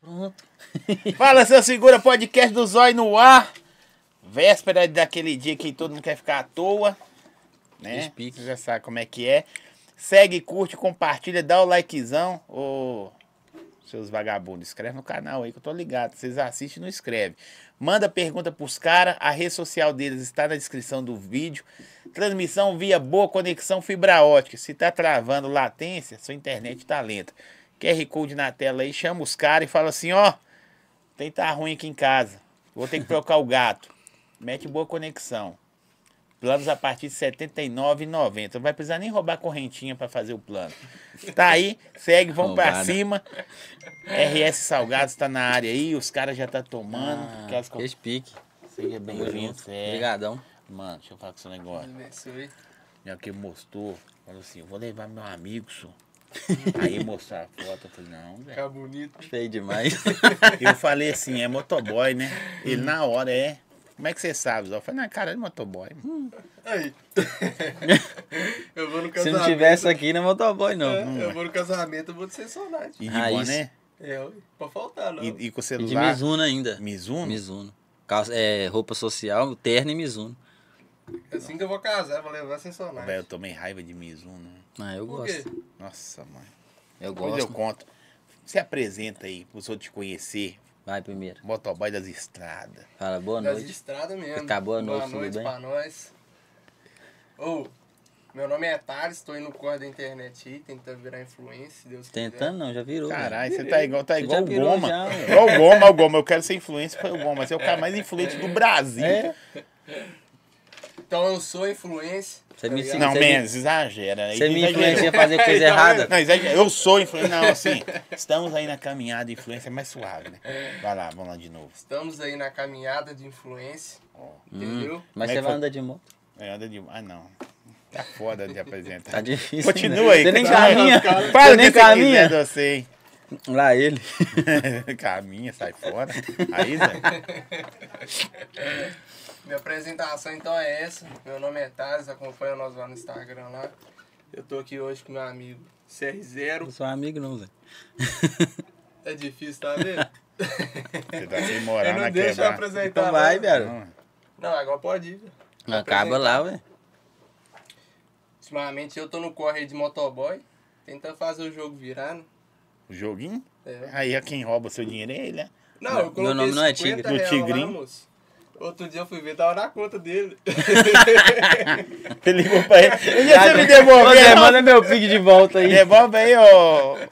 Pronto. Fala, seu segura, podcast do Zói no ar. Véspera daquele dia que todo mundo quer ficar à toa. Né? Despique. Você já sabe como é que é. Segue, curte, compartilha, dá o likezão. Ô, seus vagabundos, inscreve no canal aí que eu tô ligado. Vocês assistem e não escreve. Manda pergunta pros caras. A rede social deles está na descrição do vídeo. Transmissão via boa conexão fibra ótica. Se tá travando latência, sua internet tá lenta. QR Code na tela aí, chama os caras e fala assim, ó. Tem tá ruim aqui em casa. Vou ter que trocar o gato. Mete boa conexão. Planos a partir de R$ 79,90. Não vai precisar nem roubar correntinha para fazer o plano. Tá aí, segue, vamos para Roubada. cima. RS Salgados tá na área aí, os caras já tá tomando. Aquelas co- Ah, Esse pique. Seja bem-vindo. é. Obrigadão. Mano, deixa eu falar com esse negócio. Minha que mostrou, falou assim: eu vou levar meu amigo, senhor. Aí mostrar a foto, eu falei, não, velho. Ficar É bonito. Feio demais. Eu falei assim, é motoboy, né? Ele na hora é. Como é que você sabe? Zó? Eu falei, na cara é motoboy. mano." Aí. eu vou no Se casamento. não tivesse aqui, não é motoboy, não. É, eu vou no casamento, eu vou de Sensonite. E de Raiz. boné? É, ué, pra faltar, não. E, e com o Ah, E de celular. Mizuno ainda. Mizuno? Mizuno. Calça, é, roupa social, terno e Mizuno. Assim que eu vou casar, vou levar Sensonite. Velho, eu tomei raiva de Mizuno. né? Ah, eu Por gosto. Nossa, mãe. Eu Depois eu gosto. conto. Se apresenta aí pros outros te conhecer. Vai primeiro. Motoboy das estradas. Fala, boa Das noite. estradas mesmo. Acabou a noite, Boa tudo noite bem? pra nós. Ô, meu nome é Thales, tô indo no corre da internet aí, tentando virar influência, se Deus quiser. Tentando não, já virou. né? Caralho, você tá igual, tá Você igual já o pirou Goma. já, ué. igual o Goma, o Goma. Eu quero ser influente, foi o Goma. Você é o cara mais influente do Brasil. É? Então eu sou influência. tá Você me ligado? Sim, Não, você menos, exagera. né? Você me Exagera. influencia a fazer tá coisa errada? Não, exagera- eu sou influência. Não, assim, estamos aí na caminhada, influência é mais suave, né? Vai lá, vamos lá de novo. Estamos aí na caminhada de influência, Ó, entendeu? Mas Como é que você vai foi? andar de moto. é, anda de... Ah, não. Tá foda de apresentar. Tá difícil. Continua aí. tá Você nem continua aí. caminha. Fala Você o que nem você quiser caminha. de você, hein? Lá ele. caminha, sai fora. Aí, Zé. Minha apresentação então é essa. Meu nome é Thales, acompanha nós lá no Instagram lá. Eu tô aqui hoje com meu amigo Não CR0. sou um amigo não, Zé. É difícil, tá vendo? Você tá sem Ele moral não na deixa eu quebra. apresentar. Então vai, não. velho. Não, Não, agora pode ir. velho. Acaba lá, ué. Ultimamente eu tô no corre aí de motoboy, tentando fazer o jogo virar, né? O joguinho? É. Aí ó, quem rouba o seu dinheiro é ele, né? Não, eu coloquei meu nome não é 50 Tigre. No real Tigrinho? Lá, moço. Outro dia eu fui ver, tava na conta dele. Ele ligou pra ele. Ele ia você me É, Ô, Zé, devolver. não? manda meu pique de volta aí. Devolve aí, ô. Agora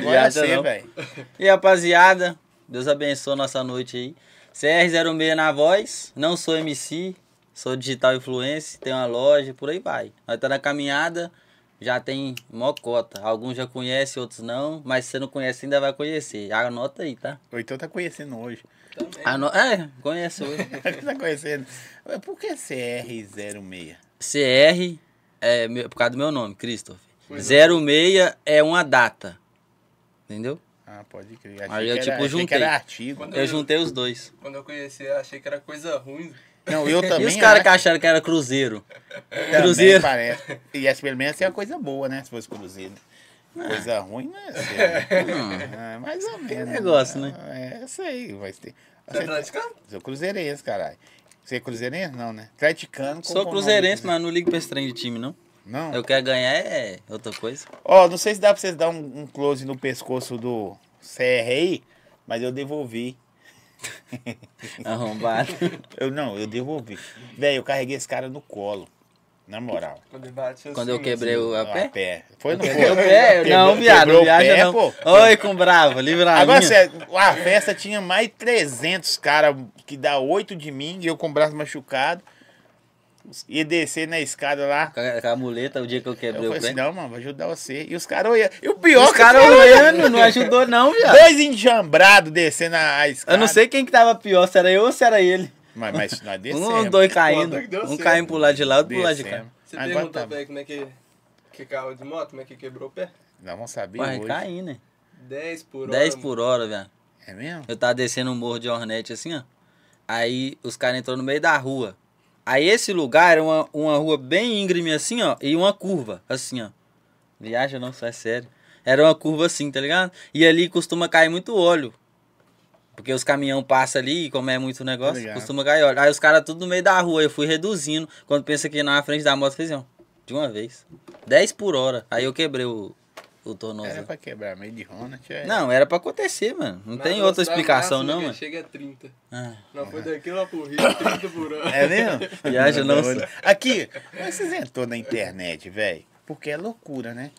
Viado, você, não. velho. E rapaziada, Deus abençoe nossa noite aí. CR06 na voz, não sou MC, sou digital influencer, tenho uma loja, por aí vai. Nós tá na caminhada, já tem mocota. Alguns já conhecem, outros não, mas se você não conhece ainda vai conhecer. Anota aí, tá? O Heitor tá conhecendo hoje. Também. Ano... É, conhece hoje. Ele tá conhecendo. Mas Por que CR06? CR é meu- por causa do meu nome, Christopher. Pois 06 é uma data. Entendeu? Ah, pode crer. Achei Aí eu, que era, tipo, achei que juntei. era artigo. Quando Eu juntei os dois. Quando eu conheci, eu achei que era coisa ruim. Não, eu também. e os caras acho. que acharam que era Cruzeiro? Também Cruzeiro. Parece. E essa pelo menos é uma coisa boa, né? Se fosse Cruzeiro. Ah. Coisa ruim, né? Assim, ah, mais ou menos. negócio, né? É, isso aí. Vai ter. Você é praticante? Sou cruzeirense, caralho. Você é cruzeirense? Não, né? Atleticano. Sou cruzeirense, mas não ligo pra esse trem de time, não. Não? Eu quero ganhar é outra coisa. Ó, não sei se dá pra vocês dar um, um close no pescoço do CR aí, mas eu devolvi. Arrombado. Eu não, eu devolvi. Velho, eu carreguei esse cara no colo. Na moral. Quando ele bateu Quando assim, eu quebrei o a Ó, pé? Foi no Quebrei o colo. pé? Quebrou- Não, viado, quebrou não o viaja pé, não. pô. Oi, com bravo, livra a Agora, é minha. sério, a festa tinha mais 300 cara que dá oito de mim e eu com o braço machucado. Ia descer na escada lá. Com a- com a muleta, o dia que eu Eu quebrei falei o assim, pé. não, mano, vou ajudar você. E os caras olhando. E o pior Os que né? os caras caras olhando, não ajudou não, viado. Dois enjambrados descendo a a escada. Eu não sei quem que tava pior, se era eu ou se era ele. Mas, mas nós descemos. Um, dois caindo. Quando que deu Um certo? caindo pro lado de lá, outro pro lado de cá. descemos. Você Agora perguntou tá. pra ele como é que, que carro de moto, como é que quebrou o pé? Nós vamos saber Vai hoje. caindo, né? 10 por hora. 10 por hora, velho. É mesmo? Eu tava descendo um morro de Hornet assim, ó. Aí os caras entrou no meio da rua. Aí esse lugar era uma, uma rua bem íngreme assim, ó, e uma curva, assim, ó. Viaja não, só é sério. Era uma curva assim, tá ligado? E ali costuma cair muito óleo. Porque os caminhão passam ali, e como é muito Tá negócio, ligado. costuma gaiola. Aí os caras tudo no meio da rua, eu fui reduzindo. Quando pensa que na frente da moto, fez um. De uma vez. 10 por hora. Aí eu quebrei o, o Era tornozelo. pra quebrar, meio de Ronald. É... Não, era pra acontecer, mano. Não Na tem outra velocidade explicação, máxima não, que mano. Chega a 30. Ah. Não, foi daqui lá pro Rio, 30 por ano. É mesmo? Viaja, não. Aqui, mas vocês entrou na internet, velho. Porque é loucura, né?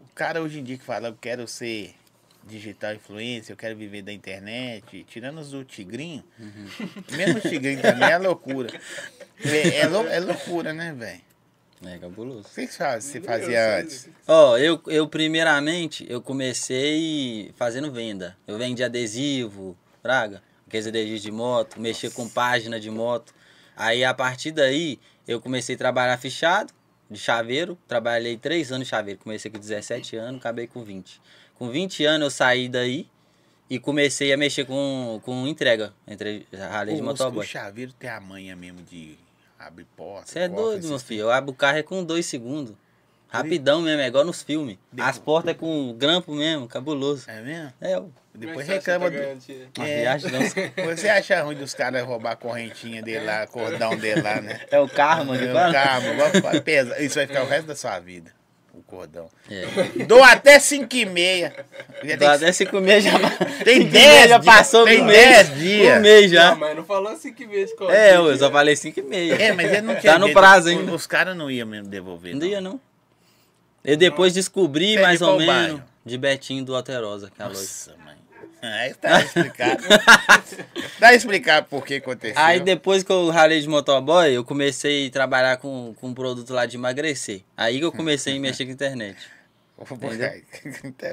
O cara hoje em dia que fala, eu quero ser digital influencer, eu quero viver da internet, tirando os do Tigrinho, Uhum. mesmo o Tigrinho também é loucura. É, é lou- é loucura, né, velho? É cabuloso. O que que você Meu fazia Deus, antes? Ó, eu, eu primeiramente, eu comecei fazendo venda. Eu vendia adesivo, praga, aqueles adesivos de moto, mexia com página de moto. Aí, a partir daí, eu comecei a trabalhar fichado, de chaveiro. Trabalhei três anos de chaveiro. Comecei com 17 anos, acabei com 20. Com 20 anos, eu saí daí e comecei a mexer com, com entrega. Entre ralei de O, os- o motoboy. chaveiro tem a manha mesmo de abrir porta. assim. Você é cofre, doido, esses- meu filho. Eu abro o carro é com dois segundos. Rapidão mesmo, é igual nos filmes. As portas é com grampo mesmo, cabuloso. É mesmo? É, ó, Depois Como é que você acha reclama que do- tá garantia? uma É. viagem não. Você acha ruim dos caras roubar a correntinha dele lá, cordão dele lá, né? É o carro, mano. Eu, fala. calma, vamos fa- pesa. Isso vai ficar o resto da sua vida. O cordão. É. Dou até 5 e meia. Já Dá tem, até se comer já. tem cinco meses 10 já passou tem do mês. 10 dias. Um mês já. Não, mas não falou assim que vez com é, eu só falei 5 e meia. É, mas ele não tinha. Tá no jeito. prazo Os- ainda. Os caras não iam mesmo devolver. Não ia, não. Eu depois Você descobri é de mais ou qual menos bairro? de Betinho do Alterosa, que é a loja. Nossa, mãe. Aí tá explicado. tá explicado por que aconteceu. Aí depois que eu ralei de motoboy, eu comecei a trabalhar com, com um produto lá de emagrecer. Aí Hum. que eu comecei a mexer com internet.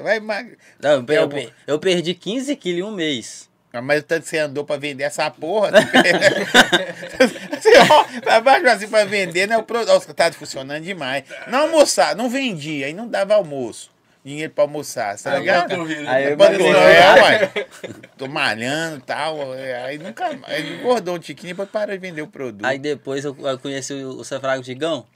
Vai, mag- Não, eu, per- Tem eu, É algum- per- eu perdi 15 quilos em um mês. Ah, Mas o tanto que você andou pra vender essa porra. né? você ó, pra baixo assim pra vender, né? O produto. Nossa, tá funcionando demais. Não almoçar, não vendia, aí não dava almoço. Dinheiro pra almoçar, tá Aí ligado? é corrida. Aí Ah, eu Quando ele emagreci. falou, é, uai, tô malhando e tal. é, Aí nunca mais. Aí engordou um tiquinho e depois parou de vender o produto. Aí depois eu, eu conheci o, o Safrago Digão.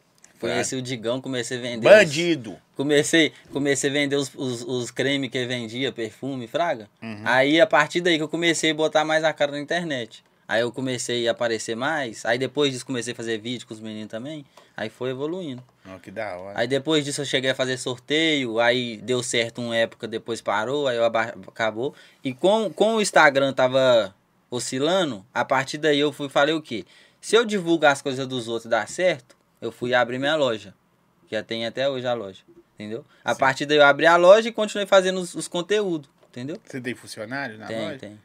Conheci o Digão, comecei a vender. os- Tá. Bandido. Comecei, comecei a vender os, os, os cremes que eu vendia, perfume, fraga. Uhum. Aí a partir daí que eu comecei a botar mais a cara na internet. Aí eu comecei a aparecer mais. Aí depois disso comecei a fazer vídeo com os meninos também. Aí foi evoluindo. Não, que da hora. Aí depois disso eu cheguei a fazer sorteio, aí deu certo uma época, depois parou, aí eu aba- acabou. E com, com o Instagram tava oscilando, a partir daí eu fui falei o quê? Se eu divulgar as coisas dos outros e dar certo, eu fui abrir minha loja. Que já tem até hoje a loja, entendeu? A partir daí eu abri a loja e continuei fazendo os, os conteúdos, entendeu? Você tem funcionário na tem, loja? tem.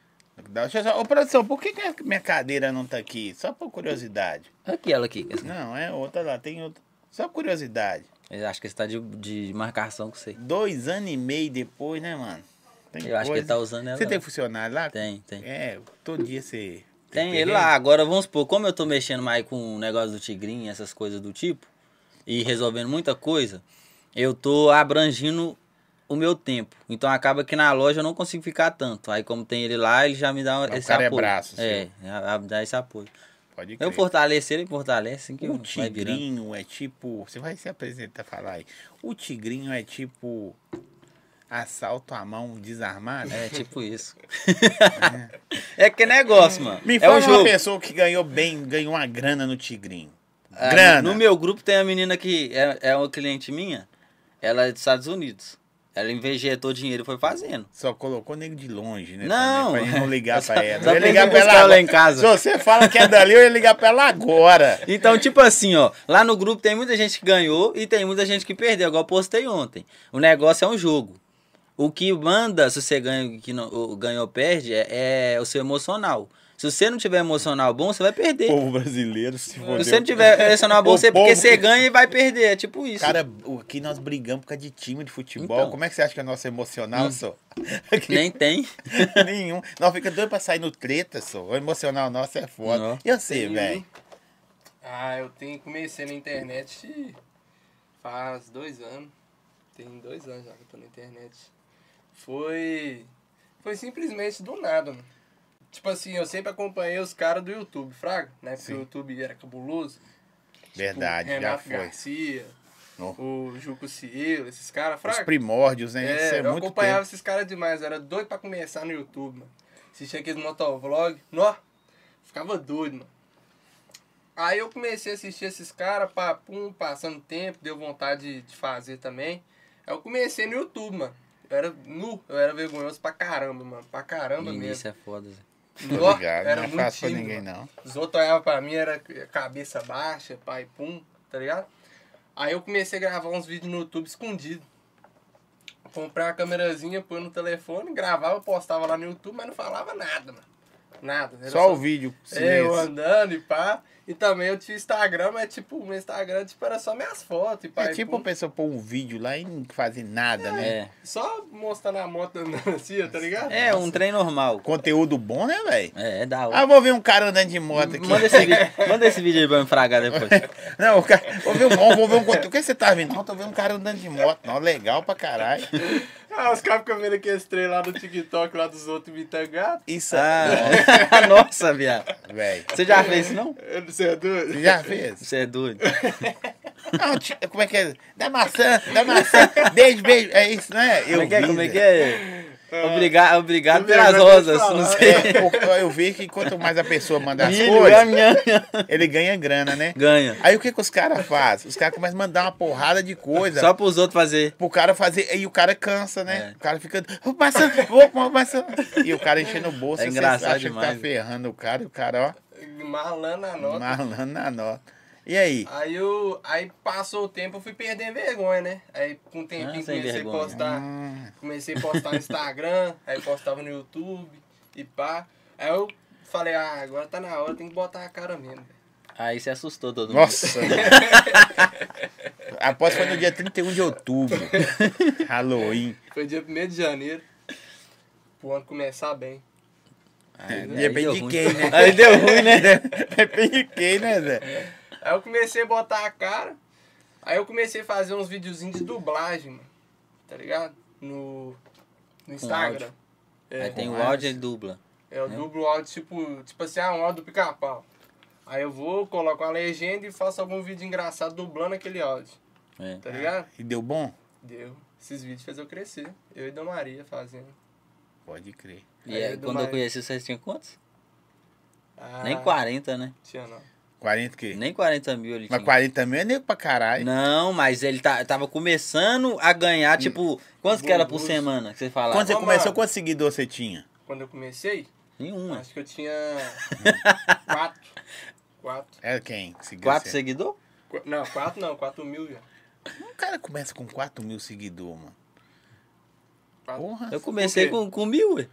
Dá- Deixa eu só. Ô, produção, por que, que a minha cadeira não tá aqui? Só por curiosidade. Aqui ela aqui. Não, é outra lá, tem outra. Só curiosidade. Eu acho que você tá de, de marcação com você. Dois anos e meio depois, né, mano? Tem Eu acho que ele tá usando ela. Você tem não. funcionário lá? Tem, tem. É, todo dia você. Tem ele perrengue? lá. Agora, vamos supor, como eu tô mexendo mais com o negócio do tigrinho, essas coisas do tipo, e resolvendo muita coisa, eu tô abrangindo o meu tempo. Então, acaba que na loja eu não consigo ficar tanto. Aí, como tem ele lá, ele já me dá Mas o esse cara é apoio. braço, seu. é, já- já me dá esse apoio. Pode crer. Eu fortalecer, ele fortalece, assim que O Um vai virando. tigrinho é tipo. Você vai se apresentar falar aí. O tigrinho é tipo. Assalto à mão desarmada? É tipo isso. é que negócio, mano. Me é fala um uma jogo. pessoa que ganhou bem, ganhou uma grana no tigrinho. Ah, Grana. No meu grupo tem a menina que é, é uma cliente minha. Ela é dos Estados Unidos. Ela invejetou dinheiro e foi fazendo. Só colocou nego de longe, né? Não. também, Pra gente não ligar Eu só- pra ela. só Eu ia pensei ligar em pra ela buscar ela agora. em casa. Se você fala que é dali, eu ia ligar pra ela agora. Então, tipo assim, ó, lá no grupo tem muita gente que ganhou e tem muita gente que perdeu, igual eu postei ontem. O negócio é um jogo. O que manda se você ganha o que não, o- ganhou ou perde é, é o seu emocional. Se você não tiver emocional bom, você vai O perder. povo brasileiro se fodeu. Se você é não tiver emocional bom, O você, porque povo- você ganha e vai perder. É tipo isso. Cara, o- aqui nós brigamos por causa de time de futebol. Então. Hum. Como é que você acha que é nosso emocional, só? Aqui Nem tem. nenhum. Nós fica doido pra sair no treta, só. O emocional nosso é foda. Não. E você, Tem um. velho? Ah, eu tenho, comecei na internet faz dois anos. Tem dois anos já que eu tô na internet. Foi. Foi simplesmente do nada, mano. Tipo assim, eu sempre acompanhei os caras do YouTube, Fraga, né? Porque o YouTube era cabuloso. Verdade, o já Renato foi. Garcia, Não. o Juco Cielo, esses caras, Os Fraga. primórdios, né? É, Isso é eu muito acompanhava tempo. esses caras demais, eu era doido pra começar no YouTube, mano. assistia aqueles motovlog. Nó, ficava doido, mano. Aí eu comecei a assistir esses caras, papum, passando tempo, deu vontade de, de fazer também. Aí eu comecei no YouTube, mano. Eu era nu, eu era vergonhoso pra caramba, mano. Pra caramba No mesmo. início é foda, Zé. Tô Nó, ligado, assim, era não é muito fácil pra tímido, ninguém, mano. não. Os outros olhavam pra mim, era cabeça baixa, pai, pum, tá ligado? Aí eu comecei a gravar uns vídeos no YouTube escondido. Comprei uma câmerazinha, pôr no telefone, gravava, postava lá no YouTube, mas não falava nada, mano. Nada. Era É, Só o vídeo. eu silêncio. andando e pá. E também eu tinha Instagram, mas tipo, meu Instagram tipo, era só minhas fotos e pá. É e tipo pum. a pessoa pôr um vídeo lá e não fazer nada, né? É. Só mostrando a moto andando assim, ó, tá ligado? É, um trem normal. Conteúdo bom, né, velho? É, é da Ah, hora. vou ver um cara andando de moto aqui. Manda esse vídeo, manda esse vídeo aí pra eu enfragar depois. Não, o cara. Vou ver um bom, vou ver um conteúdo. O que você tá vendo? Não, tô vendo um cara andando de moto. Não, legal pra caralho. Ah, os caras ficam vendo aqueles trem lá no TikTok, lá dos outros imitando gato. Isso é. Ah, nossa, viado. Velho. Você já fez isso, não? Eu não sei, é doido. Você já fez? Você é doido. Não, ti- como é que é? Dá maçã, dá maçã. Beijo, beijo. É isso, né? Eu Como é que é? vi, Como é que velho. Ah. é? Obrigado, obrigado Primeiro, pelas agora eu vou rosas, falar. não sei. É, o- eu vi que quanto mais a pessoa manda as Milho, coisas, é minha- minha- ele ganha grana, né? Ganha. Aí o que, que os caras fazem? Os caras começam a mandar uma porrada de coisa. Só pros outros fazer. Pro cara fazer. E o cara cansa, né? É. O cara fica. Ô, maçã, vou pôr maçã. E o cara enchendo o bolso. É você engraçado acha que demais. Tá ferrando o cara. E o cara, Malando a ó, nota. malando na nota. E aí? Aí, eu, aí passou o tempo, eu fui perdendo vergonha, né? Aí com o tempinho Ah, sem comecei a vergonha. postar. Hum, Comecei a postar no Instagram, aí postava no YouTube e pá. Aí eu falei, ah, agora tá na hora, tem que botar a cara mesmo. velho. Aí você assustou todo mundo. nossa. Após foi no dia 31 de outubro. Halloween. Foi dia 1 de janeiro. Pro ano começar bem. Aí deu Depende de ruim. quem, né? Aí deu ruim, né? Depende de quem, né, Zé? Aí eu comecei a botar a cara. Aí eu comecei a fazer uns videozinhos de dublagem, mano. Tá ligado? No, no Instagram. áudio. É, Aí tem o mas- áudio e dubla. Eu dublo o áudio, tipo, tipo assim, ah, um áudio do pica-pau. Aí eu vou, coloco a legenda e faço algum vídeo engraçado dublando aquele áudio, É. tá ligado? E deu bom? Deu. Esses vídeos fez eu crescer. Eu e da Maria fazendo. Pode crer. E Aí aí, é do quando eu mais. conheci, vocês tinham quantos? Ah, Nem 40, né? Tinha não. 40 o quê? Nem 40 mil ele Mas tinha. 40 também é nego pra caralho. Não, mas ele tá, tava começando a ganhar, tipo, quantos que era por Bolos. semana que você falava? Quando você Ô, começou, mano. Hum. quantos seguidores você tinha? Quando eu comecei, Nenhuma. acho que eu tinha quatro. Quatro. Era É quem? que seguiu Quatro você? seguidor? Qu- Não, quatro não, quatro mil já. Um cara começa com 4 mil seguidores, mano. Quatro. Porra, Eu comecei quê? com, com mil, ué.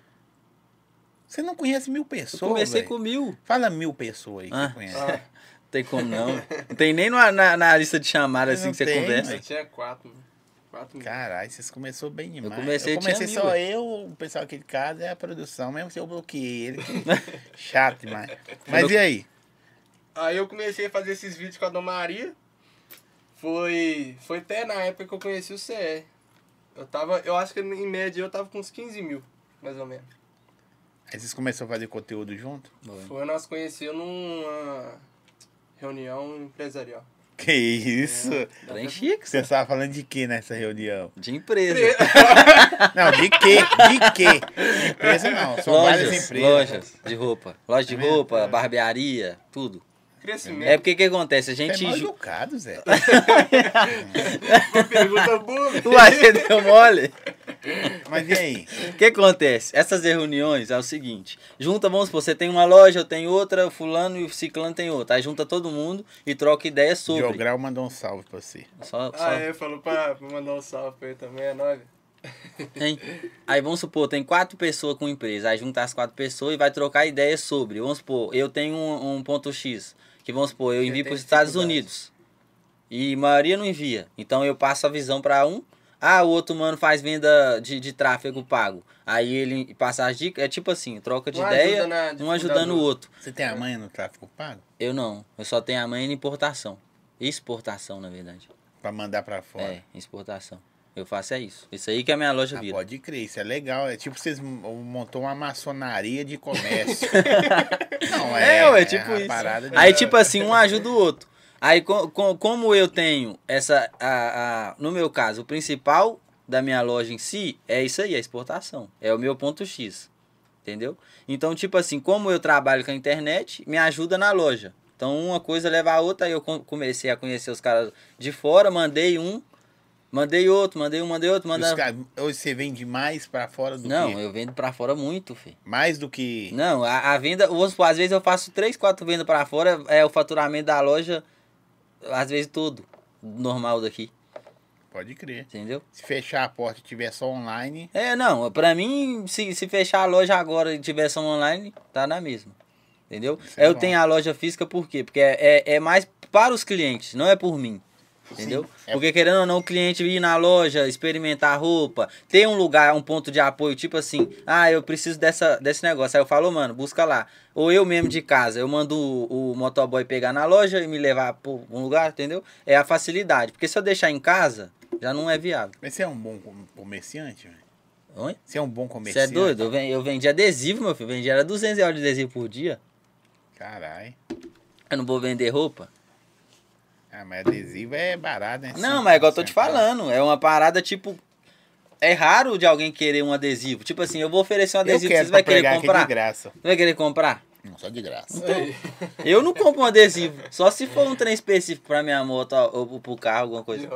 você não conhece mil Eu pessoas, comecei velho? com mil. Fala mil pessoas aí que Ah. você conhece. Ah, Não tem como não. Não tem nem na, na, na lista de chamada Não assim que você tem, conversa. né? Ah, eu tinha quatro, mano. Quatro mil. Caralho, vocês começou bem demais. comecei, eu comecei tinha só mil, eu, o pessoal aqui de casa e a produção, mesmo se eu bloqueei ele. que- Chato demais. Mas Quando e aí? Aí eu comecei a fazer esses vídeos com a Dona Maria. Foi, foi até na época que eu conheci o CE. Eu tava, eu acho que em média eu tava com uns 15 mil, mais ou menos. Aí vocês começaram a fazer conteúdo junto? Foi. Foi nós conhecemos numa reunião empresarial. Que isso? Trem chique, Você estava falando de que nessa reunião? de empresa. Não, de quê? De quê? De empresa não, são várias Lojas, empresas. É lojas de roupa. Loja de roupa, barbearia, tudo. É Crescimento. porque o que acontece? A gente. Você é mal ju- educado, Zé. Uma pergunta boa. Uai, você deu mole? Mas e aí? O que acontece? Essas reuniões é o seguinte: junta, vamos supor, você tem uma loja, eu tenho outra, o fulano e o ciclano tem outra. Aí junta todo mundo e troca ideias sobre. Jogral mandou um salve pra você. Só, só- Ah, é, falou pra, pra mandar um salve pra ele também, é nóis. hein? Aí vamos supor, tem quatro pessoas com empresa. Aí junta as quatro pessoas e vai trocar ideias sobre. Vamos supor, eu tenho um, um ponto X, que vamos supor, eu Você envio tem para os Estados dificuldade. Unidos. E a maioria não envia. Então eu passo a visão para um. Ah, o outro mano faz venda de, de tráfego pago. Aí ele passa as dicas. É tipo assim, troca de Um ideia, ajuda um na dificuldade ajudando do o outro. Você tem a manha no tráfico pago? Eu não. Eu só tenho a manha em importação. Exportação, na verdade. Pra mandar pra fora? É, exportação. Eu faço é isso. Isso aí que a minha loja Ah, vira. pode crer, isso é legal. É tipo vocês m- montou uma maçonaria de comércio. não, É, ué, tipo uma isso. parada de- Aí, tipo assim, um ajuda o outro. Aí, co- co- como eu tenho essa. A, a- no meu caso, o principal da minha loja em si é isso aí, a exportação. É o meu É ponto X. Entendeu? Então, tipo assim, como eu trabalho com a internet, me ajuda na loja. Então, uma coisa leva a outra. Aí eu com- comecei a conhecer os caras de fora, mandei um, mandei outro, mandei um, mandei outro, E os mandei. caras- hoje você vende mais pra fora do Não, que. eu vendo pra fora muito, filho. Mais do que. Não, a, a venda, vamos supor, às vezes eu faço três, quatro vendas pra fora, é o faturamento da loja, às vezes todo normal daqui, Pode crer. entendeu? Se fechar a porta e tiver só online, É, não, pra mim, se, se fechar a loja agora e tiver só online, tá na mesma, entendeu? Isso é Eu bom. tenho a loja física por quê? Porque é, é, é mais para os clientes, não é por mim. Entendeu? é- Porque querendo ou não, o cliente ir na loja, experimentar a roupa, ter um lugar, um ponto de apoio, tipo assim, ah, eu preciso dessa, desse negócio. Aí eu falo, mano, busca lá. Ou eu mesmo de casa, eu mando o, o motoboy pegar na loja e me levar pra um lugar, entendeu? É a facilidade. Porque se eu deixar em casa, já não é viável. mas você é um bom com- comerciante, velho? Oi? Você é um bom Você comerciante? é doido? Eu, ven- eu vendi adesivo, meu filho. Vendi era 200 reais de adesivo por dia. Caralho. Eu não vou vender roupa. Ah, mas adesivo é barato, né? Não, Cent- mas é igual eu tô te centavo. falando. É uma parada tipo. É raro de alguém querer um adesivo. Tipo assim, eu vou oferecer um Eu adesivo, quero vocês vai pra pregar querer aqui de comprar? graça. Você vai querer comprar? Não, só de graça. Eu não compro um adesivo. Só se for um trem específico pra minha moto ou ou pro carro, alguma coisa.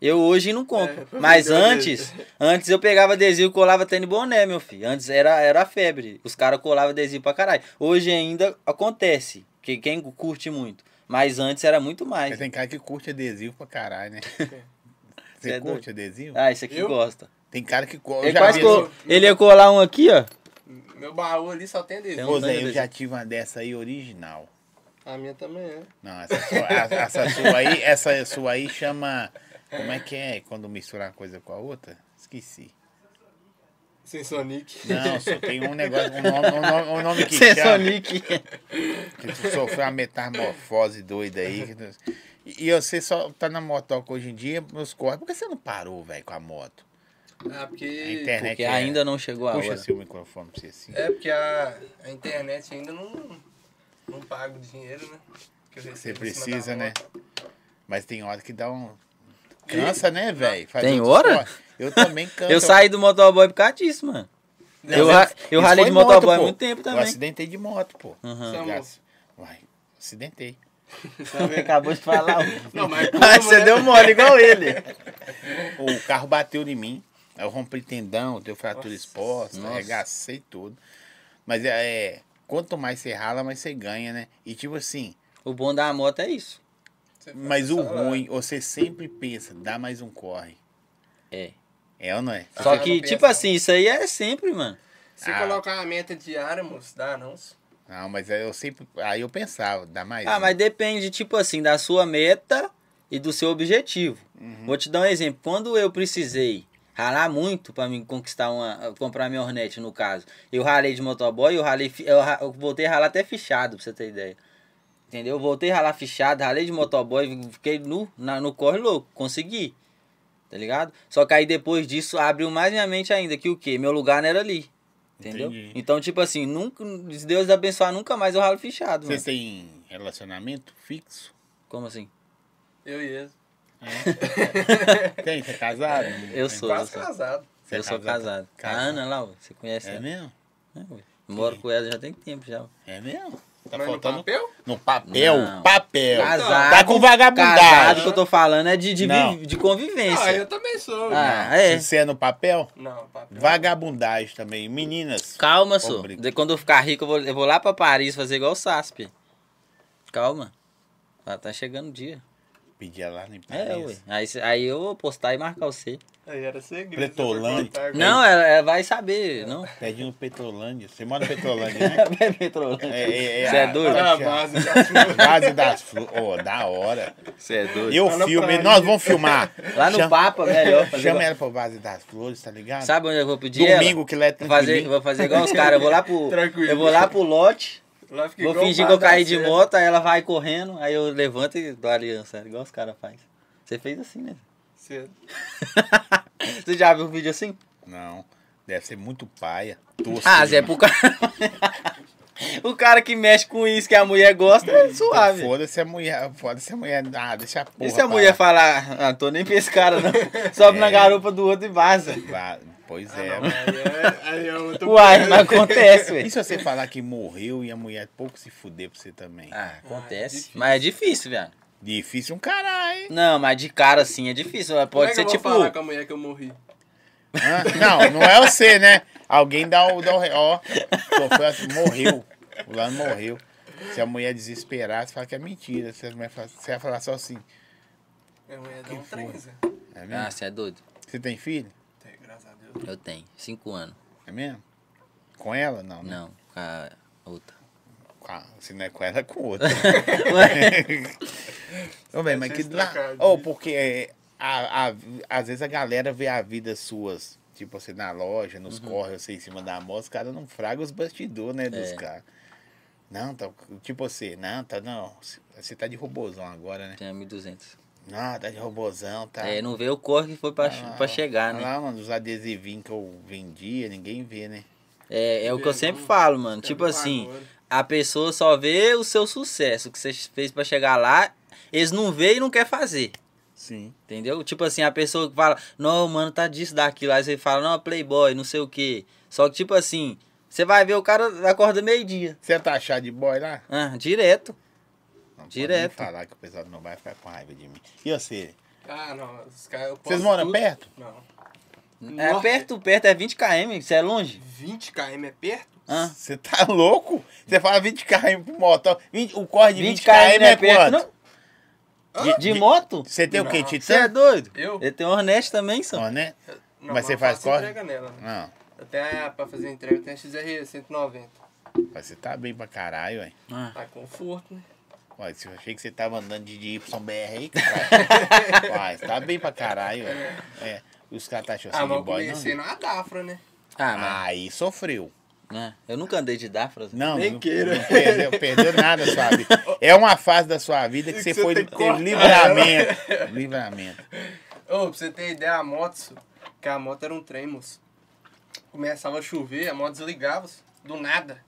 Eu hoje não compro. É, Mas meu antes, antes eu pegava adesivo e colava tênis boné, meu filho. Antes era, era a febre. Os caras colavam adesivo pra caralho. Hoje ainda acontece. Que quem curte muito. Mas antes era muito mais. Mas tem cara que curte adesivo pra caralho, né? Você Você é curte adesivo? Ah, esse aqui Eu? gosta. Tem cara que co- eu Ele, já quase vi- assim, col- esse- ele ia colar um aqui, ó. Meu baú ali só tem Tem é adesivo. um- Ô, Zé, tanto eu de já tive uma dessa aí original. A minha também é. Não, essa sua, a- essa sua aí, essa sua aí chama. Como é que é quando misturar uma coisa com a outra? Esqueci. Sem Sonic. Não, só tem um negócio, um nome, um nome, um nome que é chama. Sensonic. Que tu sofreu uma metamorfose doida aí. que tu- E, e você só tá na motoca hoje em dia, nos corres. Por que você não parou, velho, com a moto? Ah, porque. A internet. Porque é- ainda não chegou a Puxa hora. seu microfone pra você assim. É porque a, a internet ainda não, não paga o dinheiro, né? Que eu Você recebo em cima da precisa, né? moto. Mas tem hora que dá um. Cansa, né, velho? Fazer Tem outro hora? esporte. Eu também canso. Eu saí do motoboy por causa disso, mano. Não, eu mas ra- eu isso ralei foi de motoboy moto, há pô. muito tempo Eu também. Hum. acidentei de moto, pô. Aham. Samu, Graças- Uai, acidentei. Acabou de falar. Não, mas como, Mas você né? deu mole igual ele. O carro bateu em mim. aí Eu rompi tendão, deu fratura Nossa. exposta, Nossa. arregacei tudo. Mas é, é, Quanto mais você rala, mais você ganha, né? E tipo assim, O bom da moto é isso. Você faz um, mas o só lá. ruim, você sempre pensa, dá mais um corre. É. É ou não é? Só Ah, que, não tipo pensa. assim, isso aí é sempre, mano. Se Ah. colocar a meta diária, moço, dá não. moço. Não, mas aí eu sempre. Aí eu pensava, dá mais Ah, um. mas depende, tipo assim, da sua meta e do seu objetivo. Vou te dar um exemplo. Quando eu precisei ralar muito pra me conquistar uma. comprar minha Hornet, no caso. Eu ralei de motoboy, eu ralei. fi- Eu, ra- eu voltei a ralar até fichado, pra você ter ideia. Entendeu? Eu voltei a ralar fichado, ralei de motoboy, fiquei nu, na, no corre louco, consegui. Tá ligado? Só que aí depois disso abriu mais minha mente ainda que o quê? Meu lugar não era ali. Entendeu? Entendi. Então, tipo assim, nunca, se Deus abençoar, nunca mais eu ralo fichado. Vocês Mano. têm relacionamento fixo? Como assim? Eu e ele. Tem? Você é casado? Eu sou, eu Quase sou. casado. Você é eu sou casado? casado. Casado. A Ana lá, ué, você conhece É ela? mesmo? É, ué. Eu Moro com ela já tem tempo já. ué. É mesmo? Tá mas faltando. no papel? No papel? Não. Papel. Casado. Tá com vagabundagem. Casado que eu tô falando é de, de, né? Não. vi- de Ah, convivência. eu também sou. né? Ah, é. Se você é no papel, Não, papel. vagabundagem também. Meninas. Calma, só. Obrigado. Quando eu ficar rico, eu vou, eu vou lá pra Paris fazer igual o Sasp. Calma. Tá, tá chegando o dia. Pedia lá no É, ué. Paris. Aí, cê- aí eu vou postar e marcar você. Aí era segredo. né? Pretolândia. você foi contar agora. Não, ela, ela vai saber, não? Pede no Petrolândia. Você mora no Petrolândia, né? Vai petrolando. É, Você é a- doido? Ah, a base da sua. Base das flores. Ô, da hora. Você é doido. Eu Tá na filme, praia. nós vamos filmar. Lá no Chama- Papa, melhor. fazer Chama igual- ela pra Base das Flores, tá ligado? Sabe onde eu vou pedir ela? Domingo que lá é Vou fazer, tranquilinho. vou fazer igual os caras, eu vou lá pro. Tranquilo. Eu vou lá pro lote, Lá fica vou igual fingir o que eu bar da caí de cena. moto, aí ela vai correndo, aí eu levanto e dou a aliança, igual os caras fazem. Você fez assim, né? Cedo. Você já viu um vídeo assim? Não, deve ser muito paia. Tosco Ah, Zé, demais. pro cara. o cara que mexe com isso que a mulher gosta é suave. Foda-se a mulher, foda-se a mulher. Ah, deixa a porra. e se a pra mulher lá. falar, ah, tô nem pra esse cara não, sobe na É. garupa do outro e vaza. Vá- Pois Ah, é. não, aí é, aí é outro Uai, problema. mas é acontece, E velho. se você falar que morreu e a mulher pouco se fuder pra você também? Ah, Ah, é acontece. difícil. mas é difícil, velho. Difícil um caralho, hein? Não, mas de cara assim é difícil. mas Como Pode é que ser eu vou tipo. falar com a mulher que eu morri? Hã? Não, não é você, né? Alguém dá o. Dá o re- ó, sofreu, morreu. O Lano morreu. Se a mulher desesperar, você fala que é mentira. Se a mulher fala- você vai falar só assim. Minha mulher dá um foi? trenza. É mesmo? Ah, você é doido? Você tem filho? Tem, graças a Deus. Eu tenho. Cinco anos. É mesmo? Com ela? Não. né? Não, com a outra. Com a- se não é com ela, é com outra. Ué, Ô, velho, mas que Vocês lá. trocaram Ou né? de- porque é, a- a- às vezes a galera vê a vida suas, tipo assim, na loja, nos Uhum. corre, você em cima da moto, os caras não fragam os bastidores, né, dos É. caras. Não, tá, tipo assim, não, tá, não, você tá de robozão agora, né? tinha 1.200. Não, tá de robozão, tá. É, não vê o corre que foi pra, Tá lá, pra chegar, tá né? Lá, mano, os adesivinhos que eu vendia, ninguém vê, né? É, é o que eu Vergonha. sempre falo, mano. Tipo Agora. assim, a pessoa só vê o seu sucesso, o que você fez pra chegar lá, eles não vê e não quer fazer. Sim. Entendeu? Tipo assim, a pessoa que fala, não, mano, tá disso, daquilo. Aí você fala, não, playboy, não sei o quê. Só que, tipo assim, você vai ver o cara acorda meio-dia. Você é taxado de boy lá? Ah, direto. Não pode Direto. nem falar que o pessoal do meu bairro fica com raiva de mim. E você? Ah, não. Os caras. eu Vocês posso moram tudo. perto? Não. É Nossa. perto, perto, é 20 km, você é longe? Ah, 20 km é perto? Hã? Você tá louco? Você fala 20 km pro moto. 20, o corre de 20, km, é quanto? não? De, de moto? Você tem o quê? Não. Você Ah, é Titã? doido? Eu? Ele tem um Hornet também, só. Não, né? Eu- Mas Não, você eu faz faço corre? entrega nela. Não. Até pra fazer entrega tem a XR 190. Mas você tá bem pra caralho, hein? Ah, Tá conforto, né? Ué, eu achei que você tava andando de de YBR aí, caralho. Uai, você tá bem pra caralho, ué. É. E os caras tá achando Ah, você mas de eu boy, comecei não? na Dafra, né? ah, mas- Aí sofreu. né? Eu nunca andei de assim. Dafras. Não, Nem não, queira. não perdeu, perdeu nada da sua vida. É uma fase da sua vida que Que você você foi tem que teve cortar. livramento. Livramento. Ô, pra você ter ideia, a moto, so, que a moto era um trem, moço. Começava a chover, a moto desligava, so, do nada.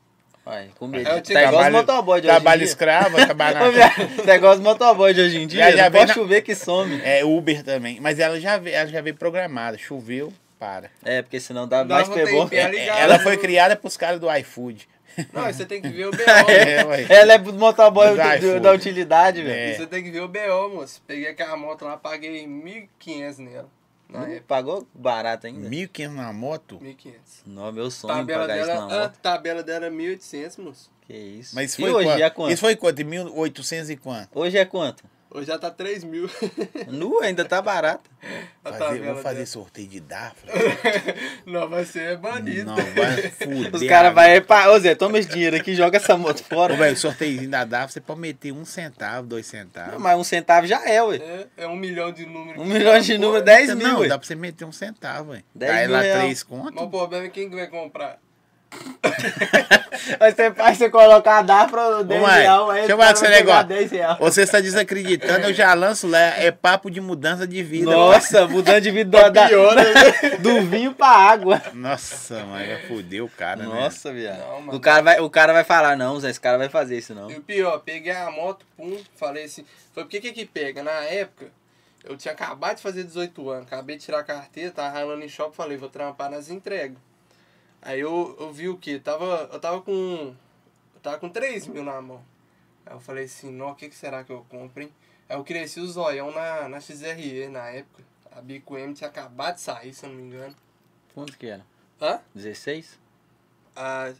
Ai, com medo. Aí eu tinha Tá igual os É Trabalho- motoboy de hoje em Trabalho dia. escravo, é Ô, trabalho na viado, Tá igual os motoboy de hoje em dia. Já- já não vem pode na- chover que some. É, Uber também. Mas ela já, ve- ela já veio programada. Choveu, para. É, porque senão dá Dá mais um pegou. tempinho. É É, ligado. ela foi criada pros caras do iFood. Não, e você tem que ver o BO. né? É, ué. Ela é pro motoboy Do do- do- iFood. da utilidade, É. velho. E Você tem que ver o BO, moço. Peguei aquela moto lá, paguei 1.500 nela. É. Hum? Na Não época, Pagou barato ainda? 1.500 na moto? 1.500. Não, meu sonho é Tabela pagar isso dela, na a moto. tabela dela é era 1.800, moço. Que isso. ah. Mas E foi hoje quanto? é quanto? Isso foi quanto? Em 1.800 e quanto? Hoje é quanto? Hoje já tá 3 mil. Nu, ainda tá barato. A Fazer, tabela vou fazer né? dela. sorteio de Dafra. Não, vai ser banido. Não, vai fuder. É Os caras vai pra. Ô Zé, toma esse dinheiro aqui, joga essa moto fora. Ô, velho, sorteiozinho da Dafra, você pode meter um centavo, dois centavos. Não, mas um centavo já é, ué. É, é um milhão de números. Um milhão de número, 10 mil, Não, ué. dá pra você meter um centavo, velho. Dez Daí mil lá real. três Mas o conto. problema é quem que vai comprar. Aí você faz, você coloca a Dafra 10 Ô, mãe, real, aí deixa eu falar com o cara vai esse pegar negócio. 10 real. Você está desacreditando, eu já lanço lá. É papo de mudança de vida. Nossa, mudando de vida do, da, né, do vinho pra água. Nossa, mãe, já fudeu o cara, né? Nossa, viado. Não, mano. o, cara vai, o cara vai falar, não, Zé, esse cara vai fazer isso, não. E o pior, peguei a moto, pum, falei assim. Foi porque que que pega? Na época, eu tinha acabado de fazer 18 anos, acabei de tirar a carteira, tava ralando em shopping, falei, vou trampar nas entregas. Aí eu, eu vi o quê? Tava, eu tava com. Eu tava com 3 mil na mão. Aí eu falei assim, não, o que, que será que eu compro, hein? Aí eu cresci o zoião na, na XRE na época. A Bico M tinha acabado de sair, se eu não me engano. Quanto que era? Hã? 16? Ah,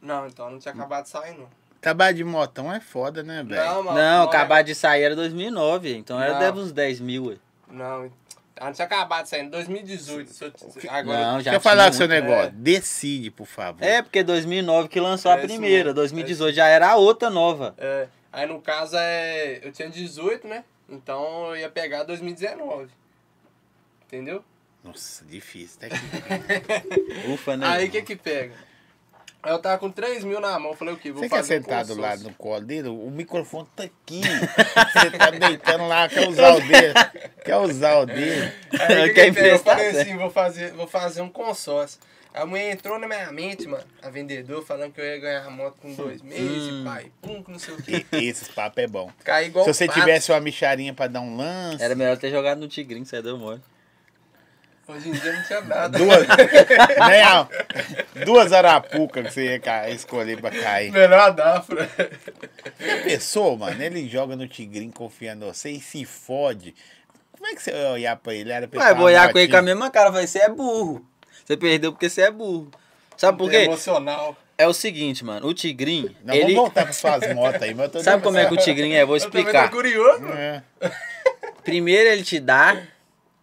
não, então não tinha acabado de sair, não. Acabar de motão é foda, né, velho? mano. não, mano, acabar de sair era 2009, então era Não. deve uns 10 mil, ué. Não, ela não tinha acabado de sair. Em 2018, se eu te- agora... não, já Deixa eu falar com um o seu tinha muito. negócio. É. Decide, por favor. É, porque 2009 que lançou É a isso primeira, mesmo, 2018 já era a outra nova. É, aí, no caso, é, eu tinha 18, né? Então, eu ia pegar 2019. Entendeu? Nossa, difícil. Tá Até que... Ufa, né? Aí, o que que pega? Aí, eu tava com 3 mil na mão. Falei, o quê? Vou Você quer fazer um sentar do lado consórcio. no colo dele? O microfone tá aqui. Você tá deitando lá, quer usar o dele. Quer usar o dele. Aí, É, Quer o que que pega? Eu emprestar, falei Zé? assim, vou fazer, vou fazer um consórcio. A mulher entrou na minha mente, mano, a vendedora, falando que eu ia ganhar a moto com dois meses, Hum. pai, pum, que não sei o quê. E- Esses papos é bom. Caí igual um Se você pato. tivesse uma micharinha pra dar um lance. é Era melhor ter jogado no Tigrinho, você deu mole. Hoje em dia não tinha nada. Duas. né, Al? Duas arapucas que você ia ca- escolher pra cair. Melhor a Dafra. A pessoa, mano, ele joga no Tigrinho confiando em você e se fode. Como é que você ia olhar pra ele? Era pra Vai falar, boiar com ele Marquinhos, com a mesma cara. Vai, você é burro. Você perdeu porque você é burro. Sabe por quê? Emocional. É o seguinte, mano. O Tigrinho, Não, ele... vamos voltar pras suas motos aí, mas eu tô Sabe como é que o Tigrinho é? Vou Eu também explicar. tô curioso. É. Primeiro ele te dá,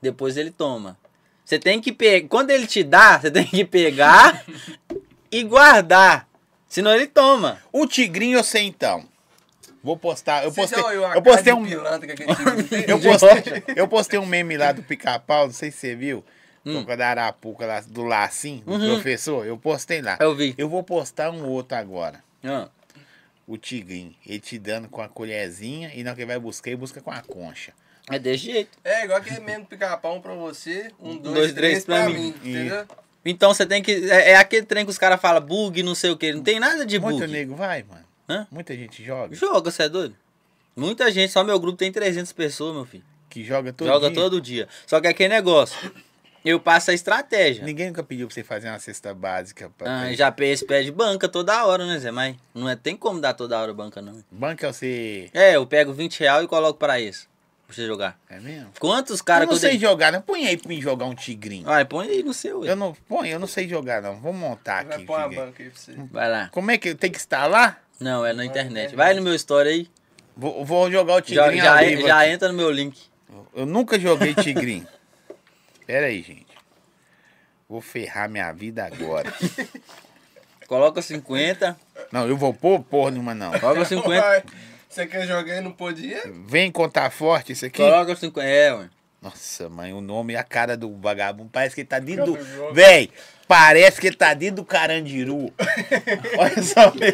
depois ele toma. Você tem que pegar. Quando ele te dá, você tem que pegar e guardar. Senão ele toma. O Tigrinho eu sei então. Vou postar. Eu Você postei, já olhou a eu postei cara de um. pilantra que aquele time Eu tem? postei, eu postei um meme lá do pica-pau, não sei se você viu. Hum. Com a da Arapuca lá, do lacinho, do Uhum. professor. Eu postei lá. Eu vi. Eu vou postar um outro agora. Ah, O Tigrinho. Ele te dando com a colherzinha e não que ele vai buscar, ele busca com a concha. É desse jeito. É igual aquele mesmo pica-pau pra você, um, dois, dois, três, três pra, pra mim, mim. entendeu? Então você tem que. É, é aquele trem que os caras falam bug, não sei o que. Não tem nada de Muito bug. nego vai, mano. Hã? Muita gente joga. Joga, você é doido? Muita gente, só meu grupo tem 300 pessoas, meu filho. Que joga todo Joga dia. todo dia. Só que é aquele negócio. Eu passo a estratégia. Ninguém nunca pediu pra você fazer uma cesta básica. Pra... Ah, já PS pede banca toda hora, né, Zé? Mas não é, tem como dar toda hora banca, não. Banca você... É, eu pego 20 real e coloco pra isso. Pra você jogar. É mesmo? Quantos caras eu que não eu sei dei... jogar, não. Põe aí pra mim jogar um tigrinho. Vai, põe aí no seu. ué. Eu não, põe, eu não sei jogar, não. Vou montar Vai aqui. pôr uma tigrinho. banca aí pra você. Vai lá. Como é que tem que instalar? Não, é na é internet. Vai no meu story aí. Vou, vou jogar o Já, tigrinho ao já, é- vivo já é. aqui. entra no meu link. Eu nunca joguei tigrinho. Pera aí, gente. Vou ferrar minha vida agora. Coloca 50. Não, eu vou pôr porra nenhuma, não. Coloca 50. Vai. Você quer jogar e não podia? Vem contar forte isso aqui. Coloca 50. É, ué. Nossa, mãe, o nome e a cara do vagabundo. Parece que ele tá dentro Cara do jogo. do. Véi, parece que ele tá dentro do Carandiru. Olha só, velho.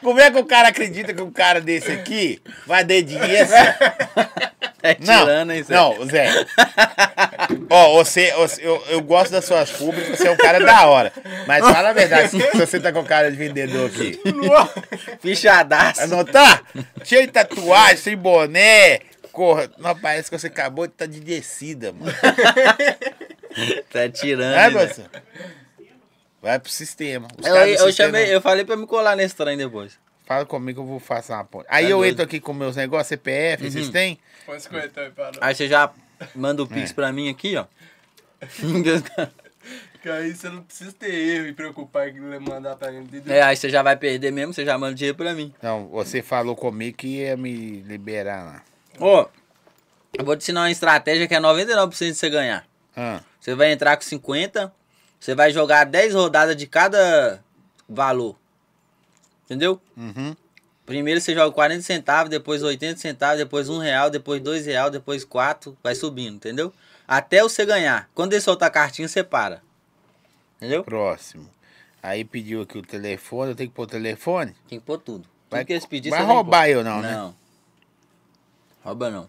como é que o cara acredita que um cara desse aqui vai dar dinheiro? É Não, tirando, hein, Zé? não, Zé. Ó, você, você- eu, eu gosto das suas públicas, você é um cara da hora. Mas fala a verdade, se você tá com cara de vendedor aqui. Fichadaço. Vai notar? Cheio de tatuagem, sem boné. Corra. Não, parece que você acabou de estar de descida, mano. Tá tirando. Vai, hein, moça. Zé? Vai pro sistema. É, Os Eu, caras do eu, sistema- chamei, eu falei pra me colar nesse trem depois. Fala comigo, eu vou fazer uma ponte. Aí Tá eu doido. Uhum. entro aqui com meus negócios, CPF, vocês têm? Põe 50 aí pra nós. Aí você já manda o pix É. pra mim aqui, ó. Porque aí você não precisa ter erro e preocupar que ele mandar pra ele. entendeu? É, aí você já vai perder mesmo, você já manda dinheiro pra mim. Não, você falou comigo que ia me liberar lá. Ô, eu vou te ensinar uma estratégia que é 99% de você ganhar. Ah, Você vai entrar com 50, você vai jogar 10 rodadas de cada valor. Entendeu? uhum. Primeiro você joga 40 centavos, depois 80 centavos, depois 1 real, depois 2 real, depois 4, vai subindo, entendeu? Até você ganhar. Quando ele soltar a cartinha, você para. Entendeu? Próximo. Aí pediu aqui o telefone, eu tenho que pôr o telefone? Tem que pôr tudo. Tudo Vai- que eles pedirem, vai você tem que roubar pôr. eu não, né? Não. Rouba não.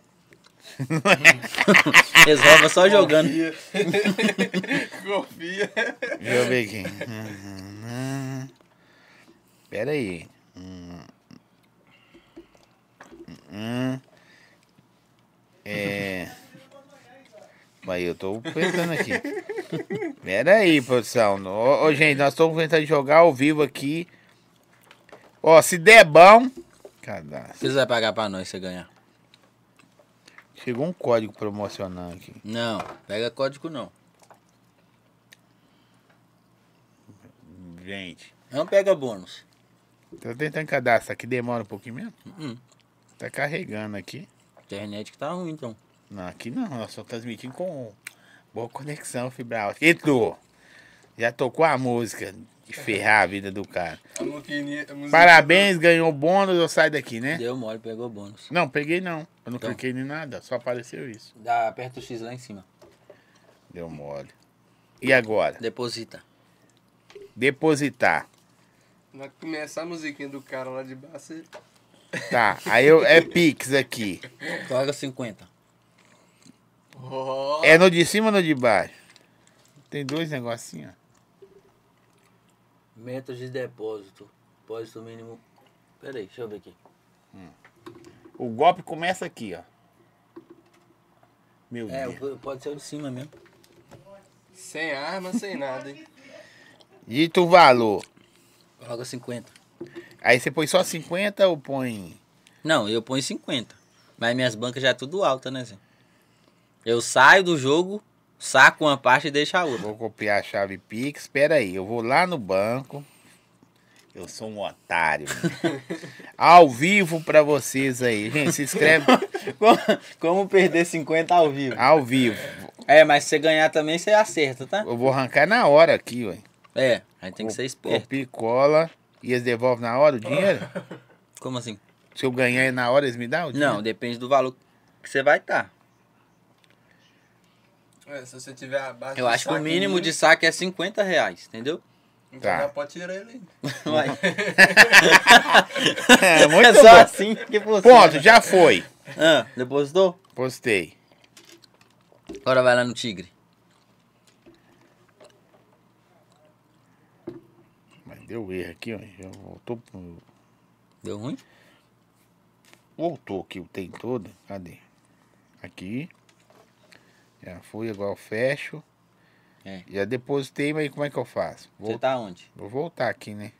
eles roubam só jogando. Confia. Confia. Deixa eu ver aqui. Uhum. Pera aí. Hum. Hum. É. Mas eu tô pensando aqui. Pera aí, produção. Ô, ô, gente, nós estamos tentando jogar ao vivo aqui. Ó, se der bom. Cadastro. Vocês vão pagar pra nós se você ganhar. Chegou um código promocional aqui. Não, pega código não. Gente, Não pega bônus. tô tentando cadastrar aqui. Demora um pouquinho mesmo? Uhum. Tá carregando aqui. Internet que tá ruim, então. Não, aqui não, nós só transmitindo com boa conexão fibra ótica. Entrou. Já tocou a música de ferrar a vida do cara. A musiquinha- a musiquinha- Parabéns, ganhou bônus, eu saio daqui, né? Deu mole, pegou bônus. Não, peguei não. Eu não Então. cliquei em nada, só apareceu isso. Dá, aperta o X lá em cima. Deu mole. E agora? Deposita. Depositar. Na hora que começar a musiquinha do cara lá de baixo, você Tá, aí eu, é Pix aqui. Joga 50. Ó, É no de cima ou no de baixo? Tem dois negocinhos. ó. Meta de depósito. Depósito mínimo. Pera aí, deixa eu ver aqui. O golpe começa aqui, ó. Meu É, Deus. o- pode ser o de cima mesmo. Sem arma, sem nada, hein? Dito o valor. Coloca 50. Aí você põe só 50 ou põe. Não, eu ponho 50. Mas minhas bancas já é tudo alta, né, Zé? Eu saio do jogo, saco uma parte e deixo a outra. Vou copiar a chave Pix. Espera aí, eu vou lá no banco. Eu sou um otário. mano. ao vivo pra vocês aí. Gente, se inscreve Como, como perder 50 ao vivo? ao vivo. É, mas se você ganhar também, você acerta, tá? Eu vou arrancar na hora aqui, ué. É, aí tem que ser esperto. Copia e cola. E eles devolvem na hora o dinheiro? Como assim? Se eu ganhar na hora, eles me dão o dinheiro? Não, depende do valor que você vai tá. estar. É, se você tiver abaixo Eu acho que o mínimo de saque é 50 reais, entendeu? Então Tá. já pode tirar ele aí. Uai. É, muito é só bom. assim que funciona. Ponto, já foi. Ah, depositou? Postei. Agora vai lá no Tigre. Mas deu erro aqui, ó. Já voltou pro- Deu ruim? Voltou aqui o tem todo. Cadê? Aqui. Já fui, agora eu fecho. É. Já depositei, mas como é que eu faço? Vou, Você tá onde? vou voltar aqui, né?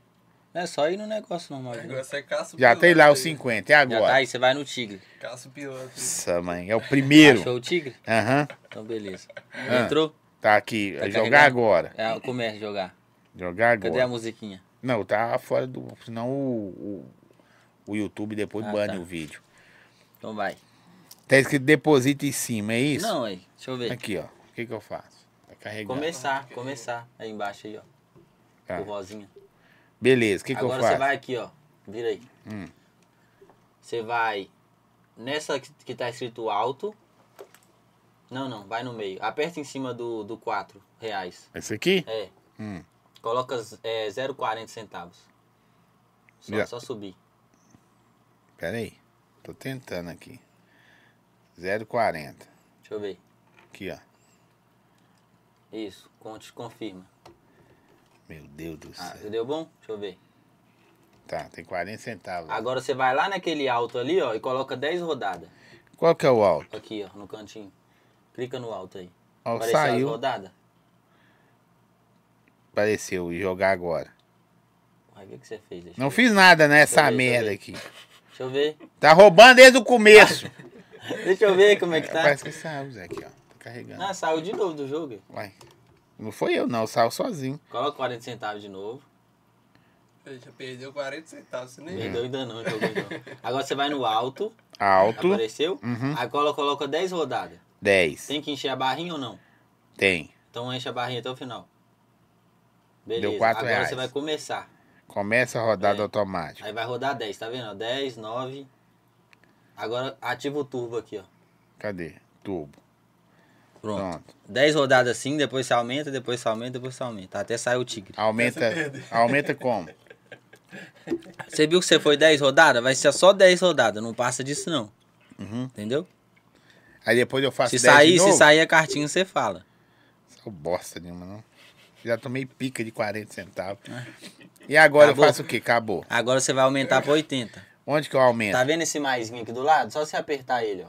É só ir no negócio normal. de novo. Agora você caça o Já piloto tem lá aí. os 50, é Já tá agora. aí, você vai no Tigre. Caça o piloto. Nossa, mãe, é o primeiro. Achou o Tigre? Aham, Então beleza. Ah. Entrou? tá aqui. Tá Jogar carregando? agora. É o comércio jogar. Jogar Cadê agora. a musiquinha? Não, tá fora do. Senão o, o, o YouTube depois Ah, bane tá. o vídeo. Então vai. Tá escrito deposita em cima, é isso? Não, aí. Deixa eu ver. Aqui, ó. O que que eu faço? Tá carregando. Começar, começar. Aí embaixo aí, ó. Tá. O rosinha. Beleza, o que que eu Agora faço? Hum. você vai aqui, ó. Vira aí. Você vai nessa que que tá escrito alto. Não, não, vai no meio. Aperta em cima do, do 4 reais. Esse aqui? É. Hum. Coloca é, 0,40 centavos. Só, Já. só subir. Pera aí. Tô tentando aqui. 0,40. Deixa eu ver. Aqui, ó. Isso, conte, confirma. Meu Deus do Ah, céu. deu bom? Deixa eu ver. Tá, tem 40 centavos. Agora você vai lá naquele alto ali, ó, e coloca 10 rodadas. Qual que é o alto? Aqui, ó, no cantinho. Clica no alto aí. Ó, Apareceu as saiu. rodadas? Apareceu e jogar agora. Vai ver o que você fez. Deixa, Não eu, fiz nada nessa Deixa eu ver, merda aqui. deixa eu ver. Tá roubando desde o começo. Deixa eu ver como é que tá. Parece que saiu, Zé, aqui, ó. Tá carregando. Ah, saiu de novo do jogo. Vai. Não foi eu, não. Saiu sozinho. Coloca 40 centavos de novo. Ele já perdeu 40 centavos, você nem Uhum. É. Perdeu ainda não, jogou de novo. Agora você vai no alto, Alto. apareceu. Uhum. Aí colo- coloca 10 rodadas. 10. Tem que encher a barrinha ou não? Tem. Então enche a barrinha até o final. Beleza. Deu quatro Agora reais. você vai começar. Começa a rodada É. automática. Aí vai rodar 10, tá vendo? ó? 10, 9. Agora ativa o turbo aqui, ó. Cadê? Tubo. Pronto. Pronto. 10 rodadas assim, depois você aumenta, depois você aumenta, depois você aumenta. Até sair o tigre. Aumenta, é aumenta como? Você viu que você foi 10 rodadas? Vai ser só 10 rodadas, não passa disso não. Entendeu? Aí depois eu Uhum. faço 10 Se de sair, se novo. sair a cartinha, você fala. Sou bosta nenhuma, não. Já tomei pica de 40 centavos. E agora Né? Acabou. eu faço o quê? Acabou. Agora você vai aumentar pra 80. Onde que eu aumento? Tá vendo esse maisinho aqui do lado? Só você apertar ele,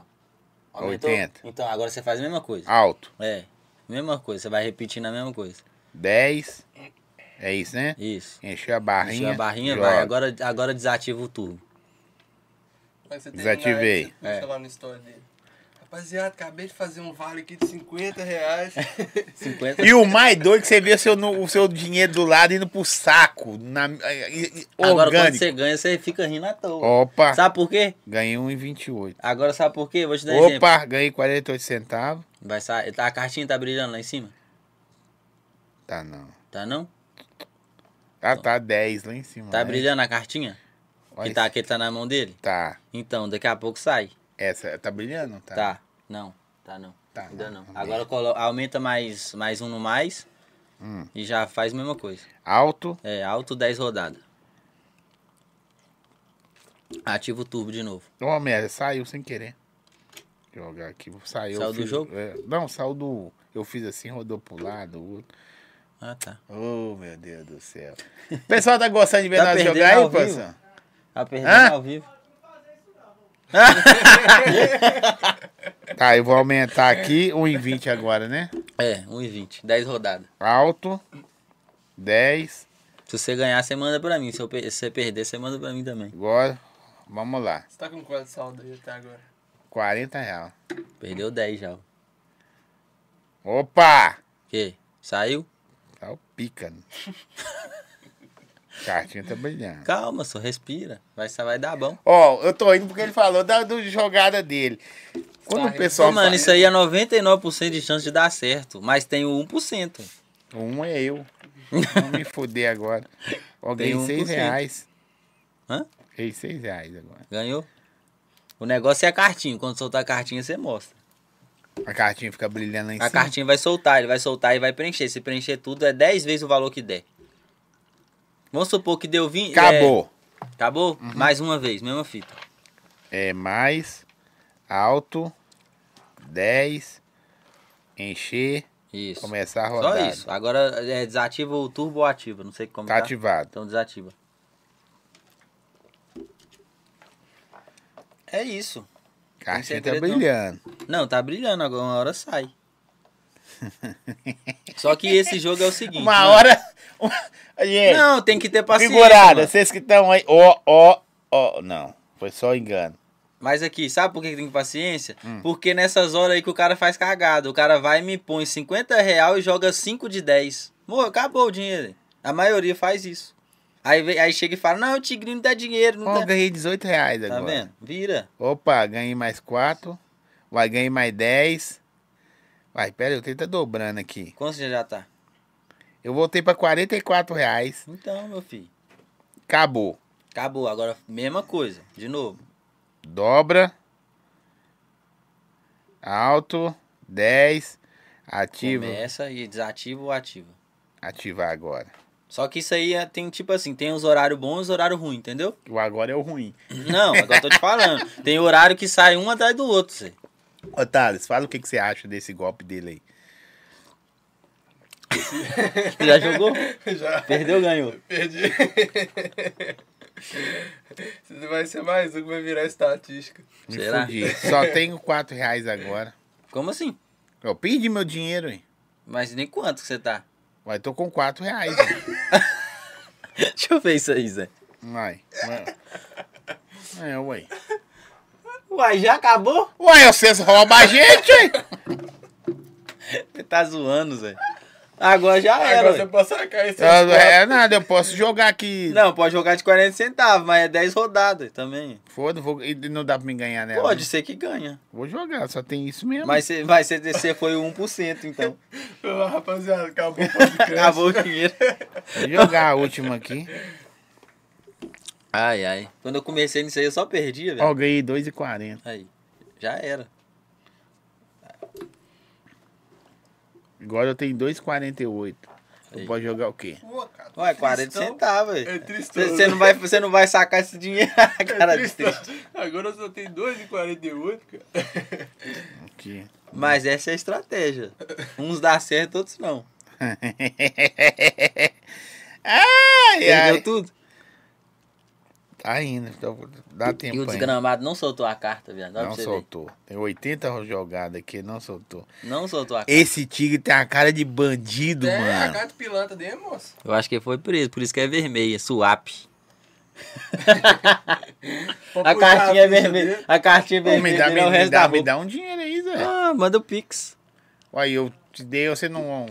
ó. 80. Então agora você faz a mesma coisa. Alto. É, mesma coisa. Você vai repetindo a mesma coisa. 10. É isso, né? Isso. Encheu a barrinha. Encheu a barrinha, joga. vai. Agora, agora desativa o turbo. Mas você Desativei. terminar, É. Você puxa lá no story dele. Rapaziada, acabei de fazer um vale aqui de 50 reais. 50. E o mais doido é que você vê o seu, no- o seu dinheiro do lado indo pro saco. Na, e- e- Agora quando orgânico. você ganha, você fica rindo à toa. Opa, Sabe por quê? ganhei 1,28. Agora sabe por quê? Vou te dar um exemplo. Opa, ganhei 48 centavos. Vai sair. tá- A cartinha tá brilhando lá em cima? Tá não. Tá não? Ah, tá 10 lá em cima. Então. Tá né? brilhando a cartinha? Olha Que tá, que tá na mão dele? Tá. Então, daqui a pouco sai. Essa tá brilhando? Tá. Tá. Não, tá não. Tá, Ainda não, não. não Agora colo- aumenta mais, mais um no mais. Hum. E já faz a mesma coisa. Alto. É, alto 10 rodadas. Ativa o turbo de novo. Ô, merda, saiu sem querer. Jogar aqui. Saiu. Saiu eu do fiz- jogo? é, não, saiu do. Eu fiz assim, rodou pro lado. outro. Ah, tá. Ô, meu Deus do céu. O pessoal tá gostando de ver Tá nós perdendo jogar ao aí, vivo? pessoal? Tá Hã? perdendo ao vivo. Tá, eu vou aumentar aqui. 1,20 agora, né? É, 1,20. 10 rodadas. Alto. 10. Se você ganhar, você manda pra mim. Se, eu per- se você perder, você manda pra mim também. Agora, vamos lá. Você tá com quanto saldo aí até agora? 40 reais. Perdeu 10 já. O Opa! quê? Saiu? Tá o pica. né? Cartinha tá brilhando. Calma, só respira. Vai, sa- vai dar bom. Ó, eu tô indo porque ele falou da do jogada dele. Quando o Sai. pessoal. Ô, mano, faz- isso aí é 99% de chance de dar certo. Mas tem o 1%. Um é eu. Vamos me fuder agora. Ó, Tem ganhei 6 1%. reais. Hã? Ganhei 6 reais agora. Ganhou? O negócio é a cartinha. Quando soltar a cartinha, você mostra. A cartinha fica brilhando lá em cima. A cartinha vai soltar, ele vai soltar e vai preencher. Se preencher tudo, é 10 vezes o valor que der. Vamos supor que deu 20. Acabou. Uhum. é, acabou? Mais uma vez, mesma fita. É mais alto, 10, encher, Isso. começar a Só rodar. isso. Agora é, desativa o turbo ou ativa. Não sei como Tá ativado. Então desativa. É isso. Cartinha tá segredo, não. brilhando. Não, tá brilhando agora. Uma hora sai. Só que esse jogo é o seguinte. Uma mano. hora. Gente, Não, tem que ter paciência. figurada, mano. vocês que estão aí. Ó, ó, ó. Não, foi só engano. Mas aqui, sabe por que que tem paciência? Hum. Porque nessas horas aí que o cara faz cagada. O cara vai e me põe 50 real e joga 5 de 10. Mô, acabou o dinheiro. A maioria faz isso. Aí, vem- aí chega e fala, não, o tigrinho não dá dinheiro, não Ó, dá. ganhei 18 reais Tá agora. vendo? Vira. Opa, ganhei mais 4. Vai, ganhei mais 10. Vai, pera, aí, eu tenho que tá dobrando aqui. Quanto você já tá? Eu voltei pra 44 reais. Então, meu filho. Acabou. Acabou. Agora, mesma coisa. De novo. Dobra. Alto. 10. Ativa. Começa e desativa ou ativa. Ativar agora. Só que isso aí é- tem tipo assim, tem os horários bons e os horários ruins, entendeu? O agora é o ruim. Não, agora eu tô te falando. Tem horário que sai um atrás do outro, você. Ô, Thales, fala o que, que você acha desse golpe dele aí. Já jogou? Já. Perdeu, ganhou. Perdi. Você vai ser mais um que vai virar estatística. Me Será? fudi. Só tenho 4 reais agora. Como assim? Eu perdi meu dinheiro, hein? Mas nem quanto que você tá? Mas tô com 4 reais. hein? Deixa eu ver isso aí, Zé. Vai. vai. É, ué. Uai, já acabou? Ué, vocês roubam a gente, hein? Você tá zoando, Zé. Agora Ah, já era. Agora ué. você pode sacar esse. Eu- é nada, eu posso jogar aqui. Não, pode jogar de 40 centavos, mas é 10 rodadas também. Foda, vou, e não dá pra me ganhar nela. Pode ser que ganha. Vou jogar, só tem isso mesmo. Mas você vai ser você foi o 1%, então. Rapaziada, acabou o podcast. Acabou o dinheiro. Vou jogar a última aqui. Ai, ai. Quando eu comecei nisso aí, eu só perdia, velho. Ó, ganhei 2,40. Aí. Já era. Agora eu tenho 2,48. Eu Aí. posso jogar o quê? Pô, cara, Ué, 40 tristão. centavos, É velho. tristão. Você não, vai- cê não vai sacar esse dinheiro na É cara de tristão. triste. Agora eu só tenho 2,48, cara. Aqui. Mas essa é a estratégia. Uns dá certo, outros não. ai, Perdeu ai. tudo. Tá indo, então dá tempo E o ainda. desgramado não soltou a carta, viado. Olha Não pra você ver. soltou. Tem 80 jogadas aqui, não soltou. Não soltou a carta. Esse tigre tem a cara de bandido, É, a mano. carta pilantra dele, moço. Eu acho que ele foi preso, por isso que é vermelha, swap. Pra A puxar cartinha é ficha vermelha. dele. A cartinha é Pô, me dá, vermelha, não é o me, me resto da dá, me roupa. dá um dinheiro aí, Zé. Ah, manda o Pix. Aí eu te dei, você não.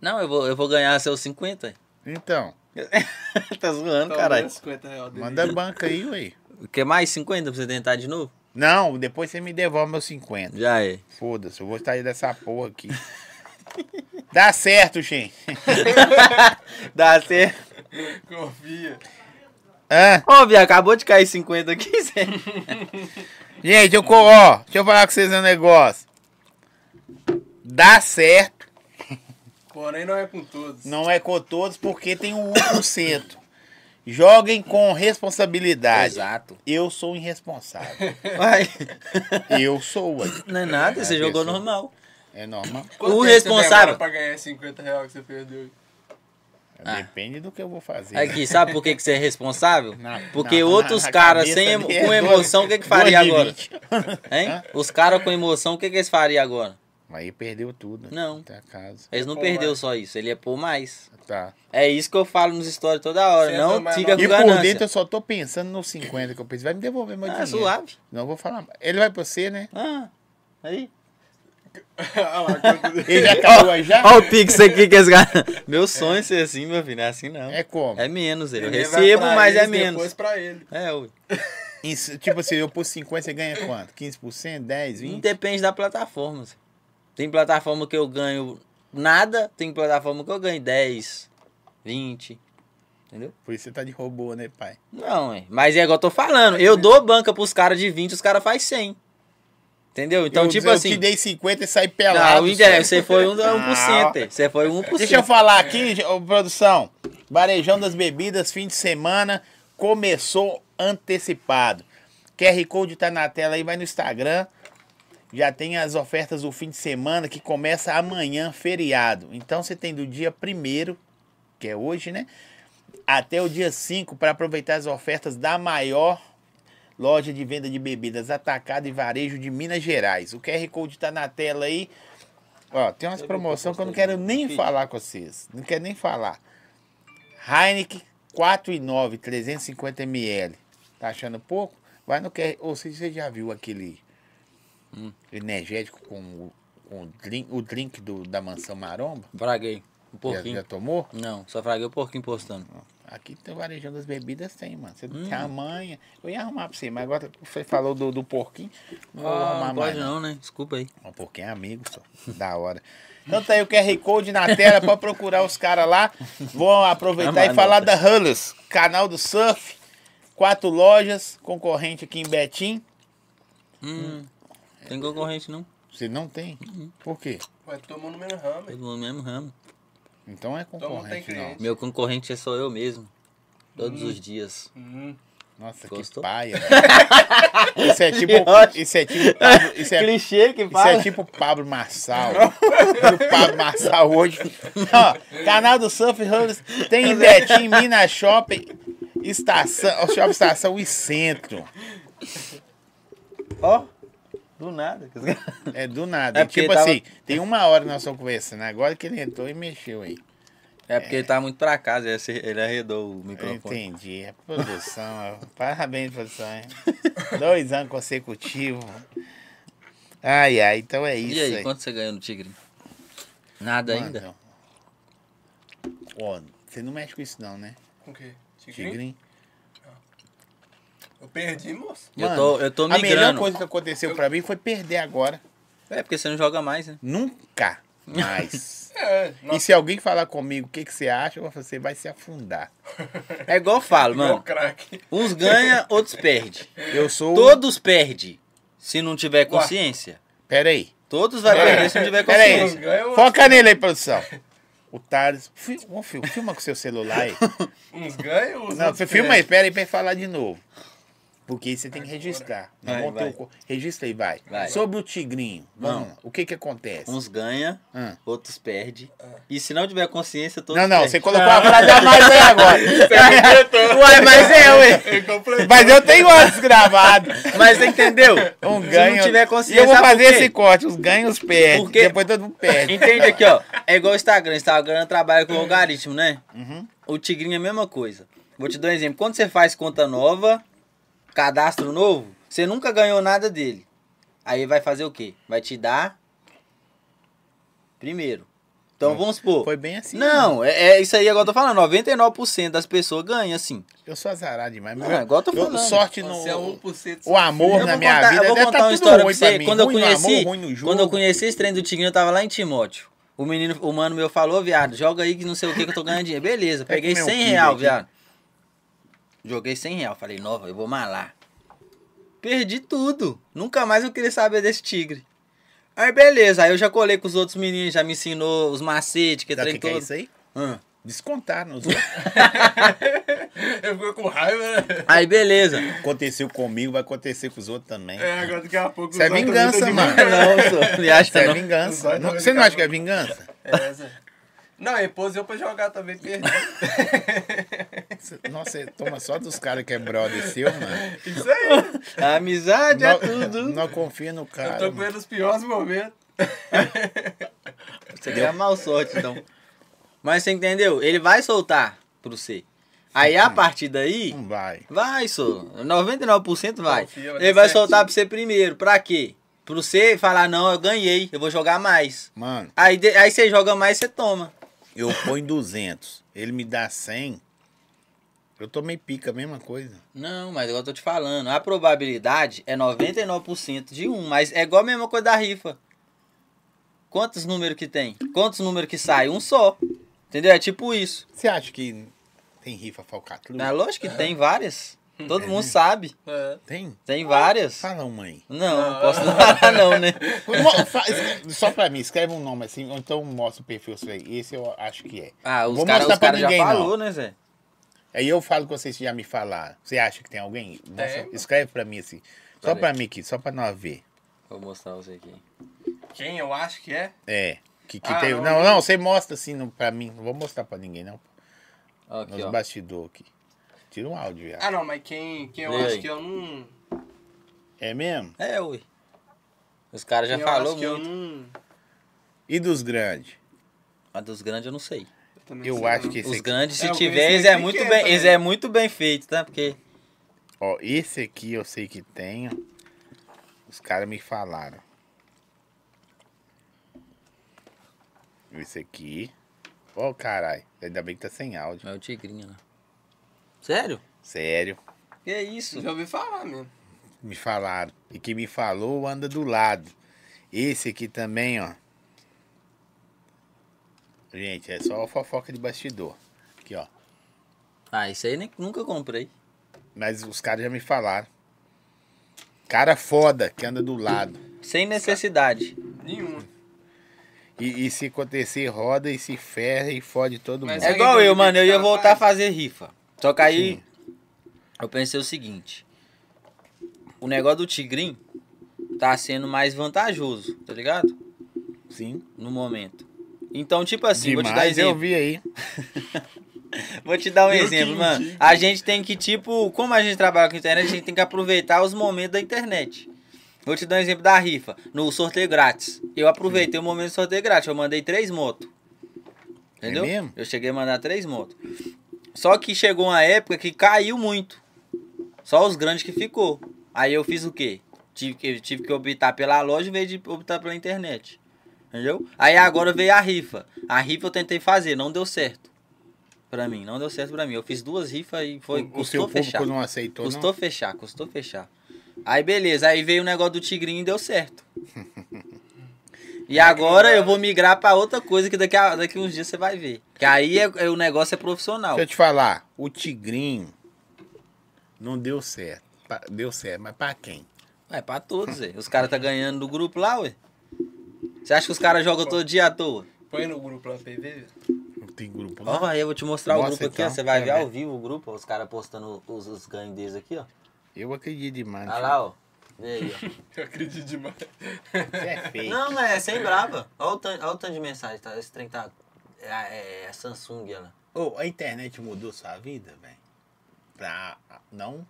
Não, eu vou, eu vou ganhar seus 50. Então, tá zoando, Toma caralho. 50 real dele. manda a banca aí, ué. Quer mais 50 pra você tentar de novo? Não, depois você me devolve meus 50. Já é. Foda-se, eu vou sair dessa porra aqui. Dá certo, gente. Dá certo. Confia. Hã? Ô, viado, acabou de cair 50 aqui, Zé. Gente, eu, co- ó, deixa eu falar com vocês um negócio. Dá certo. Porém, não é com todos. Não é com todos, porque tem um 1%. Joguem com responsabilidade. Exato. Eu sou irresponsável. Vai. Eu sou, ué. Não é nada, você É, jogou pessoal. normal. É normal. Quanto O tempo você responsável. demora pra ganhar 50 real que você perdeu? Ah. Depende do que eu vou fazer. Aqui, sabe por que, que você é responsável? Na- Porque na- outros na caras cabeça sem emo- dele é com emoção, o que, que faria dois agora? de Hein? Os caras com emoção, o que, que eles fariam agora? Mas aí perdeu tudo. Não. Tá a casa. Eles não Pô, perdeu mas- só isso, ele é por mais. Tá. É isso que eu falo nos stories toda hora. Você é não mais fica novo. E com por ganância. dentro eu só tô pensando nos 50 que eu preciso. Vai me devolver meu Ah, dinheiro. suave. Não vou falar. mais. Ele vai pra você, né? Ah, aí. Olha lá, quanto- Ele já acabou aí já? Ó o Pix aqui que esse cara. Meu sonho é ser assim, meu filho. Não é assim não. É É, como? menos, ele. Eu Ele vai recebo, pra mas é eles, menos. Depois pra ele. É, ui. Isso, tipo assim, eu por 50 você ganha quanto? 15%, 10, 20? Depende da plataforma. assim. Tem plataforma que eu ganho nada, tem plataforma que eu ganho 10, 20. Entendeu? Por isso você tá de robô, né, pai? Não, é. Mas é igual eu tô falando. Eu dou banca pros caras de 20, os caras fazem 100. Entendeu? Então, eu, tipo eu assim. te dei 50 e sai pelado. Não, Inter, só. você foi um, Ah, 1%. Você foi 1%. Deixa eu falar aqui, ô, produção. Varejão das bebidas, fim de semana, começou antecipado. QR Code tá na tela aí, vai no Instagram. Já tem as ofertas do fim de semana que começa amanhã, feriado. Então você tem do dia 1 que é hoje, né? Até o dia 5 para aproveitar as ofertas da maior loja de venda de bebidas atacado e varejo de Minas Gerais. O QR Code tá na tela aí. Ó, tem umas Sabe o que eu promoções que eu não postei quero no nem feed? falar com vocês. Não quero nem falar. Heineken 4,9, 350 ml. Tá achando pouco? Vai no QR. Ou se você já viu aquele Hum. energético com o, com o drink, o drink do, da mansão maromba? Fraguei. Um Já, pouquinho. já tomou? Não, só fraguei o porquinho postando. Aqui tem o varejão das bebidas, tem, mano. Você Hum. tem a manha. Eu ia arrumar pra você, mas agora você falou do, do porquinho. Não vou Ah, arrumar não mais. pode não, né? Desculpa aí. Um pouquinho é amigo, só. Da hora. Então tá aí o QR Code na tela pra procurar os caras lá. Vou aproveitar e Amanota. falar da Hullers, canal do surf. Quatro lojas, concorrente aqui em Betim. Hum, Tem concorrente não. Você não tem? Uhum. Por quê? Ué, tomou no mesmo ramo. Todo hein? mundo no mesmo ramo. Então é não tem concorrente, não. cliente. Meu concorrente é só eu mesmo. Todos os dias. Hum. Nossa, que Gostou? paia. velho. isso é tipo. ótimo. Isso é tipo. Pablo- Isso é Clichê que Isso é tipo o Pablo Marçal. o Pablo Marçal hoje. Ó, canal do Surf Runners tem em Betim, Minas Shopping, Estação, ó, Shopping Estação e Centro. Ó, do nada. É do nada. É E porque tipo tava- assim, tem uma hora que nós estamos conversando, né? agora que ele entrou e mexeu aí. É porque ele tá muito pra casa, esse- ele arredou o microfone. Entendi. É produção. ó. Parabéns, produção. hein? Dois anos consecutivos. Ai, ai, então é isso E aí, aí. quanto você ganhou no Tigre? Nada Mano, ainda? ó, você não mexe com isso não, né? Com o quê? Uhum. Tigrinho? Tigrinho. Eu perdi, moço. Eu Mano, tô, eu tô A melhor migrando. coisa que aconteceu pra mim foi perder agora. É porque você não joga mais, né? Nunca mais. É, e nossa, se alguém falar comigo o que, que você acha, eu vou falar, você vai se afundar. É igual eu falo, meu mano. craque. Uns ganha, outros perde. Eu sou. um Todos perdem se não tiver consciência. Pera aí. Todos vai É. perder se não tiver Pera aí. consciência. Ganhou. Foca nele aí, produção. O Thales. Fi- Ô, filho, filma com seu celular aí. Uns ganham, uns Não, outros fi- filma aí, perdem. pera aí pra eu falar de novo. Porque isso você tem que registrar. Não Vai, monta o vai. co- Registra aí, vai. Vai. Hum. Sobre o tigrinho. Vamos Não. lá. O que que acontece? Uns ganha, Hã? outros perde. E se não tiver consciência, todos Não, não, perdem. você colocou a frase a mais aí agora. Ué, mas é, ué. Ele completou. Mas eu tenho antes gravado. Mas você entendeu? Um se ganho. não tiver consciência, E eu vou sabe por fazer quê? esse corte. Os ganhos perde. Por quê? Depois todo mundo perde. Entende aqui, ó. É igual o Instagram. Instagram trabalha com logaritmo, né? Uhum. O Tigrinho é a mesma coisa. Vou te dar um exemplo. Quando você faz conta nova, cadastro novo, você nunca ganhou nada dele. Aí vai fazer o quê? Vai te dar primeiro. Então vamos supor. Foi bem assim. Não, é, é isso aí agora eu tô falando. 99% das pessoas ganham assim. Eu sou azarado demais. mas Não, é igual eu tô eu- falando. Sorte no. Você é 1% O amor um Eu na vou minha contar- vida eu vou deve contar tá uma tudo história ruim pra você. mim. Quando eu Ruim no conheci, amor, ruim no jogo. quando eu conheci esse trem do Tigrinho, eu tava lá em Timóteo. O menino, o mano meu falou, viado, joga aí que não sei o que que eu tô ganhando dinheiro. É Beleza, peguei meu 100 kibe real, aqui. viado. Joguei 100 real, falei, nova, eu vou malar. Perdi tudo. Nunca mais eu queria saber desse tigre. Aí beleza, aí eu já colei com os outros meninos, já me ensinou os macetes, que Sabe o trem que, que é todo. isso aí? Hum. Descontar nos outros. Eu fico com raiva, né? Aí beleza. Aconteceu comigo, vai acontecer com os outros também. É, agora daqui a pouco... Isso é os outros vingança, ainda mano. não, sou, me acha Isso é não. vingança. Vai, Não- vai você não ficar acha que é vingança? É, Zé. Não, ele pôs eu pra jogar também, perdi. Você- Nossa, você toma só dos caras que é brother seu, mano. Isso aí. A amizade é Não, tudo. não confia no Eu cara. tô com ele nos piores momentos. Você deu mal sorte, então. Mas você entendeu? Ele vai soltar pro C. Aí a partir daí, Não vai. vai, só. 99% vai. Confia, vai Ele dar vai certo. soltar pro C primeiro. Pra quê? Pro C falar, não, eu ganhei, eu vou jogar mais. Mano, Aí, de- aí você joga mais, você toma. eu ponho 200. Ele me dá 100. Eu tomei pica, a mesma coisa. Não, mas igual eu tô te falando, a probabilidade é 99% de um, mas é igual a mesma coisa da rifa. Quantos números que tem? Quantos números que sai? Um só. Entendeu? É tipo isso. Você acha que tem rifa falcatrua? Na lógica É que tem várias. Todo mundo sabe. É. Tem? Tem várias. Fala uma aí. Não, não posso falar não, né? Mo- fa- escre- Só pra mim, escreve um nome assim, ou então mostra o perfil seu aí. Esse eu acho que é. Ah, os Vou caras mostrar pra cara já ninguém, não. falou, né, Zé? Aí eu falo com vocês que já me falaram. Você acha que tem alguém? Mostra- Tem. escreve pra mim assim. Só Peraí. pra mim aqui, só pra nós ver. Vou mostrar você aqui. Quem eu acho que é? É. Que, que Ah, teve. não, Não, não, não. você mostra assim no, pra mim. Não vou mostrar pra ninguém, não. Ó, Nos Aqui, ó. bastidores aqui. Tira um áudio, viado. Ah, não, mas quem, quem eu Lê acho aí. que eu não. É mesmo? É, ui. Os caras já quem falou eu acho que eu muito. não. E dos grandes? Mas Ah, dos grandes eu não sei. também Eu sei acho não. que esse Os aqui. grandes, se É, eu tiver, conheço eles é esse muito pequeno bem, também. eles é muito bem feito, tá? Porque Ó, esse aqui eu sei que tem. ó. Os caras me falaram. Esse aqui. Ó, caralho. Ainda bem que tá sem áudio. É o tigrinho lá. Sério? Sério. Que isso? Já ouvi falar mesmo. Me falaram. E que me falou anda do lado. Esse aqui também, ó. Gente, é só fofoca de bastidor. Aqui, ó. Ah, isso aí nem, nunca comprei. Mas os caras já me falaram. Cara foda que anda do lado. Sem necessidade. Nenhuma. E, e se acontecer, roda e se ferra e fode todo Mas mundo. É Sabe igual aquele eu, vídeo mano. Eu que ia ela voltar a faz? fazer rifa. Só que aí Sim. eu pensei o seguinte. O negócio do tigrinho tá sendo mais vantajoso, tá ligado? Sim. No momento. Então, tipo assim, vou te dar Demais, eu exemplo. vi aí. Vou te dar um Eu que exemplo, mano. indico. A gente tem que, tipo, como a gente trabalha com internet, a gente tem que aproveitar os momentos da internet. Vou te dar um exemplo da rifa, no sorteio grátis. Eu aproveitei o momento do sorteio grátis, eu mandei três motos. É Entendeu? mesmo? Eu cheguei a mandar três motos. Só que chegou uma época que caiu muito. Só os grandes que ficou. Aí eu fiz o quê? Tive que, tive que optar pela loja em vez de optar pela internet. Entendeu? Aí agora veio a rifa. A rifa eu tentei fazer, não deu certo. Pra mim, não deu certo pra mim. Eu fiz duas rifas e foi. o, o seu custou público fechar. não aceitou, Custou fechar, custou fechar. Aí beleza, aí veio o negócio do tigrinho e deu certo. E agora eu vou migrar pra outra coisa que daqui, a, daqui uns dias você vai ver. Que aí é- é- o negócio é não? profissional. Deixa eu te falar. O Tigrinho não deu certo. Pa- Deu certo, mas pra quem? É pra todos, Zé. Os caras tá ganhando do grupo lá, ué. Você acha que os caras jogam todo dia à toa? Põe no grupo lá pra ele ver. Não tem grupo, não. Ó, aí eu vou te mostrar o Mostra grupo aqui, ó. então. Você vai É, ver ao né? vivo o grupo, ó, os caras postando os, os ganhos deles aqui, ó. Eu acredito demais. Olha lá, ó. Vê aí, ó. Eu acredito demais. Você é feio. Não, mas é sem brava. Olha o tanto, olha o tanto de mensagem, tá? Esse trem tá. É, é- é Samsung, ela. Ô, a internet mudou sua vida, velho? Pra. Não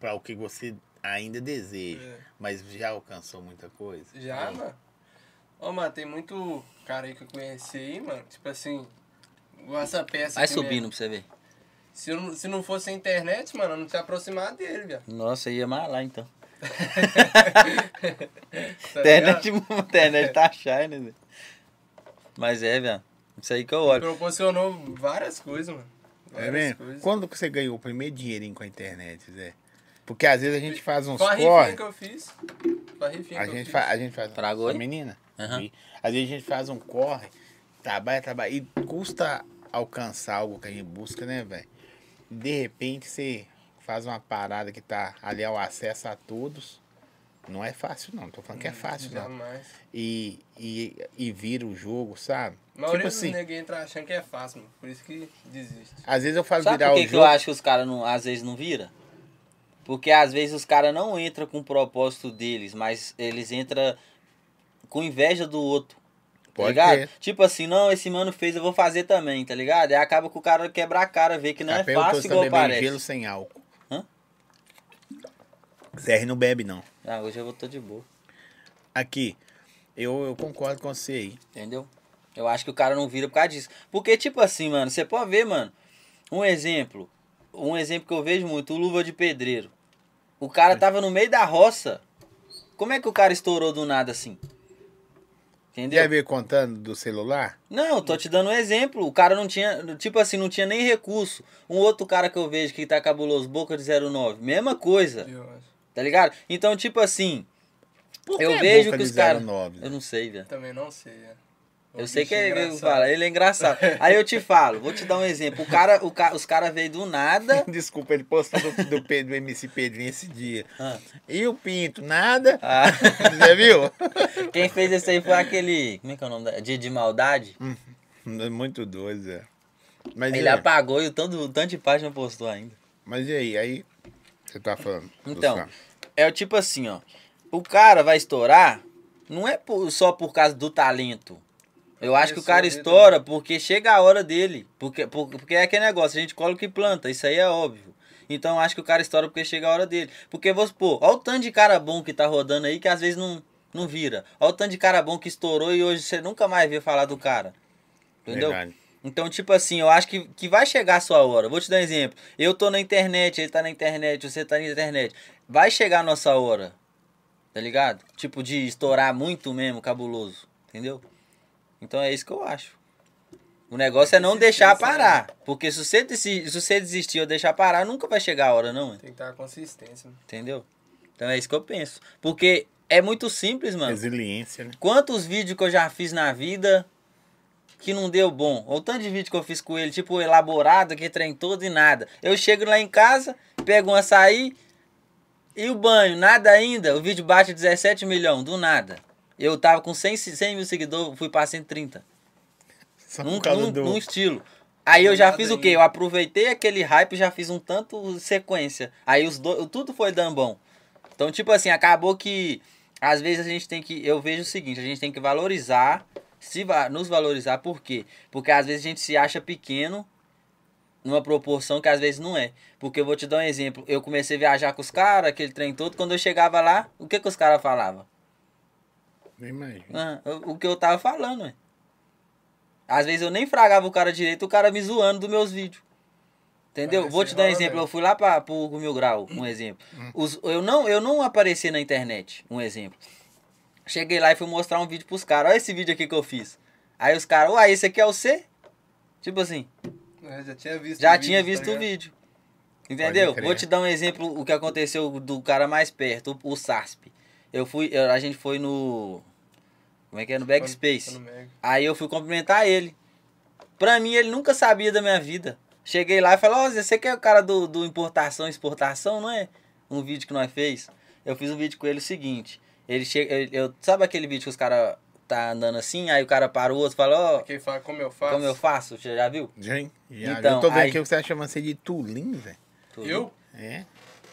pra o que você ainda deseja. É. Mas já alcançou muita coisa? Já, mano? Ô, mano, tem muito cara aí que eu conheci aí, mano. Tipo assim, igual essa peça. Vai aqui mesmo. subindo pra você ver. Se, eu não- se não fosse a internet, mano, eu não tinha aproximado dele, velho. Nossa, ia mais lá então. Tá internet, ligado? internet tá shine, né? Mas é, velho. Isso aí que eu olho. Proporcionou várias coisas, mano. É Várias mesmo? coisas. Quando que você ganhou o primeiro dinheirinho com a internet, Zé? Porque às vezes a gente faz uns Com a rifinha corre. que eu fiz. Com a rifinha A que gente, eu fa- fiz. a gente faz. Tragou Essa aí? menina? Aham. E Às vezes a gente faz um corre, trabalha, trabalha. E custa alcançar algo que a gente busca, né, velho? De repente você faz uma parada que tá ali ao acesso a todos. Não é fácil, não. Tô falando que é fácil, não. Jamais. E, e, e vira o jogo, sabe? A maioria tipo dos assim, negros entra achando que é fácil, mano. Por isso que desiste. às vezes eu falo Sabe virar por que, o que eu jogo. acho que os caras não- às vezes não vira? Porque às vezes os caras não entram com o propósito deles, mas eles entram com inveja do outro. Tá Pode ligado? ser. Tipo assim, não, esse mano fez, eu vou fazer também, tá ligado? E acaba que o cara quebra a cara, vê que não Capel, é eu tô fácil igual também bem parece. gelo sem álcool. Hã? CR não bebe, não. Ah, hoje eu vou tô de boa. Aqui. Eu, eu concordo com você aí. Entendeu? Eu acho que o cara não vira por causa disso. Porque, tipo assim, mano, você pode ver, mano. Um exemplo. Um exemplo que eu vejo muito, o luva de pedreiro. O cara tava no meio da roça. Como é que o cara estourou do nada assim? Entendeu? Quer ver contando do celular? Não, eu tô te dando um exemplo. O cara não tinha, tipo assim, não tinha nem recurso. Um outro cara que eu vejo que tá cabuloso, boca de 09, mesma coisa. eu acho. Tá ligado? Então, tipo assim, Por eu é vejo boca que de os caras. 09? Eu não sei, velho. Também não sei. é. O Eu sei que bicho ele engraçado. fala, ele é engraçado. Aí eu te falo, vou te dar um exemplo. O cara, o ca, os caras veio do nada. Desculpa, ele postou do, do, Pedro, do MC Pedrinho esse dia. Ah. E o Pinto, nada. Ah, Já viu? quem fez isso aí foi aquele. Como é que é o nome da? De, de maldade? Muito doido, Zé. Mas, e é. Ele é aí? apagou e o tanto, o tanto de página postou ainda. Mas e aí? Aí você tá falando. do Então, Sam. é o tipo assim, ó. O cara vai estourar, não é por- só por causa do talento. Eu acho que o cara Pessoa, né, estoura porque chega a hora dele. Porque, por- porque é aquele negócio, a gente coloca o que planta, isso aí é óbvio. Então eu acho que o cara estoura porque chega a hora dele. Porque, vamos supor, olha o tanto de cara bom que tá rodando aí que às vezes não, não vira. Olha o tanto de cara bom que estourou e hoje você nunca mais vê falar do cara. Entendeu? Verdade. Então, tipo assim, eu acho que, que vai chegar a sua hora. Vou te dar um exemplo. Eu tô na internet, ele tá na internet, você tá na internet. Vai chegar a nossa hora. Tá ligado? Tipo, de estourar muito mesmo, cabuloso. Entendeu? Então é isso que eu acho. O negócio é não deixar Persistência, parar. Porque se você, desi- se você desistir ou deixar parar, nunca vai chegar a hora, não. Tem que ter uma consistência. né? Entendeu? Então é isso que eu penso. Porque é muito simples, mano. Resiliência, né? Quantos vídeos que eu já fiz na vida que não deu bom? Ou tanto de vídeo que eu fiz com ele, tipo, elaborado, que trem todo e nada. Eu chego lá em casa, pego um açaí e o banho, nada ainda. O vídeo bate 17 milhões, do nada. Eu tava com 100, se- 100 mil seguidores, fui pra 130. Só Num, por causa num- do... num estilo. Aí eu Do já nada fiz o quê? ainda. Eu aproveitei aquele hype e já fiz um tanto sequência. Aí os dois, tudo foi dando bom. Então, tipo assim, acabou que às vezes a gente tem que, eu vejo o seguinte, a gente tem que valorizar, se va- nos valorizar por quê? Porque às vezes a gente se acha pequeno numa proporção que às vezes não é. Porque eu vou te dar um exemplo, eu comecei a viajar com os caras, aquele trem todo, quando eu chegava lá, o que que os caras falavam? Nem imagino. Ah, o- o que eu tava falando, ué. Às vezes eu nem fragava o cara direito, o cara me zoando dos meus vídeos. Entendeu? Parece Vou te dar um assim rola exemplo. mesmo. Hum. Eu fui lá para pro Mil Grau, um exemplo. Os- eu, não, eu não apareci na internet, um exemplo. Cheguei lá e fui mostrar um vídeo pros caras. Olha esse vídeo aqui que eu fiz. Aí os caras, uai, esse aqui é o C? Tipo assim, Eu já tinha visto já o vídeo, tinha tá visto o um ligado? vídeo. Entendeu? Pode crer. Vou te dar um exemplo o que aconteceu do cara mais perto, o, o Sasp. Eu fui, eu- a gente foi no Como é que é no Backspace? Quando- quando mega. Aí eu fui cumprimentar ele. Pra mim, ele nunca sabia da minha vida. Cheguei lá e falei, ó, Zé, você que é o cara do, do importação, exportação, não é? Um vídeo que nós fez. Eu fiz um vídeo com ele o seguinte. Ele chega. ele- Eu, sabe aquele vídeo que os caras tá andando assim, aí o cara para o outro e fala, ó, Quem fala como eu faço? como eu faço? Você já viu? Já, hein? Já, Então, eu tô vendo aí- que você tá chamando você de Tulim, velho. Tulinho. Eu? É.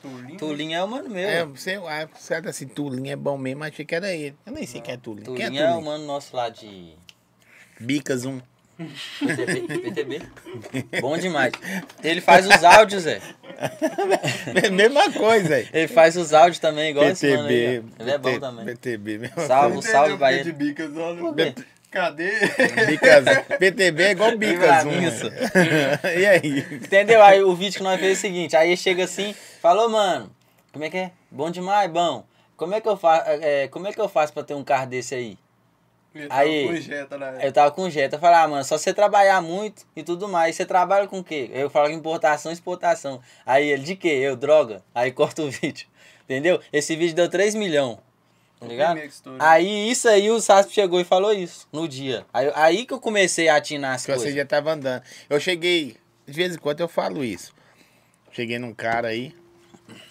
Tulinho? Tulinho é o mano meu. É, você, ah, você tá assim, Tulim é bom mesmo, achei que era ele. Eu nem sei quem é Tulim. Quem é Tulinho é, o Tulim? mano nosso lá de Bicas um. PTB. Bom demais. Ele faz os áudios, Zé. É a mesma coisa, velho. Ele faz os áudios também, igual esse mano aí. PTB. ó. Ele é bom PT, também. PTB, mesma Salve. Entendeu? salve, Fiquei Bahia. de bicas, olha. quê? Cadê? coisa. Bicas, PTB é igual Bicas Pra um. mim, isso. velho. e aí? Entendeu? Aí o vídeo que nós fez é o seguinte, aí ele chega assim, falou, mano, como é que é? Bom demais, bom. Como é que eu faço, como é que eu faço pra ter um carro desse aí? tá Aí. É, Projeta, né? Eu tava com o Jetta, eu falei, ah, mano, só você trabalhar muito e tudo mais. Você trabalha com o quê? Eu falo importação, exportação. Aí ele, de quê? Eu, droga. Aí corta o vídeo. Entendeu? Esse vídeo deu 3 milhões. Tá ligado? primeiro que estourou. Aí isso aí o Sasp chegou e falou isso no dia. Aí, aí que eu comecei a atinar as Que você coisas. já tava andando. Eu cheguei, de vez em quando eu falo isso. Cheguei num cara aí,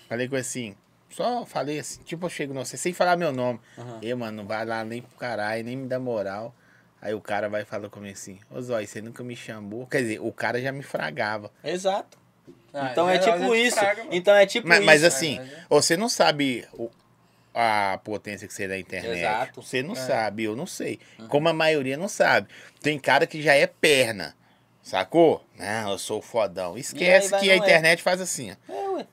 falei com ele assim, só falei assim, tipo, eu chego, não sei, sem falar meu nome. E, mano, não vai lá nem pro caralho, nem me dá moral. Aí o cara vai falar comigo assim, ô Zói, você nunca me chamou. Quer dizer, o cara já me fragava. Exato. Ah, então é geral, tipo a gente isso. fraga, mano. então é tipo Mas, isso. mas assim, mas é. você não sabe o- a potência que você é da internet. Exato. Uhum. Você não É. sabe, eu não sei. Como a maioria não sabe. Tem cara que já é perna, sacou? Não, eu sou fodão. Esquece vai, que a não é. internet faz assim. ó. É, ué.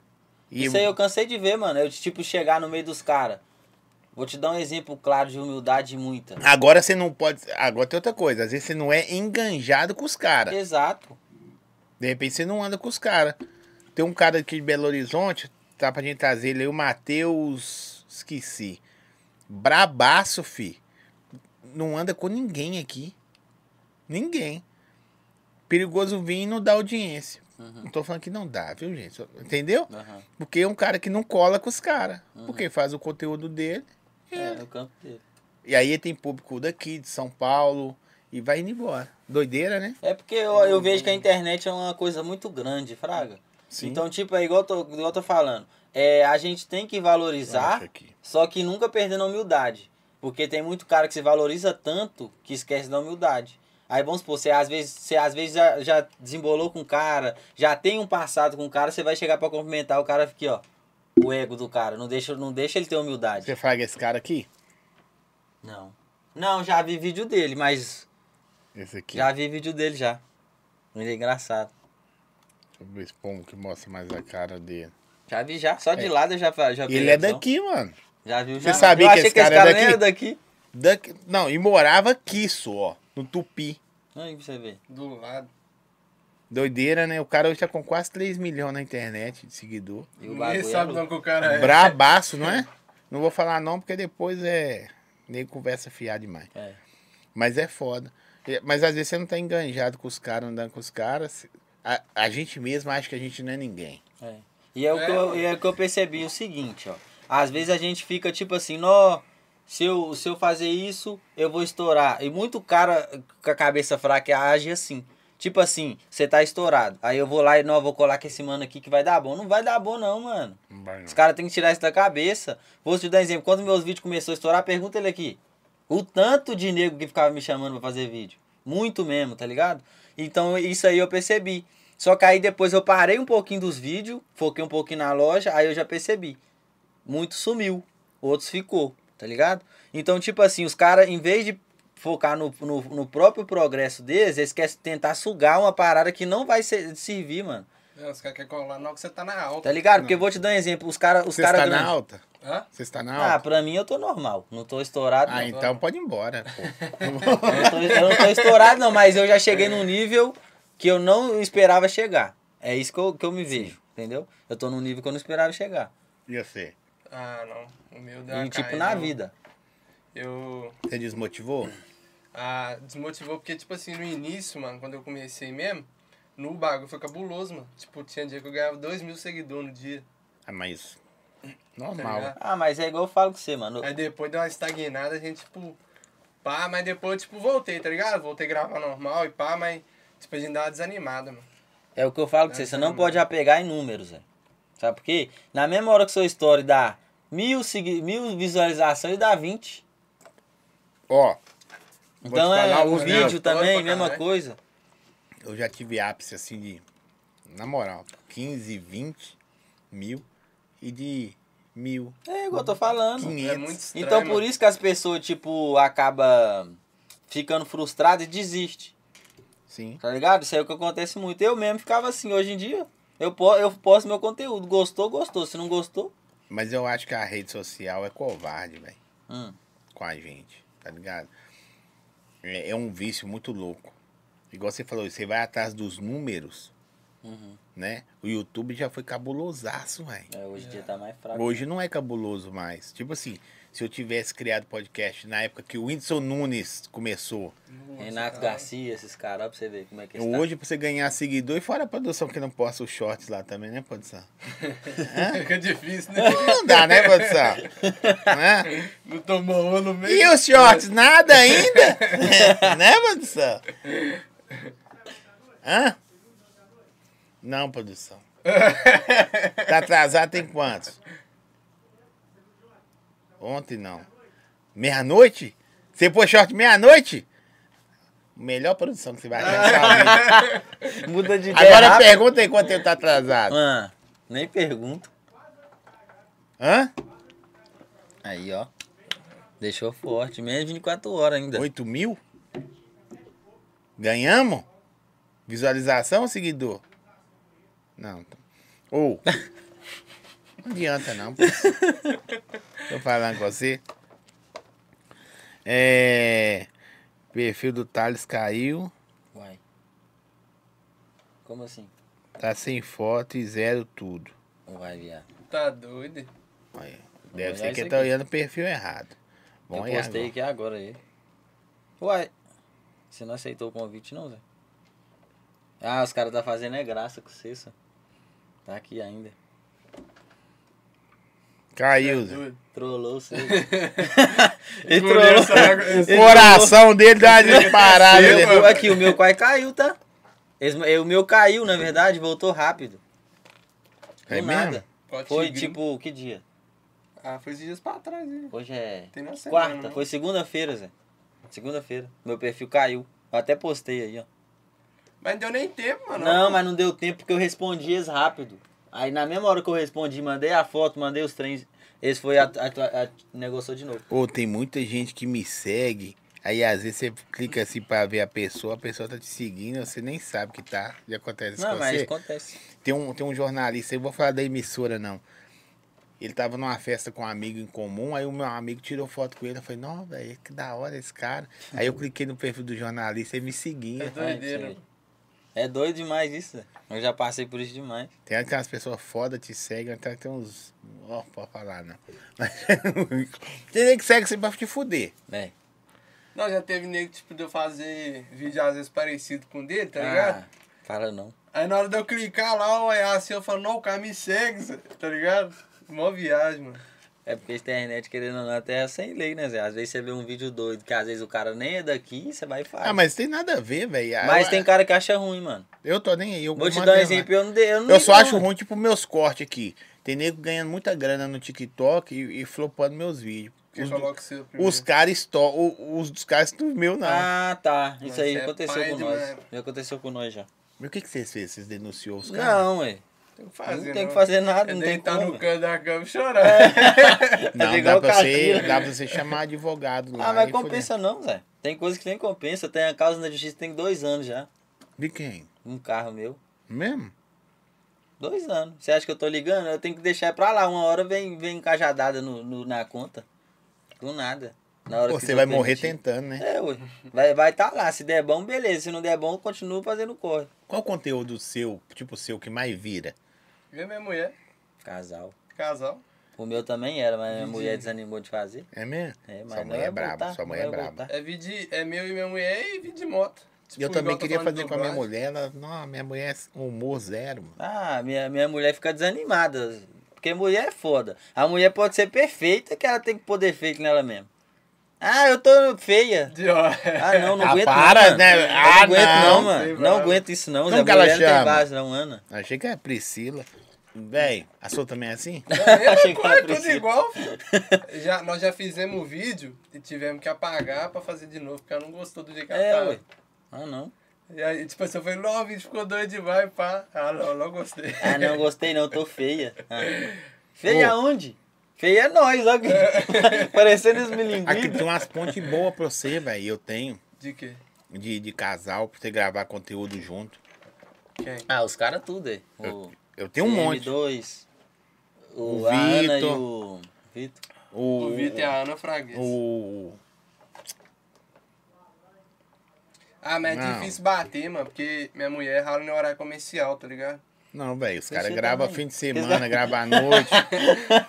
E Isso aí eu cansei de ver, mano. Eu, tipo, chegar no meio dos caras. Vou te dar um exemplo claro de humildade muita. Agora você não pode. Agora tem outra coisa. Às vezes você não é enganjado com os caras. Exato. De repente você não anda com os caras. Tem um cara aqui de Belo Horizonte, tá pra gente trazer ele aí, o Matheus. Esqueci. Brabaço, fi. Não anda com ninguém aqui. Ninguém. Perigoso vir e não dá audiência. Não tô falando que não dá, viu, gente? Só- Entendeu? Aham. Porque é um cara que não cola com os caras. Porque faz o conteúdo dele. É, no campo dele. E aí tem público daqui, de São Paulo, e vai indo embora. Doideira, né? É porque eu, eu vejo que a internet é uma coisa muito grande, Fraga. Sim. Então, tipo, é igual eu tô, igual eu tô falando. É, a gente tem que valorizar, Acho aqui. só que nunca perdendo a humildade. Porque tem muito cara que se valoriza tanto que esquece da humildade. Aí vamos supor, você às vezes, você, às vezes já, já desembolou com o cara, já tem um passado com o cara, você vai chegar pra cumprimentar o cara aqui, ó. O ego do cara. Não deixa, não deixa ele ter humildade. Você fraga esse cara aqui? Não. Não, já vi vídeo dele, mas Esse aqui. já vi vídeo dele já. Ele é engraçado. Deixa eu ver esse pombo que mostra mais a cara dele. Já vi já, só de lado eu já, fa- já vi. É. Ele é reação. daqui, mano. Já viu Você já. sabia eu que achei esse que esse cara é cara daqui? nem era daqui. daqui. Não, e morava aqui só, ó. No Tupi. Olha aí pra você ver. Do lado. Doideira, né? O cara hoje tá com quase 3 milhões na internet de seguidor. E o Ninguém bagulho. sabe é não que o cara é. Brabaço, não é? Não vou falar não, porque depois é. Nem conversa fiada demais. É. Mas é foda. É, Mas às vezes você não tá enganjado com os caras, andando com os caras. A, a gente mesmo acha que a gente não é ninguém. É. E é, o que eu, e é o que eu percebi, o seguinte, ó. Às vezes a gente fica tipo assim, nó, se eu, se eu fazer isso, eu vou estourar. E muito cara com a cabeça fraca age assim. Tipo assim, você tá estourado. Aí eu vou lá e, não, eu vou colar com esse mano aqui que vai dar bom. Não vai dar bom não, mano. Os caras têm que tirar isso da cabeça. Vou te dar um exemplo. Quando meus vídeos começaram a estourar, pergunta ele aqui. O tanto de nego que ficava me chamando pra fazer vídeo. Muito mesmo, tá ligado? Então isso aí eu percebi. Só que aí depois eu parei um pouquinho dos vídeos, foquei um pouquinho na loja, aí eu já percebi. Muito sumiu, outros ficou, tá ligado? Então, tipo assim, os caras, em vez de focar no, no, no próprio progresso deles, eles querem tentar sugar uma parada que não vai ser- servir, mano. Não, os caras querem colar não que você tá na alta. Tá ligado? Porque eu vou te dar um exemplo. Os caras. Os Você cara está grandes- na alta? Hã? Você está na Ah, alta? pra mim eu tô normal. Não tô estourado, Ah, não. então pode ir embora, pô. Eu, não tô, eu não tô estourado, não, mas eu já cheguei num nível que eu não esperava chegar. É isso que eu, que eu me vejo, entendeu? Eu tô num nível que eu não esperava chegar. E você? Ah, é não. O meu deu uma E, tipo, caída, na eu- vida. Eu. Você desmotivou? Ah, desmotivou porque, tipo assim, no início, mano, quando eu comecei mesmo, no bagulho foi cabuloso, mano. Tipo, tinha dia que eu ganhava 2 mil seguidores no dia. Ah, mas. Tá Normal. ligado? Ah, mas é igual eu falo com você, mano. Aí depois deu uma estagnada, a gente, tipo, pá, mas depois, tipo, voltei, tá ligado? Voltei a gravar normal e pá, mas, tipo, a gente dá uma desanimada, mano. É o que eu falo com você. Você não pode apegar em números, velho. Sabe por quê? Na mesma hora que sua história dá mil, segui- mil visualizações, dá 20. Ó, Vou Então te é falar o uma, né? vídeo Eu tô também, pra mesma caralho. coisa. eu já tive ápice assim de. Na moral, 15, 20 mil e de mil. É igual eu tô falando. É muito 500. estranho, Então mano. por isso que as pessoas, tipo, acaba ficando frustradas e desiste. Sim. Tá ligado? Isso é o que acontece muito. Eu mesmo ficava assim, hoje em dia, eu, po eu posto meu conteúdo. Gostou, gostou. Se não gostou, Mas eu acho que a rede social é covarde, velho. hum, com a gente, tá ligado? É, é um vício muito louco. Igual você falou, você vai atrás dos números, né? O YouTube já foi cabulosaço, velho. é, hoje em dia tá mais fraco. Hoje não é cabuloso mais. Tipo assim, se eu tivesse criado podcast na época que o Whindersson Nunes começou, Nossa, Renato cara. Garcia, esses caras, ó, pra você ver como é que eles hoje pra você ganhar seguidor, e fora a produção que não posta os shorts lá também, né, produção? Fica difícil, né? Não dá, né, produção? Né? Não tomou uma no meio. E os shorts, nada ainda? né, produção? Hã? Não, produção. Tá atrasado tem quantos? Ontem não. Meia-noite? Você pôs short meia-noite? Melhor produção que você vai achar. tá. Muda de ideia. Agora é rápido. pergunta aí quanto tempo tá atrasado. Ah, nem pergunto. Hã? Aí, ó. Deixou forte, menos de 24 horas ainda. 8 mil? Ganhamos? Visualização, seguidor? Não. tá. Ou. não adianta, não. pô. Tô falando com você. É. Perfil do Thales caiu. Uai. Como assim? Tá sem foto e zero tudo. Vai, viado. Tá doido? Aí, olhar Deve ser é isso que tá aqui. olhando o perfil errado. Vamos eu olhar postei agora. aqui agora aí. Uai. Você não aceitou o convite não, Zé? Ah, os caras tá fazendo é graça com você, só. Tá aqui ainda. Caiu, Zé. Doido. Trollou você. Ele Engoliu trollou. essa água- esse- O coração dele tá dá uma disparada. Meu- né? meu- aqui, o meu quase caiu, tá? Esse- eh, o meu caiu, na verdade, voltou rápido. Do É nada. mesmo? Pote Foi gringo. tipo, que dia? Ah, foi esses dias pra trás, hein? Hoje é Tem na semana, quarta, né? foi segunda-feira, Zé. Segunda-feira. Meu perfil caiu. Eu até postei aí, ó. Mas Ah, não deu nem tempo, mano. Não, mas não deu tempo porque eu respondi eles rápido. Aí na mesma hora que eu respondi, mandei a foto, mandei os trens. Eles foi a, a- a- negociou de novo. Pô, tem muita gente que me segue. Aí às vezes você clica assim pra ver a pessoa, a pessoa tá te seguindo, você nem sabe que tá. Já acontece isso não, com mas você? acontece. Tem um, tem um jornalista, eu não vou falar da emissora, não. Ele tava numa festa com um amigo em comum, aí o meu amigo tirou foto com ele. Eu falei, não, velho, que da hora esse cara. Aí eu cliquei no perfil do jornalista e me seguia. É doideira. Ai, isso aí. É doido demais isso, Zé. Eu já passei por isso demais. Tem aquelas pessoas foda que te seguem, até tem uns. Ó, pode falar, não. Mas tem nem que segue você pra te fuder. É. Não, já teve nego, tipo, de eu fazer vídeo às vezes parecido com o dele, tá Ah, ligado? fala não. Aí na hora de eu clicar lá, eu olhar assim, eu falo, não, o cara me segue, Zé", tá ligado? Mó viagem, mano. É porque a internet, querendo ou não, até é sem lei, né, Zé? Às vezes você vê um vídeo doido que às vezes o cara nem é daqui, você vai e faz. Ah, mas mas tem nada a ver, velho. tem cara que acha ruim, mano. Eu tô nem aí. Eu Vou te mando dar um lá. exemplo, eu não dei. Eu, não Eu só ligo, acho não. ruim, tipo, meus cortes aqui. Tem nego ganhando muita grana no TikTok e, e flopando meus vídeos. Quem Os, coloca é o seu primeiro? os caras esto- o- Os dos caras não meu, não. Ah, tá. Isso Mas aí é aconteceu pai com nós. demais. Já aconteceu com nós já. Mas o que, que vocês fez? Vocês denunciou os caras? Não, ué. Tem que não tem que fazer nada, É não tem deitar como. É. no canto da cama e chorar. Fazer dá igual pra, o você, Casimiro. dá pra você chamar advogado lá. Ah, mas e compensa não, Zé. Tem coisa que nem compensa. Tem a causa na justiça tem dois anos já. fuder. De quem? Um carro meu. Mesmo? Dois anos. Você acha que eu tô ligando? Eu tenho que deixar pra lá. Uma hora vem, vem encajadada no, no- na conta. Do nada. Na hora Pô, que você Deus vai morrer permitir. tentando, né? É, ué. Vai, vai tá lá. Se der bom, beleza. Se não der bom, eu continuo fazendo corre. Qual o conteúdo seu, tipo seu, que mais vira? Vê minha mulher, Casal. casal. O meu também era, mas minha Entendi. mulher desanimou de fazer. É mesmo? É, mas sua não mãe vai é braba, voltar, sua mãe é não tá? vai braba. voltar. É, vídeo, é meu e minha mulher e vídeo de moto. Tipo, Eu igual também tô queria falando de fazer com a minha dublagem. mulher, ela, não, minha mulher é humor zero, mano. Ah, minha, minha mulher fica desanimada. Porque mulher é foda. A mulher pode ser perfeita, que ela tem que pôr defeito nela mesmo. Ah, eu tô feia. De hora. Ah, não, não Ah, aguento. para, não, mano. né? Eu Ah, não aguento, não. não, mano. Sei, não vai. aguento isso, não. Como Zé. que ela mulher não chama? tem base, não, Ana. Achei que era Priscila. Véi, a sua também é assim? Achei É, que pô, era é tudo preciso. igual. filho. Já, nós já fizemos o vídeo e tivemos que apagar pra fazer de novo, porque ela não gostou do jeito que ela É, tava. ué. Ah, não. E aí, tipo assim, eu falei, não, o vídeo ficou doido demais, pá. Ah, não, não gostei. Ah, não gostei, não. Tô feia. Ah. Feia Ô. onde? Feia é nós, ó. Parecendo os Aqui tem milinguinhos. umas pontes boas pra você, velho. Eu tenho. De quê? De, de casal, pra você gravar conteúdo junto. Quem? Ah, os caras tudo, é. O Eu tenho um monte. M2, o, O a Ana e Vitor. o Vitor. O Vitor e a Ana Fraguês. O. Ah, mas é Não. difícil bater, mano, porque minha mulher rala no horário comercial, tá ligado? Não, velho, os Você caras tá gravam bem. fim de Você semana, gravam à noite.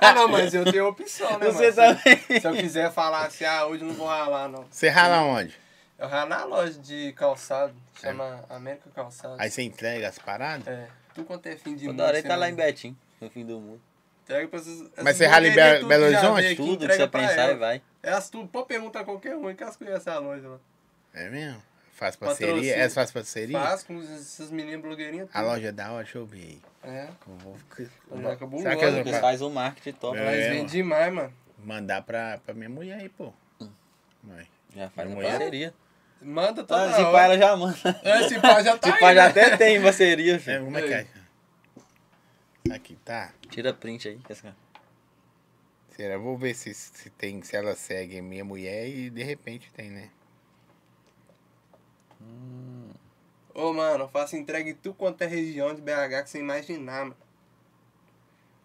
Ah, não, mas eu tenho opção, né, Você mano? também. Se, se eu quiser falar assim, ah, hoje eu não vou ralar, não. Você rala onde? Eu ralo na loja de calçado, chama América Calçado. É. Aí você entrega as paradas? É, tu quanto é fim de Toda hora ele tá você lá não- em Betim, no fim do mundo. Pega pra essas, essas Mas você rala em Be- blogueirinhas tudo Belo que já veio Horizonte? aqui, Tudo que entrega você pra pensar e elas. vai. Elas tudo, pode perguntar a qualquer um que elas conhecem a loja, mano. É mesmo? Faz Patrocínio. parceria? Essa faz parceria? Faz com essas meninas blogueirinhas. A tudo. loja é da hora, deixa eu ver aí. É. Eu vou Já acabou Será o que logo, elas Eles vão cara. fazem o marketing top, É. né? Mas vem demais, mano. mandar pra, pra minha mulher aí, pô? Vai. já faz a Minha mulher? parceria. Manda toda Ah, se pá, hora. ela já manda. É, se pá, já tá Se pá, aí, já né? até tem parceria, É, filho. como é que é? Aqui, tá. Tira print aí. essa- Será? Vou ver se, se tem, se ela segue minha mulher e de repente tem, né? Ô, mano, eu faço entrega em tu quanto é região de BH que você imaginar, mano.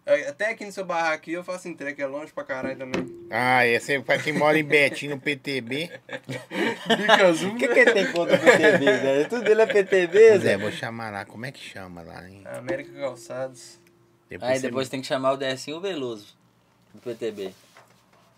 É, Até aqui no seu barraco aqui eu faço entrega, que é longe pra caralho também. Ah, esse é pra quem mora em Betim, no PTB. Bica azul. O que, que ele tem contra o PTB, velho? Tudo dele é PTB, Zé, Zé. vou chamar lá. Como é que chama lá, hein? é? América Calçados. Aí você- depois tem que chamar o Decinho Veloso do PTB.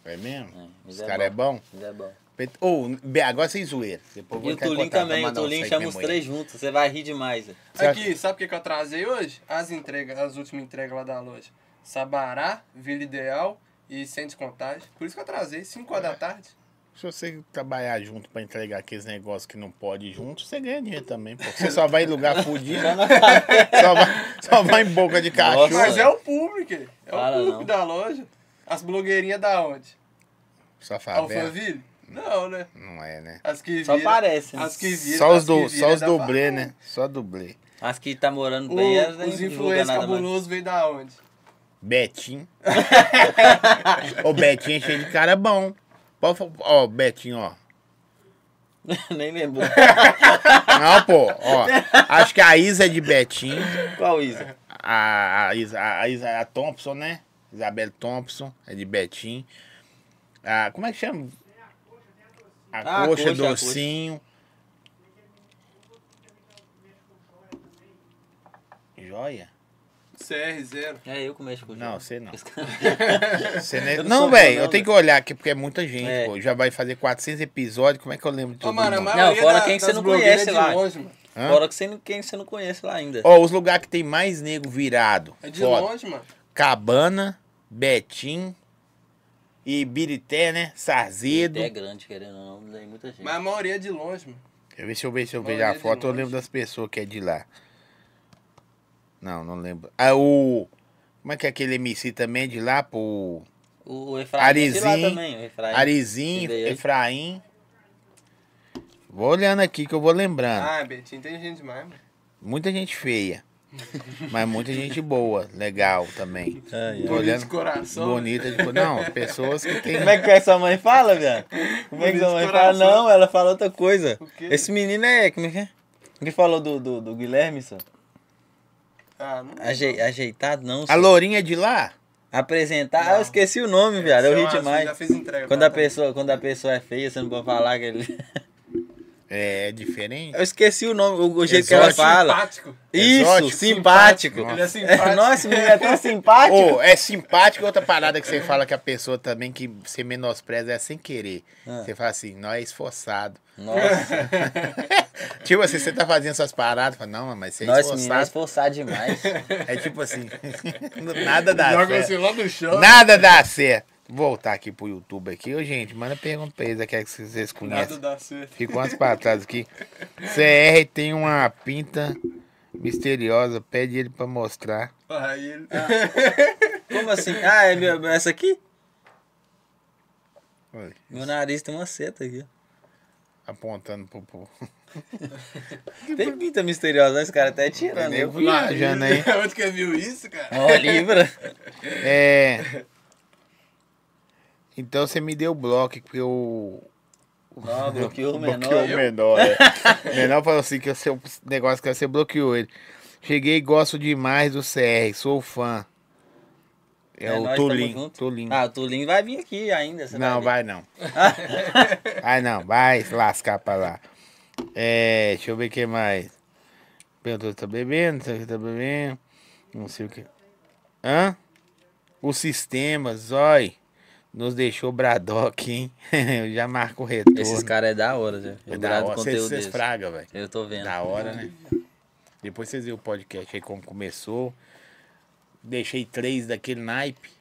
É mesmo? É, mas Os é caras é bom? Mas é bom. Pet- Ô, Be- agora sem zoeira. Depois E vou o quero Tulinho contar, também, vou o mandar um Tulinho salve chama pra os minha três juntos, você vai rir demais. velho. Você Aqui, sabe o que, que eu atrasei hoje? As entregas, as últimas entregas lá da loja. Sabará, Vila Ideal e sem descontagem. Por isso que eu atrasei, 5 horas da tarde. Se você trabalhar junto pra entregar aqueles negócios que não pode junto, você ganha dinheiro também, pô. Você só vai em lugar fudido. só, vai, só vai em boca de cachorro. Nossa. Mas é o público, é Fala, o público não. da loja. As blogueirinhas da onde? Só favela. Alphaville? Não, né? Não é, né? As que Só vira- parece, né? As que viram. Só os, do, só os dublê, né? Só dublê. As que tá morando O, bem, elas nem os divulgam influencers nada mais. cabulosos veio da onde? Betinho. Ô, Betinho é cheio de cara bom. Pode fa- Ó, Betinho, ó. nem lembro. Não, pô, ó. Acho que a Isa é de Betinho. Qual Isa? A, a, Isa, a, Isa, a Thompson, né? Isabelle Thompson, é de Betim. A, como é que chama? A Ah, a coxa, coxa, a coxa. docinho. Joia? CR0. É, eu que mexo com o Não, jogo. você não. Você Eu nem... não sou Não, bom, velho, eu não, tenho que olhar aqui porque é muita gente, É. pô. Já vai fazer 400 episódios, como é que eu lembro de Ô, todo mano, a mundo? maioria Não, fora da- quem que você das não blogueiras conhece é de lá. longe, mano. Hã? Fora que você não, quem você não conhece lá ainda. Ó, os lugares que tem mais nego virado. É de Foda. longe, mano. Cabana, Betim e Birité, né? Sarzedo. Até é grande, querendo ou não, tem muita gente. Mas a maioria é de longe, mano. Deixa eu ver se eu, ver, se eu Maioria vejo a de foto, eu longe. lembro das pessoas que é de lá. Não, não lembro. Ah, o. Como é que é aquele MC também é de lá, pô? O, o Efraim é de lá Arizinho, também, o Efraim. Arizinho, que veio aí. Efraim. Vou olhando aqui que eu vou lembrando. Ah, Betinho, tem gente demais, mano. Muita gente feia. mas muita gente boa, legal também. Ai, Tô Bonito olhando. de coração. Bonita, tipo, não, pessoas que tem. Como é que é que sua mãe fala, viado? Como é que sua mãe fala? Coração. Não, ela fala outra coisa. O quê? Esse menino é. Como é que é? Ele falou do, do, do Guilherme, só. Ah, não. Aje- ajeitado, não. só. A Lourinha é de lá? Apresentar. Ah, Não. É eu esqueci o nome, viado. Eu Seu ri azul, demais. Já fez entrega. Quando pra a, pessoa, quando a pessoa é feia, você não pode falar que ele. É, é diferente. Eu esqueci o nome, o, o jeito que ela Exótico. fala. Simpático. Isso, Exótico. simpático. Ele é simpático. Nossa, esse menino é tão simpático. Ou é simpático outra parada que você fala que a pessoa também que você menospreza é sem querer. Ah. Você fala assim, nós é esforçado. Nossa, tipo assim, você tá fazendo suas paradas, fala, não, mas você é nossa, esse menino é esforçado. esforçado demais. É tipo assim, nada dá Joga certo. você lá no chão. Nada dá certo. Voltar aqui pro YouTube aqui. Ô, gente, manda pergunta pra eles aqui que vocês Nada conhecem. dá certo. Ficou umas pra trás aqui. CR tem uma pinta misteriosa, pede ele pra mostrar. Aí ele. Ah, Como assim? Ah, é meu- essa aqui? Olha, Meu nariz tem uma seta aqui. ó. Apontando pro. pro... Tem pinta misteriosa, esse cara até tirando. Eu né? viajando aí. Onde que viu isso, cara? Ó, Libra. É. Então você me deu bloco, porque eu. Não, bloqueou o Bloqueou menor. o menor. É. O menor falou assim que o seu negócio que você bloqueou ele. Cheguei e gosto demais do CR, sou fã. É, É, o nós tamo Tulim. junto. Tulim. Ah, o Tulinho vai vir aqui ainda. você tá não, ver. vai não. vai não, vai se lascar pra lá. É, deixa eu ver o que mais. Perguntou se tá bebendo, se tá bebendo. Não sei o que. Hã? O sistema, zói, nos deixou Bradock, hein? Já marca o retorno. Esses caras é da hora, já. Eu da gravo hora. Vocês conteúdo vocês deles. fraga, velho. Eu tô vendo. Da hora, né? Depois vocês viram o podcast aí como começou. Deixei três daquele naipe.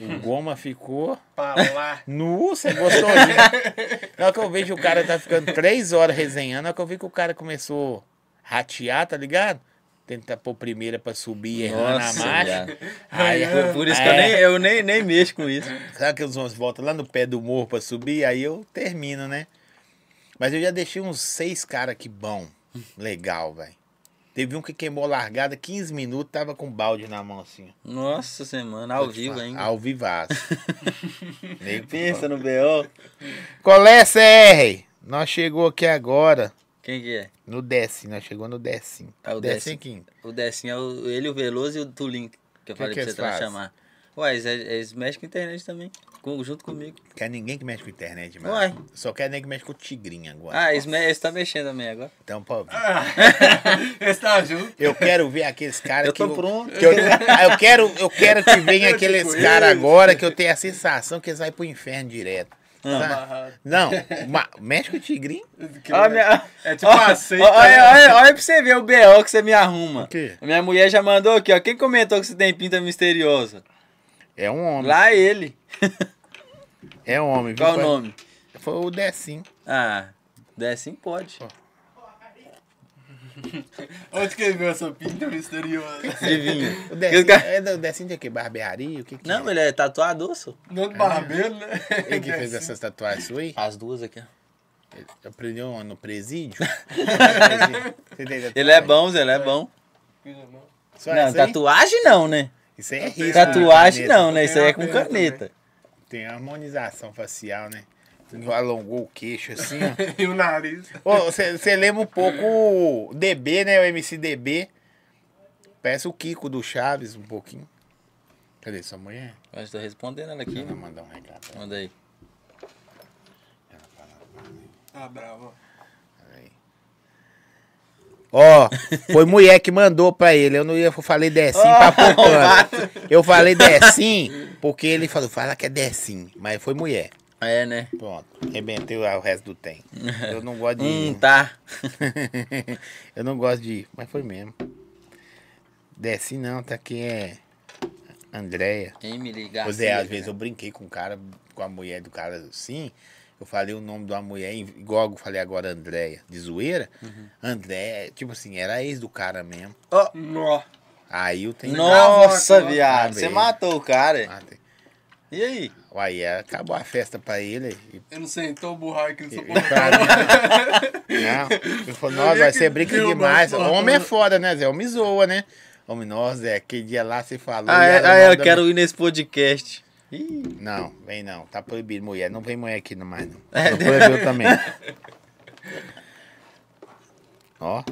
O Goma ficou. Pra lá. Nu, você gostou disso? Na hora que eu vejo o cara tá ficando três horas resenhando, na hora que eu vi que o cara começou a ratear, tá ligado? Tentar pôr primeira pra subir errando Nossa, a marcha. viado. Aí, Foi Por isso que eu, é, nem, eu nem, nem mexo com isso. Sabe que os homens voltam lá no pé do morro pra subir? Aí eu termino, né? Mas eu já deixei uns seis caras aqui bom. Legal, velho. Teve um que queimou a largada 15 minutos, tava com um balde na mão assim. ó. Nossa semana, ao Vou te vivo falar, ainda. Ao vivaço. Nego- Pensa no B.O. Colé CR, é, nós chegou aqui agora. Quem que é? No décimo, nós chegou no décimo. Ah, o décimo quinto. O Decinho é o, ele, o Veloso e o Tulinho. Que Que eu falei que pra eles você tra- fazem? chamar. Ué, eles, é, eles mexem com a internet também. com- junto comigo. Quer ninguém que mexe com internet, mano. Ué. Só quer ninguém que mexe com o tigrinho agora. Ah, eles, me- eles tá mexendo também agora. Então, pô, Esse tá junto. eu quero ver aqueles caras Eu que. tô um. pronto. que eu, eu quero, eu quero que venha Eu aqueles digo caras isso. agora que eu tenho a sensação que eles vão pro inferno direto. Ah. sabe? Amarrado. Não, ma- mexe com o tigrinho. Ó, Ah, minha- É tipo uma seita. Olha, né? olha, olha pra você ver o BO que você me arruma. O quê? Minha mulher já mandou aqui, ó. Quem comentou que você tem pinta misteriosa? É um homem. Lá é ele. É um homem. viu? Qual o nome? Foi o Decim. Ah, Decim pode. Onde que ele viu essa pinta misteriosa? Adivinha. O Esse Decim, cara- é do- o Decim de quê? Barbearia? O que que Não, é? ele é tatuador, só. Não do barbeiro, né? Ele que fez essas tatuagens suas aí? As duas aqui, ó. Ele É, Aprendeu um no presídio? Você tem Ele é tatuagem? bom, Zé, ele é bom. Só Não, essa aí? tatuagem não, né? Isso aí é risco. Tatuagem né? não, né? Isso aí é Tem com uma caneta. Tem harmonização facial, né? Alongou o queixo assim, ó. E o nariz. Ô, Você lembra um pouco o DB, né? O MC DB. Parece o Kiko do Chaves um pouquinho. Cadê sua mulher? Mas tô respondendo ela aqui. Ela mandar um recado. pra Manda aí. ela falar. Tá bravo. Peraí. Ó, foi mulher que mandou pra ele. Eu não ia, eu falei Decim pra poucando. Eu falei Decim porque ele falou, fala que é Decim. Mas foi mulher. É, né? Pronto, arrebentei o resto do tem. Eu não gosto de. Hum, tá. eu não gosto de ir, mas foi mesmo. Desce não, tá aqui é. Andréia. Quem me assim, ligar? Pois é, às né? vezes eu brinquei com o cara, com a mulher do cara assim. Eu falei o nome de uma mulher, igual eu falei agora, Andréia, de zoeira. Uhum. Andréia, tipo assim, era a ex do cara mesmo. Nó. Aí eu tenho. Nossa, Gravou aqui, ó. viado. Ah, Você bem. matou o cara. Ah, tem- E aí? Aí é, acabou a festa pra ele. E, Eu não sei, então o burraco não e, sou e pra mim. né? Não. Eu falei, nossa, Eu ia você que brinca derrubar demais. a porra Homem é toda. foda, né, Zé? Homem zoa, né? Homem, nossa, Zé, aquele dia lá você falou. Ah, e é, ela ah, eu manda- quero ir nesse podcast. Ih, Não, vem não. Tá proibido mulher. Não vem mulher aqui não mais, não. É. Não proibiu também. Ó.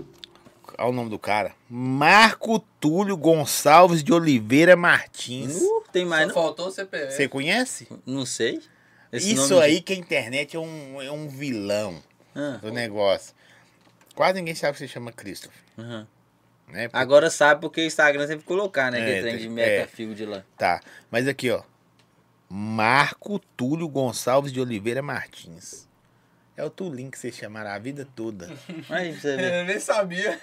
Olha o nome do cara. Marco Túlio Gonçalves de Oliveira Martins. nu, uh, tem mais Só não? faltou o CPF. Você conhece? Não sei. é. Esse Isso nome de- aí que a internet é um, é um vilão Ah, do negócio. Quase ninguém sabe que se chama Christopher, aham. né? Porque- Agora sabe porque o Instagram sempre colocar, né? É, Aquele trem de tem- é. Metafield lá. Tá, mas aqui, ó. Marco Túlio Gonçalves de Oliveira Martins. É o Tulim que vocês chamaram a vida toda. Aí pra você ver. Eu nem sabia.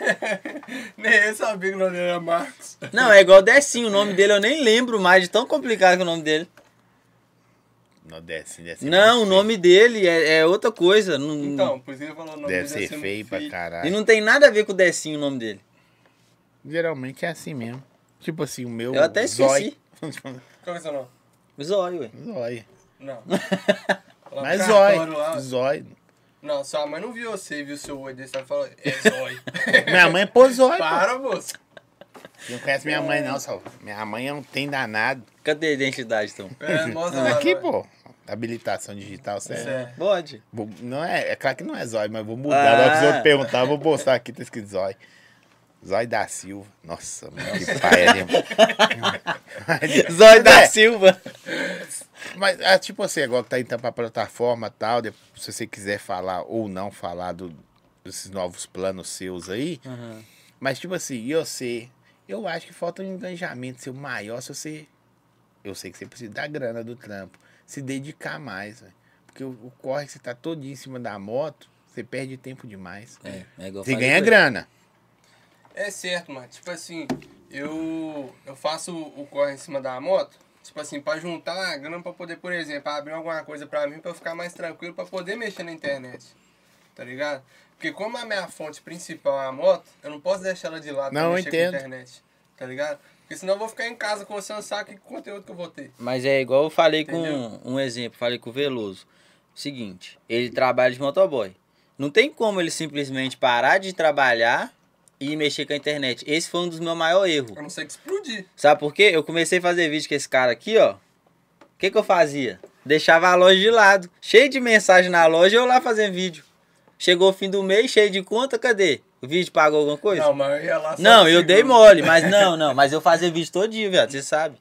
nem eu sabia que o nome era Marcos. Não, é igual o Decinho, o nome dele eu nem lembro mais, de tão complicado que é o nome dele. Não, desce, desce. Não, o nome dele é, é outra coisa. Não, Então, por isso que ele falou o nome Deve dele, ser feio pra caralho. e não tem nada a ver com o Decinho o nome dele. Geralmente é assim mesmo. Tipo assim, o meu. Eu até esqueci. Zói. Qual que é o seu nome? Zóio, ué. zói. Não. Lá Mas no cartório lá. zói. Zói. Não, sua mãe não viu você, viu seu olho desse. Ela falou, é zóio. Minha mãe pôs zói. pô. Para, moço. Não conhece minha mãe, não, só. Minha mãe é um tem danado. Cadê a identidade, então? É, mostra lá, Aqui, vai. pô. Habilitação digital, sério. É. Pode. Vou- não é, é claro que não é zóio, mas vou mudar. Agora Ah. os outros perguntar, eu vou postar aqui, tá escrito zóio. Zóio da Silva. Nossa, mano, que paia, né? Mas- Zóio da é, Silva. Mas, é, tipo assim, agora que tá então pra plataforma e tal, de- se você quiser falar ou não falar do- desses novos planos seus aí, Aham. mas, tipo assim, e você? Eu acho que falta um engajamento seu maior se você. Eu sei que você precisa da grana do trampo. Se dedicar mais, velho. Porque o, o corre que você tá todinho em cima da moto, você perde tempo demais. É, é igual eu Você falei ganha pra ele. grana. É certo, mano. Tipo assim, eu, eu faço o corre em cima da moto, tipo assim, pra juntar a grana pra poder, por exemplo, abrir alguma coisa pra mim, pra eu ficar mais tranquilo, pra poder mexer na internet. Tá ligado? Porque como a minha fonte principal é a moto, eu não posso deixar ela de lado Não, eu pra mexer entendo. com a internet. Tá ligado? Porque senão eu vou ficar em casa com você, eu não saco que conteúdo que eu vou ter. Mas é igual eu falei com Entendeu? um exemplo, falei com o Veloso. Seguinte, ele trabalha de motoboy. Não tem como ele simplesmente parar de trabalhar e mexer com a internet. Esse foi um dos meus maiores erros. A não ser que explodir. Sabe por quê? Eu comecei a fazer vídeo com esse cara aqui, ó. O que, que eu fazia? Deixava a loja de lado. Cheio de mensagem na loja, eu lá fazendo vídeo. Chegou o fim do mês, cheio de conta, cadê? O vídeo pagou alguma coisa? Não, mas eu ia lá só Não, eu seguro. dei mole, mas não, não. Mas eu fazia vídeo todo dia, velho, você sabe.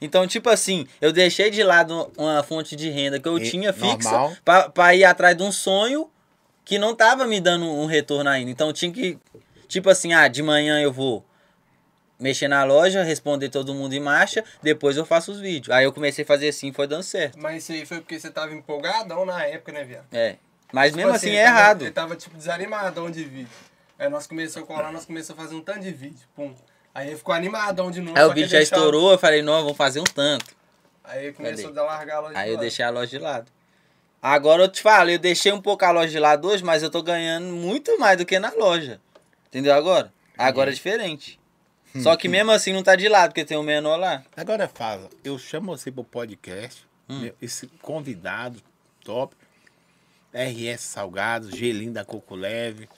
Então, tipo assim, eu deixei de lado uma fonte de renda que eu E- tinha normal. fixa pra, pra ir atrás de um sonho que não tava me dando um retorno ainda. Então, eu tinha que, tipo assim, ah, de manhã eu vou mexer na loja, responder todo mundo em marcha, depois eu faço os vídeos. Aí eu comecei a fazer assim, foi dando certo. Mas isso aí foi porque você tava empolgadão na época, né, viado? É. Mas mesmo Tipo assim, ele é tava- errado. Ele tava, tipo, desanimadão de vídeo. Aí nós começamos a colar, nós começamos a fazer um tanto de vídeo, pum. Aí ele ficou animadão de novo. Aí só o que vídeo ele já deixava- estourou, eu falei, não, eu vou fazer um tanto. Aí ele começou Cadê? a dar largar a loja Aí de eu lado. deixei a loja de lado. Agora eu te falo, eu deixei um pouco a loja de lado hoje, mas eu tô ganhando muito mais do que na loja. Entendeu agora? Agora é diferente. Hum, Só que mesmo assim não tá de lado, porque tem um menor lá. Agora fala, eu chamo você pro podcast, Hum. meu, esse convidado top, RS Salgados, gelinho da Coco Leve,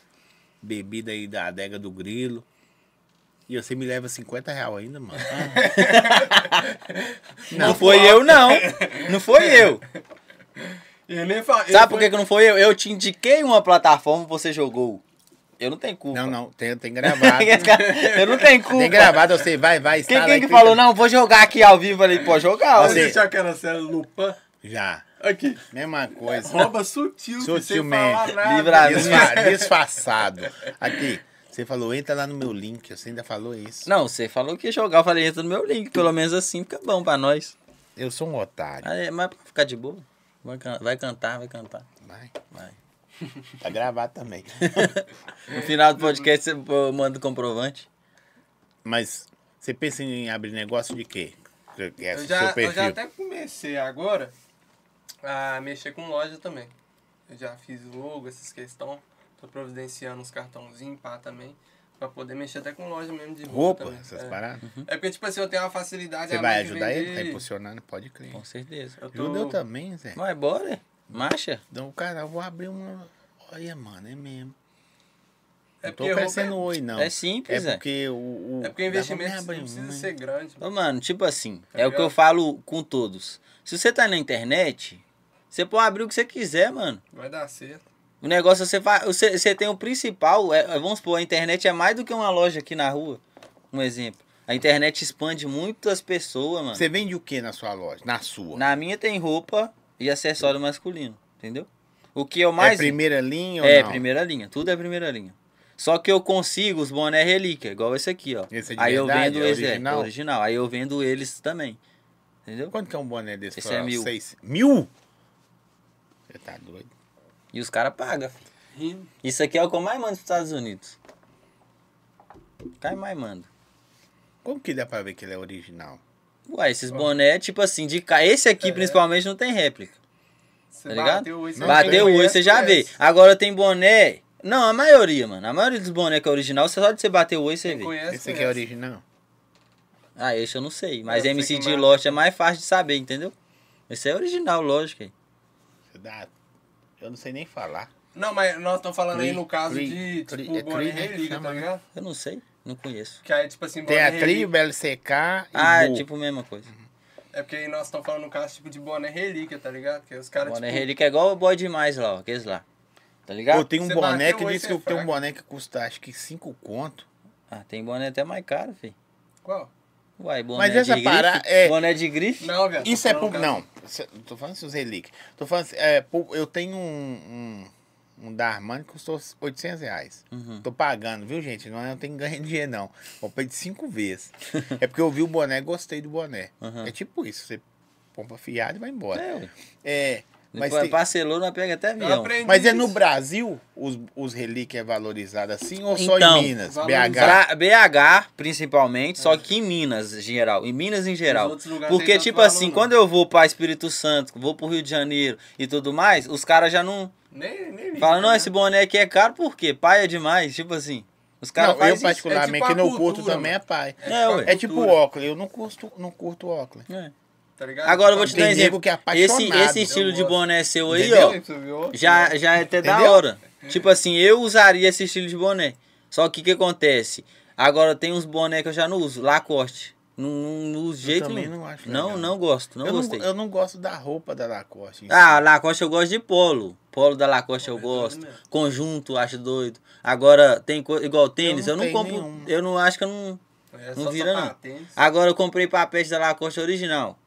bebida aí da adega do Grilo. E você me leva 50 reais ainda, Ah, mano. Não, foi eu, não. Não foi eu. E ele nem fala. Sabe por que, que não foi eu? Eu te indiquei uma plataforma, você jogou. Eu não tenho culpa. é Não, não, tem, tem gravado. tá? eu não tenho culpa. tem gravado, você vai, vai, Quem, instala quem aí, que clica- falou, não, vou jogar aqui ao vivo? Eu Falei, pô, jogar. Você ué. né? Você- assistiu aquela série Lupan? Já, Aqui. mesma coisa. é. Rouba sutil, que sem falar Sutilmente. nada. Livra- Disfa- disfarçado. Aqui, você falou, entra lá no meu link, você ainda falou isso. Não, você falou que ia jogar. Eu falei, entra no meu link. Pelo menos assim fica bom pra nós. Eu sou um otário. Aí, Ah, é, mas pra ficar de boa, vai, can- vai cantar, vai cantar. Vai, Vai. tá gravado também. No final do podcast você pô, manda o comprovante. Mas você pensa em abrir negócio de quê? Que- que é Eu o já, seu eu já perfil. até comecei agora a mexer com loja também. Eu já fiz logo, essas questões. Tô providenciando uns cartãozinhos, pá, também. Pra poder mexer até com loja mesmo de Roupa, roupa. também. essas é. paradas. Uhum. É porque, tipo assim, eu tenho uma facilidade. Você a vai mais de ajudar ele? Tá vender. impulsionando? Pode crer. Com certeza. Eu tô... Ajuda eu também, Zé. Vai, bora. Marcha. Então, cara, eu vou abrir uma... Olha, mano, é mesmo. É não tô porque roupa crescendo oi, não. É simples, É é. porque o... o- É porque dá o pra investimento me não abrir precisa uma, hein? ser grande. Ô, mano, tipo assim, Tá é o que ligado? eu falo com todos. Se você tá na internet, você pode abrir o que você quiser, mano. Vai dar certo. O negócio é você faz. Você, você tem o principal. é- é, vamos supor, a internet é mais do que uma loja aqui na rua. Um exemplo. A internet expande muitas pessoas, mano. Você vende o que na sua loja? Na sua? Na minha tem roupa e acessório masculino, entendeu? O que eu é mais. primeira linha ou É, não? primeira linha. Tudo é primeira linha. Só que eu consigo os boné relíquia, igual esse aqui, ó. Esse é de Aí verdade? eu vendo É esse, original? É, original. Aí eu vendo eles também. Entendeu? Quanto que é um boné desse? Esse pra é mil. Seis... Mil? Você tá doido? E os caras pagam. Rindo. Isso aqui é o que eu mais mando pros Estados Unidos. Cai mais manda. Como que dá pra ver que ele é original? Ué, esses boné, tipo assim, de ca... esse aqui É. principalmente não tem réplica. Você Tá ligado? bateu hoje, Não Bateu conhece, hoje, você já vê. conhece. Agora tem boné. Não, a maioria, mano. A maioria dos boné que é original, só de você bater o oi, você Quem vê. conhece, Esse aqui é conhece. original? Ah, esse eu não sei. Mas Eu não MC sei que de marca. Lost é mais fácil de saber, entendeu? Esse é original, lógico. aí. Você dá... Eu não sei nem falar. Não, mas nós estamos falando aí Cri- no caso cri- de, cri- tipo, é boné cri, né, que relíquia, chama, tá né? ligado? Eu não sei, não conheço. Que aí, tipo assim, Tem a boné trio, relíquia. Belo CK e Ah, é Bu. tipo a mesma coisa. É porque aí nós estamos falando no caso, tipo, de boné relíquia, tá ligado? Que os caras, Boné tipo, relíquia é igual o boy demais lá, ó. Aqueles lá. Tá ligado? Pô, tem um Você boné bateu que oi, diz você que eu é tenho um fraco. boné que custa acho que 5 conto. Ah, tem boné até mais caro, filho. qual? Uai, boné Mas essa de parada grife. é- Boné de grife? Não, velho. Isso é tô falando público. no Não, cê- tô falando se os relíquios. Tô falando assim, é, pu- eu tenho um, um, um da Armani que custou 800 reais. Uhum. Tô pagando, viu, gente? Não, é- não tem ganho de dinheiro, não. Comprei de cinco vezes. é porque eu vi o boné e gostei do boné. Uhum. É tipo isso, você pompa fiado e vai embora. É, ué. É, mas, Depois tem- Parcelou, nós pega até caso. Eu avião. aprendi mas é no isso. Brasil os, os relíquias é valorizado assim ou só Então, em Minas, BH? Pra BH, principalmente, só que em Minas, em geral. Em Minas, em Nos geral. outros lugares tem Porque, tanto tipo valor, assim, não. quando eu vou pra Espírito Santo, vou pro Rio de Janeiro e tudo mais, os caras já não... Nem, nem liga, Fala, não, né? esse boné aqui é caro por quê? Paia demais, tipo assim. Os caras Não, eu fazem isso. particularmente É tipo a no Porto cultura, também é pai. É, ué. cultura, É tipo o óculos, eu não curto, não curto óculos. É. Tá ligado? Agora eu vou te Tem dar um nego exemplo. que é apaixonado. esse, esse estilo Eu de gosto. boné seu aí, Entendeu? ó, já, já é até da Entendeu? hora. Tipo assim, eu usaria esse estilo de boné. Só que o que acontece? Agora tem uns boné que eu já não uso, Lacoste. Não, não, não jeito também nenhum. não acho Não, legal. não gosto, não eu, gostei. Não, eu não gosto da roupa da Lacoste. em si. Ah, Lacoste eu gosto de polo. Polo da Lacoste eu É doido gosto. mesmo. Conjunto, acho doido. Agora, tem coisa. Igual tênis, não eu não, tenho compro. nenhum. Eu não acho que eu não. É Não só vira, não. Ah, sapatênis. Agora eu comprei papete da Lacoste original.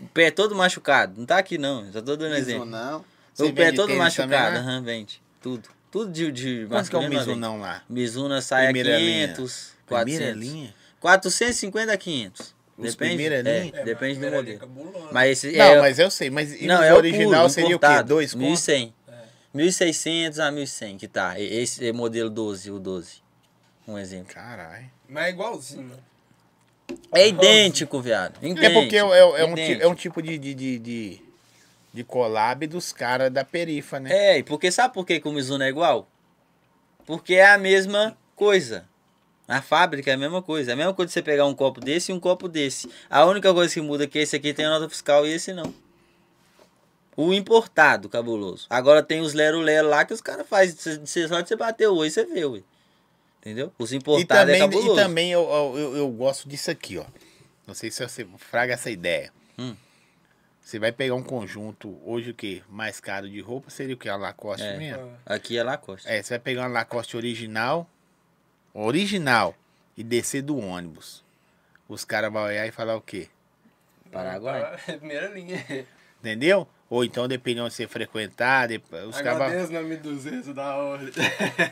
O Pé é todo machucado. Não tá aqui não, só tô dando Mizuno, exemplo. não. O pé é todo machucado, né? machucado. aham, vende. Tudo. Tudo de, de né? Quanto que é o masculino, Mizuno vende. não lá? Mizuna sai a Primeira 500, Primeira 400. linha? 450 a 500. Os Depende, primeira é, linha? É, depende do mas era modelo. cabuloso. Mas esse Não, é, mas eu sei. Mas e não, o é original puro, seria o quê? importado. Dois pontos? 1.100. É. 1.600 a 1.100 que tá. E- Esse é modelo 12, o 12. Um exemplo. Caralho. Mas é igualzinho. É idêntico, viado. É porque é, idêntico, é- é um, ti- idêntico. é um tipo de, de, de, de, de collab dos caras da perifa, né? É, e porque sabe por que, que o Mizuno é igual? Porque é a mesma coisa. A fábrica é a mesma coisa. É a mesma coisa de você pegar um copo desse e um copo desse. A única coisa que muda é que esse aqui tem nota fiscal e esse não. O importado, cabuloso. Agora tem os Lero Lero lá que os caras fazem. Cê- cê- Só de você bater o oi, você vê, ué. Entendeu? Os e importados também, é cabuloso. e também eu, eu, eu- eu gosto disso aqui, ó. Não sei se você fraga essa ideia. Hum. Você vai pegar um conjunto, hoje o quê? Mais caro de roupa seria o quê? A Lacoste É. mesmo? Ah, Aqui é Lacoste. É, você vai pegar uma Lacoste original, original, e descer do ônibus. Os caras vão olhar e falar o quê? Paraguai. É a primeira linha. Entendeu? Ou então, dependendo de você frequentar, dep- os caras vão... Agradeço na 1200 da hora.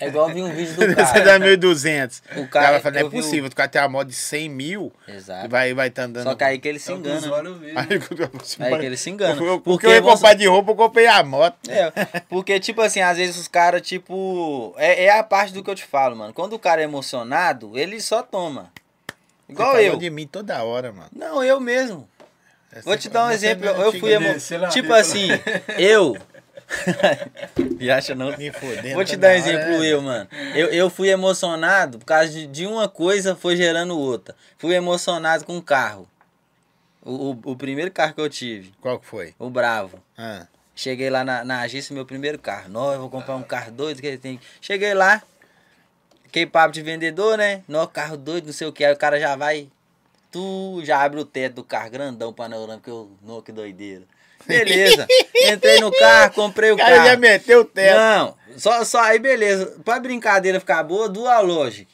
É igual eu vi um vídeo do Você cara. dá 1.200. O O cara- cara fala, não eu é vi o- possível, o cara tem uma moto de 100 mil e Exato. vai, vai tá andando... Só que aí que ele se engana. né? Aí, quando eu- Aí que ele se engana. Eu- Porque, Porque eu ia vamos- comprar de roupa, eu comprei a moto. É, porque, tipo assim, às vezes os caras, tipo. É, é a parte do que eu te falo, mano. Quando o cara é emocionado, ele só toma. Igual Você eu. falou de mim toda hora, mano. Não, eu mesmo. Essa- Vou te dar um você exemplo. é Eu, mais eu antiga fui do- emo... desse lá, Tipo desse lá. assim, eu. e acha não. Me fodendo. Vou te toda dar um hora, exemplo é. eu, mano. Eu, eu fui emocionado por causa de, de uma coisa foi gerando outra. Fui emocionado com o carro. O, o, o primeiro carro que eu tive, Qual que foi? o Bravo. Ah, Cheguei lá na, na agência, meu primeiro carro. Nó, eu vou comprar um carro doido que ele tem. Cheguei lá, fiquei papo de vendedor, né? Nó, carro doido, não sei o que. Aí o cara já vai, tu já abre o teto do carro, grandão, panorâmico. Eu, nó, que doideira. Beleza. Entrei no carro, comprei o o cara carro. ia meter o teto. Não, só, só aí beleza. Pra brincadeira ficar boa, dual logic.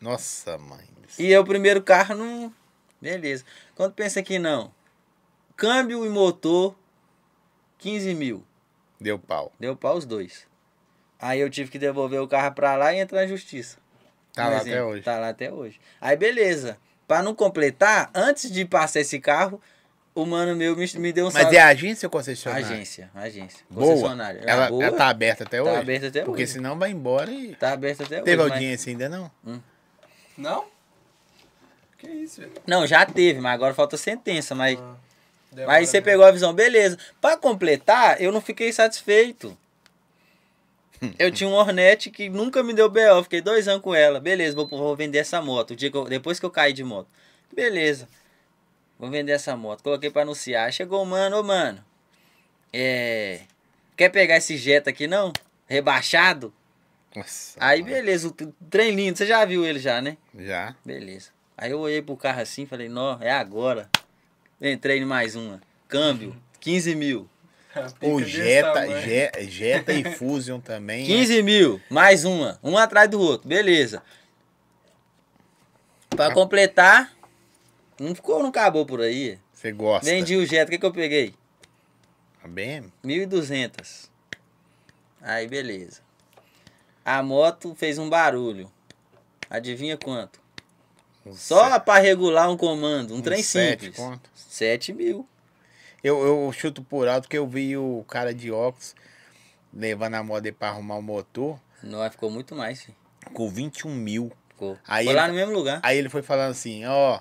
Nossa, mãe. E eu, primeiro carro, não. Beleza. Quando pensa que não, câmbio e motor, 15 mil. Deu pau. Deu pau os dois. Aí eu tive que devolver o carro pra lá e entrar na justiça. Tá Um lá exemplo. até hoje. Tá lá até hoje. Aí beleza. Pra não completar, antes de passar esse carro, o mano meu me, me deu um Mas é agência ou concessionária? Agência, agência. Boa. Concessionária. É Ela, boa, ela tá aberta até hoje? tá aberta até Porque hoje. senão vai embora e... Tá aberta até Teve hoje. mas- audiência ainda não? Não? Que isso, velho. Não, já teve, mas agora falta sentença. Mas, Ah, mas demora, aí você né? pegou a visão, beleza. Pra completar, eu não fiquei satisfeito. Eu tinha um Hornet que nunca me deu BO, fiquei dois anos com ela. Beleza, vou, vou vender essa moto. O dia que eu- depois que eu caí de moto. Beleza. Vou vender essa moto. Coloquei pra anunciar. Aí Chegou o mano, ô mano. É. Quer pegar esse Jetta aqui não? Rebaixado? Nossa, Aí mãe. beleza, o t- trem lindo, você já viu ele já, né? Já. Beleza. Aí eu olhei pro carro assim falei, nó, é agora. Entrei em mais uma. Câmbio, Uhum. 15 mil. A pica O desse Jetta, tamanho. Je- Jetta e Fusion também. 15 mil, mais uma. Um atrás do outro, Ah. beleza. Pra completar, não ficou, não acabou por aí. né? Você gosta. Vendi o Jetta, o que, que eu peguei? A BM? 1.200. Aí, beleza. A moto fez um barulho. Adivinha quanto? Um Só sete- pra regular um comando, um, um trem sete simples. conto. 7 mil. Eu, eu chuto por alto que eu vi o cara de óculos levando a moda pra arrumar o motor Não, ficou muito mais, filho. com 21 mil. Ficou. Aí Foi ele- "Ah, lá no mesmo lugar. Aí ele foi falando assim, ó.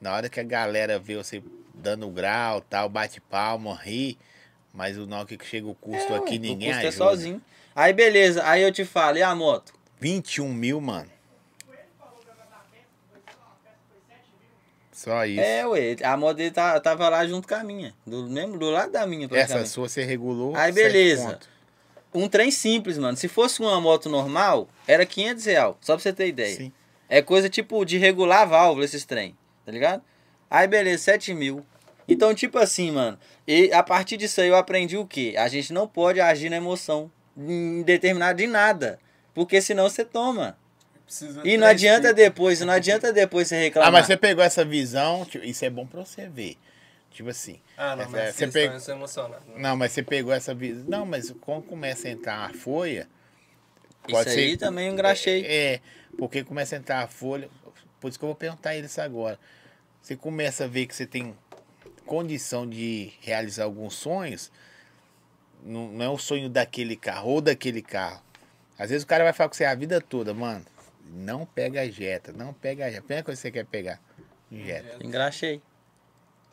Na hora que a galera vê você dando grau, tal, bate palma, ri. Mas o na hora que chega o custo aqui, ninguém o custo é ajuda. sozinho. Aí beleza, aí eu te falo, e a moto? 21 mil, mano. Só isso. É, ué, a moto dele tá- tava lá junto com a minha. Do, mesmo, do lado da minha, Essa praticamente. sua você regulou. Aí, sete beleza. conto. Um trem simples, mano. Se fosse uma moto normal, era 500 real, só pra você ter ideia. Sim. Ah, É coisa tipo de regular a válvula esses trem. Tá ligado? Aí beleza, 7 mil. Então, tipo assim, mano, e a partir disso aí eu aprendi o quê? A gente não pode agir na emoção, em determinado de nada. Porque senão você toma. Precisa E não três adianta filhos. depois, não adianta depois você reclamar. Ah, mas você pegou essa visão, tipo, isso é bom pra você ver. Tipo assim. Ah, não, essa- mas você vocês pega- estão- eu sou emocionado. Não, mas você pegou essa visão. Não, mas quando começa a entrar a folha. Isso aí também eu engraxei. É, é, porque começa a entrar a folha. Por isso que eu vou perguntar a ele isso agora. Você começa a ver que você tem condição de realizar alguns sonhos. Não, não é o sonho daquele carro ou daquele carro. Às vezes o cara vai falar com você a vida toda, mano. Não pega a Jetta, não pega a Jetta. A primeira coisa que você quer pegar, Jetta. Engraxei.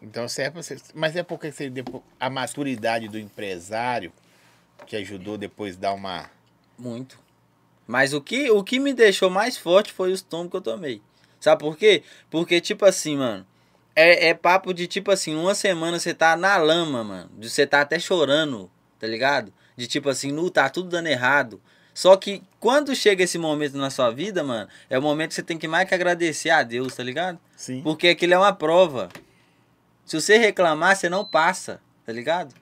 Então serve pra você. Mas é porque você, depo- a maturidade do empresário te ajudou depois a dar uma. Muito. Mas o que, o que me deixou mais forte foi os tombos que eu tomei. Sabe por quê? Porque, tipo assim, mano. É, é papo de tipo assim, uma semana você tá na lama, mano. de Você tá até chorando, tá ligado? De tipo assim, nu, tá tudo dando errado. Só que quando chega esse momento na sua vida, mano, é o momento que você tem que mais que agradecer a Deus, tá ligado? Sim. Porque aquilo é uma prova. Se você reclamar, você não passa, tá ligado?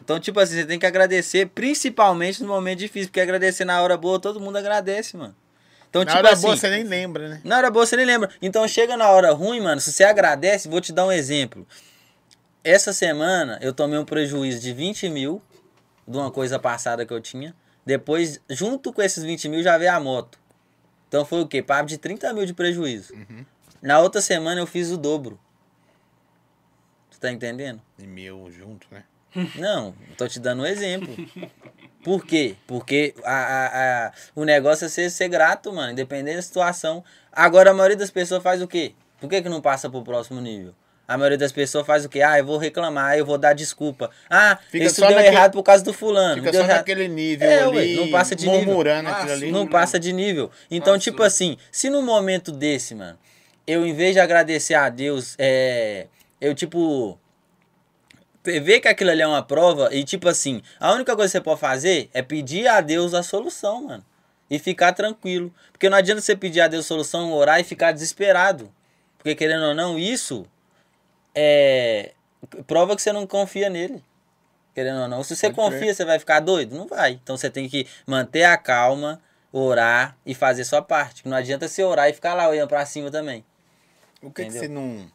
Então, tipo assim, você tem que agradecer, principalmente no momento difícil, porque agradecer na hora boa, todo mundo agradece, mano. Então, Na tipo hora assim, boa é você nem lembra, né? na hora boa você nem lembra. Então, chega na hora ruim, mano, se você agradece, vou te dar um exemplo. Essa semana eu tomei um prejuízo de 20 mil de uma coisa passada que eu tinha. Depois, junto com esses 20 mil, já veio a moto. Então foi o quê? Papo de 30 mil de prejuízo. Na outra semana eu fiz o dobro. Tu tá entendendo? E meu junto, né? Não, eu tô te dando um exemplo. Por quê? Porque a, a- a- o negócio é ser, ser grato, mano, independente da situação. Agora, a maioria das pessoas faz o quê? Por que, que não passa pro próximo nível? A maioria das pessoas faz o quê? Ah, eu vou reclamar, eu vou dar desculpa. Ah, Fica isso só deu naquele- errado por causa do fulano. Fica deu só errado. naquele nível É, ali. ué, não passa de nível. murmurando Ah, aquilo ali. sim. Não né? passa de nível. Então, Passou. tipo assim, se num momento desse, mano, eu em vez de agradecer a Deus, é, eu tipo ver que aquilo ali é uma prova e tipo assim, a única coisa que você pode fazer é pedir a Deus a solução, mano. E ficar tranquilo. Porque não adianta você pedir a Deus solução, orar e ficar desesperado. Porque querendo ou não, isso é prova que você não confia nele. Querendo ou não. Se você Pode crer. confia, você vai ficar doido? Não vai. Então você tem que manter a calma, orar e fazer sua parte. Não adianta você orar e ficar lá olhando pra cima também. O que, que Entendeu? você não,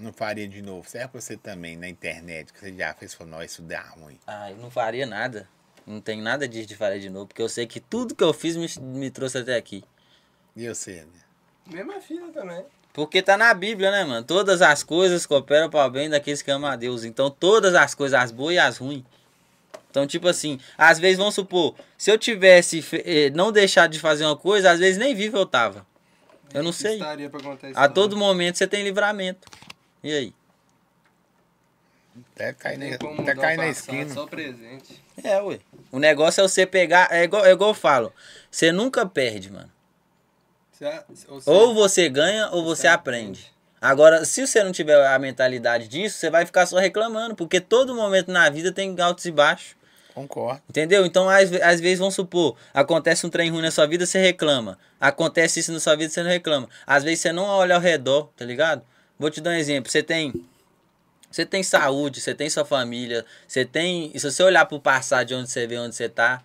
não faria de novo? Serve pra você também na internet, que você já fez e falou, não, isso dá ruim. Ah, eu não faria nada. Não tem nada disso de fazer de novo, porque eu sei que tudo que eu fiz me, me trouxe até aqui. E você, né? Mesma filha também. Porque tá na Bíblia, né, mano? Todas as coisas cooperam para o bem daqueles que amam a Deus. Então, todas as coisas, as boas e as ruins. Então, tipo assim, às vezes, vamos supor, se eu tivesse fe- eh, não deixado de fazer uma coisa, às vezes nem vivo eu tava. Eu não sei. Estaria pra né? contar isso. A todo momento você tem livramento. E aí? Até cair na, Nem como até mudar o cair na passado, esquina. Só presente. É, ué. O negócio é você pegar. É igual, é igual eu falo. Você nunca perde, mano. Se a- ou, se- Ou você ganha ou você aprende. Agora, se você não tiver a mentalidade disso, você vai ficar só reclamando, porque todo momento na vida tem altos e baixos. Concordo. Entendeu? Então, às, ve- às vezes, vamos supor, acontece um trem ruim na sua vida, você reclama. Acontece isso na sua vida, você não reclama. Às vezes, você não olha ao redor, tá ligado? Vou te dar um exemplo. Você tem. Você tem saúde, você tem sua família, você tem. e Se você olhar pro passado de onde você vê, onde você tá,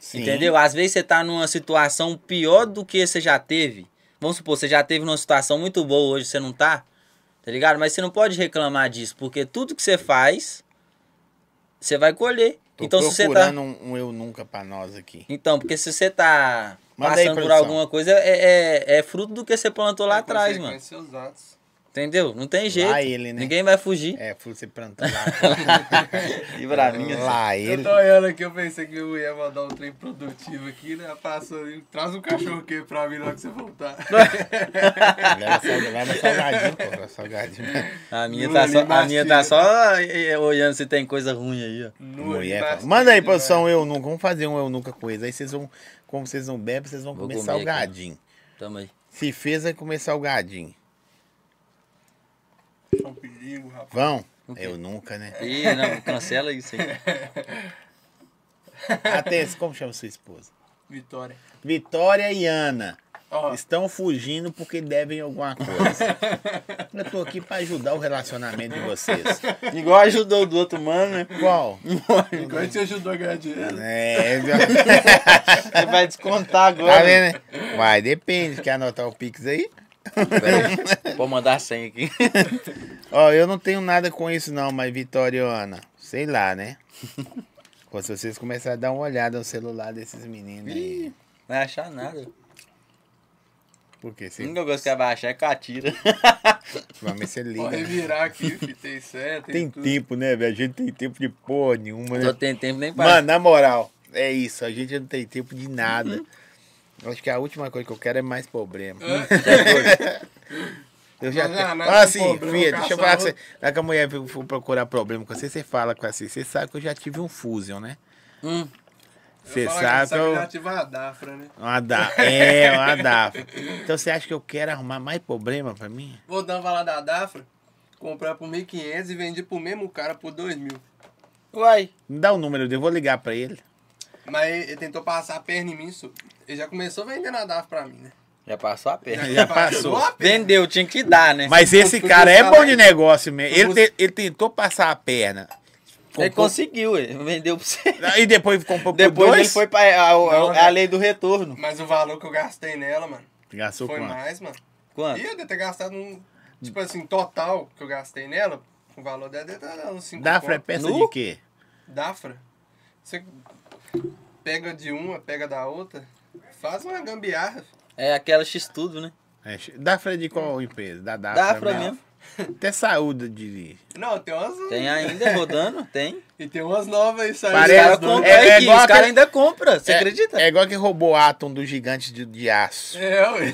Sim. Entendeu? Às vezes você tá numa situação pior do que você já teve. Vamos supor, você já teve numa situação muito boa, hoje você não tá. Tá ligado? Mas você não pode reclamar disso, porque tudo que você faz, você vai colher. Tô então, se você tá. procurando um, um eu nunca pra nós aqui. Então, porque se você tá Manda aí, passando por produção. alguma coisa, é, é, é fruto do que você plantou lá É atrás, consequência mano. dos seus atos. Entendeu? Não tem jeito. Lá ele, né? Ninguém vai fugir. É, fui você plantar lá. E pra mim, lá Eu ele. tô olhando aqui, eu pensei que eu ia mandar um trem produtivo aqui, né? Passou ali, traz um cachorro aqui pra mim logo que você voltar. Leva salga- leva salgadinho, pô. Leva salgadinho. a minha, Não, tá ele só, a minha tá mastiga. só eh, eh, olhando se tem coisa ruim aí, ó. Nua, Mulher, fala, embaixo, Manda aí, demais. produção, eu nunca. Vamos fazer um eu nunca com eles. Aí vocês vão. Como vocês não bebem, vocês vão Vou comer, comer aqui. salgadinho. Tamo aí. Se fez, vai comer salgadinho. É um perigo, rapaz. Vão? Ok. Eu nunca, né? Ih, não, cancela isso aí. Atenção, como chama sua esposa? Vitória. Vitória e Ana. Ó, Estão fugindo porque devem alguma coisa. Eu tô aqui pra ajudar o relacionamento de vocês. Igual ajudou do outro mano, né? Qual? Igual né? a gente ajudou a ganhar dinheiro. É, viu? Você vai descontar agora. tá vendo? né? Vai, depende. Quer anotar o Pix aí? Tá Vou mandar 100 aqui. Ó, eu não tenho nada com isso não, mas Vitoriana, sei lá, né? Quando vocês começarem a dar uma olhada no celular desses meninos aí. Não vai achar nada. Porque A se única coisa que vai achar é catira. vamos ser Pode liga. revirar aqui, filho. Tem seta, tem, Tem tudo. tempo, né, velho? A gente tem tempo de porra nenhuma, né? Não tem tempo nem pra. Mano, na moral, é isso. A gente não tem tempo de nada. Eu Acho que a última coisa que eu quero é mais problema. É. Eu já Mas, tenho- ah, mas Ah, com sim, problema, filha, deixa eu falar com você. caçador. Na que a mulher for- for procurar problema com você, você fala com você. Você sabe que eu já tive um Fusion, né? Hum. Você Eu falo sabe que que eu... eu... ativa a Dafra, né? Uma da... É, uma DAFA. Então você acha que eu quero arrumar mais problema pra mim? Vou dar uma lá da Dafra, comprar por 1.500 e vendi pro mesmo cara por 2.000. Uai. Me dá o número dele, eu vou ligar pra ele. Mas ele, ele tentou passar a perna em mim, isso. Ele já começou vendendo a Dafra pra mim, né? Já passou a perna. Já passou. a perna. Vendeu, tinha que dar, né? Mas esse tu cara é buscar bom lá de em- negócio mesmo. tu Ele, bus- te- ele tentou passar a perna. ele Comprou- conseguiu, ele vendeu pra você. E depois comprou Depois por ele dois? né? foi pra. é, A, a- a- a lei do retorno. Mas o valor que eu gastei nela, mano, Gastou foi quanto? mais, mano. Quanto? E eu devia ter gastado um. Tipo assim, total que eu gastei nela, o valor dela deve estar uns 5 um Dafra é peça Nu? de quê? Dafra. Você pega de uma, pega da outra, faz uma gambiarra. É aquela X tudo, né? É, Dafra é de qual empresa? Da Dafra, Dá pra mesmo. Até saúde de... Não, tem umas. Tem ainda é rodando? Tem. E tem umas novas aí saindo. Os Parece- caras das duas. compram é aqui, igual os caras aquele- ainda compram. Você É- acredita? É igual que roubou Atom do gigante de, de aço. É, ué.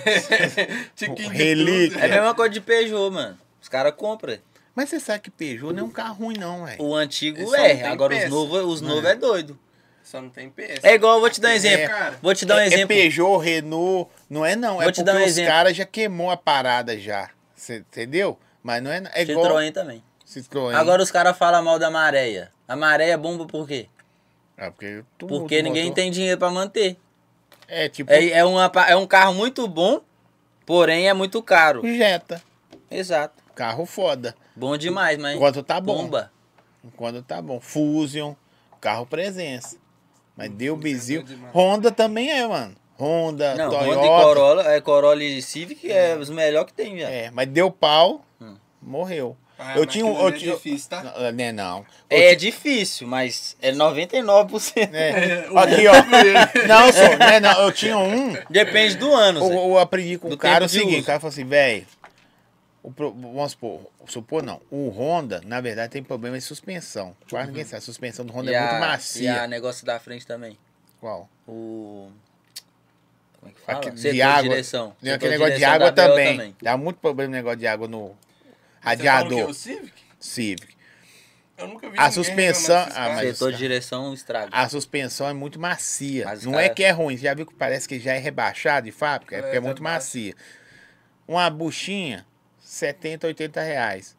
Tiquinho de né? Relíquia. É a mesma coisa de Peugeot, mano. Os caras compram. Mas você sabe que Peugeot não é um carro ruim não, velho. O antigo Eles só não é, tem agora os peça. novos os novo é. doido. tudo. Só não tem PS. É igual, eu vou te dar um É, exemplo. cara. vou te dar um é, exemplo. É Peugeot, Renault, não é não. é Vou te porque dar um os exemplo. caras já queimou a parada já. Cê entendeu? Mas não é... É igual... Citroën também. Citroën. Agora os caras falam mal da maréia. A maréia é bomba por quê? Ah, porque tumulto Porque ninguém motor. tem dinheiro pra manter. É tipo... É, é, uma, pa- é um carro muito bom, porém é muito caro. Jetta. Exato. Carro foda. Bom demais, mas. Enquanto tá bom. Bomba. Quando tá bom. Fusion, carro presença. Mas deu bizil. Hum, é doido demais. Honda também é, mano. Honda, Não, Toyota. Honda e Corolla, é Corolla e Civic é os melhores que tem, velho. É, mas deu pau, Hum. morreu. Ah, eu mas tinha um. aquilo Eu ali é tinha, difícil, tá? Não, né, não. É, difícil, mas é 99%. É. É, o Aqui, ó. Não, só, né, não. Eu tinha um. Depende do ano, Zé. Eu, eu aprendi com Do o cara tempo o de seguinte: uso. o cara falou assim, velho. o pro- Vamos supor, supor não. O Honda, na verdade, tem problema de suspensão. Uhum. Quase ninguém sabe. A suspensão do Honda E é muito a- macia. E a negócio da frente também. Qual? O. Como é que fala? Aqui- Setor de água. direção. Tem Setor aquele negócio de Então, direção água da BO também. Dá muito problema o negócio de água no radiador é O Civic? Civic. Eu nunca vi A ninguém suspensão- reclamar desses ah, carros. mas- Setor de direção estrago. A suspensão é muito macia. Mas os não é cara- que é ruim. Você já viu que parece que já é rebaixado de fábrica? É É, porque tá é muito também. macia. Uma buchinha, 70, 80 reais.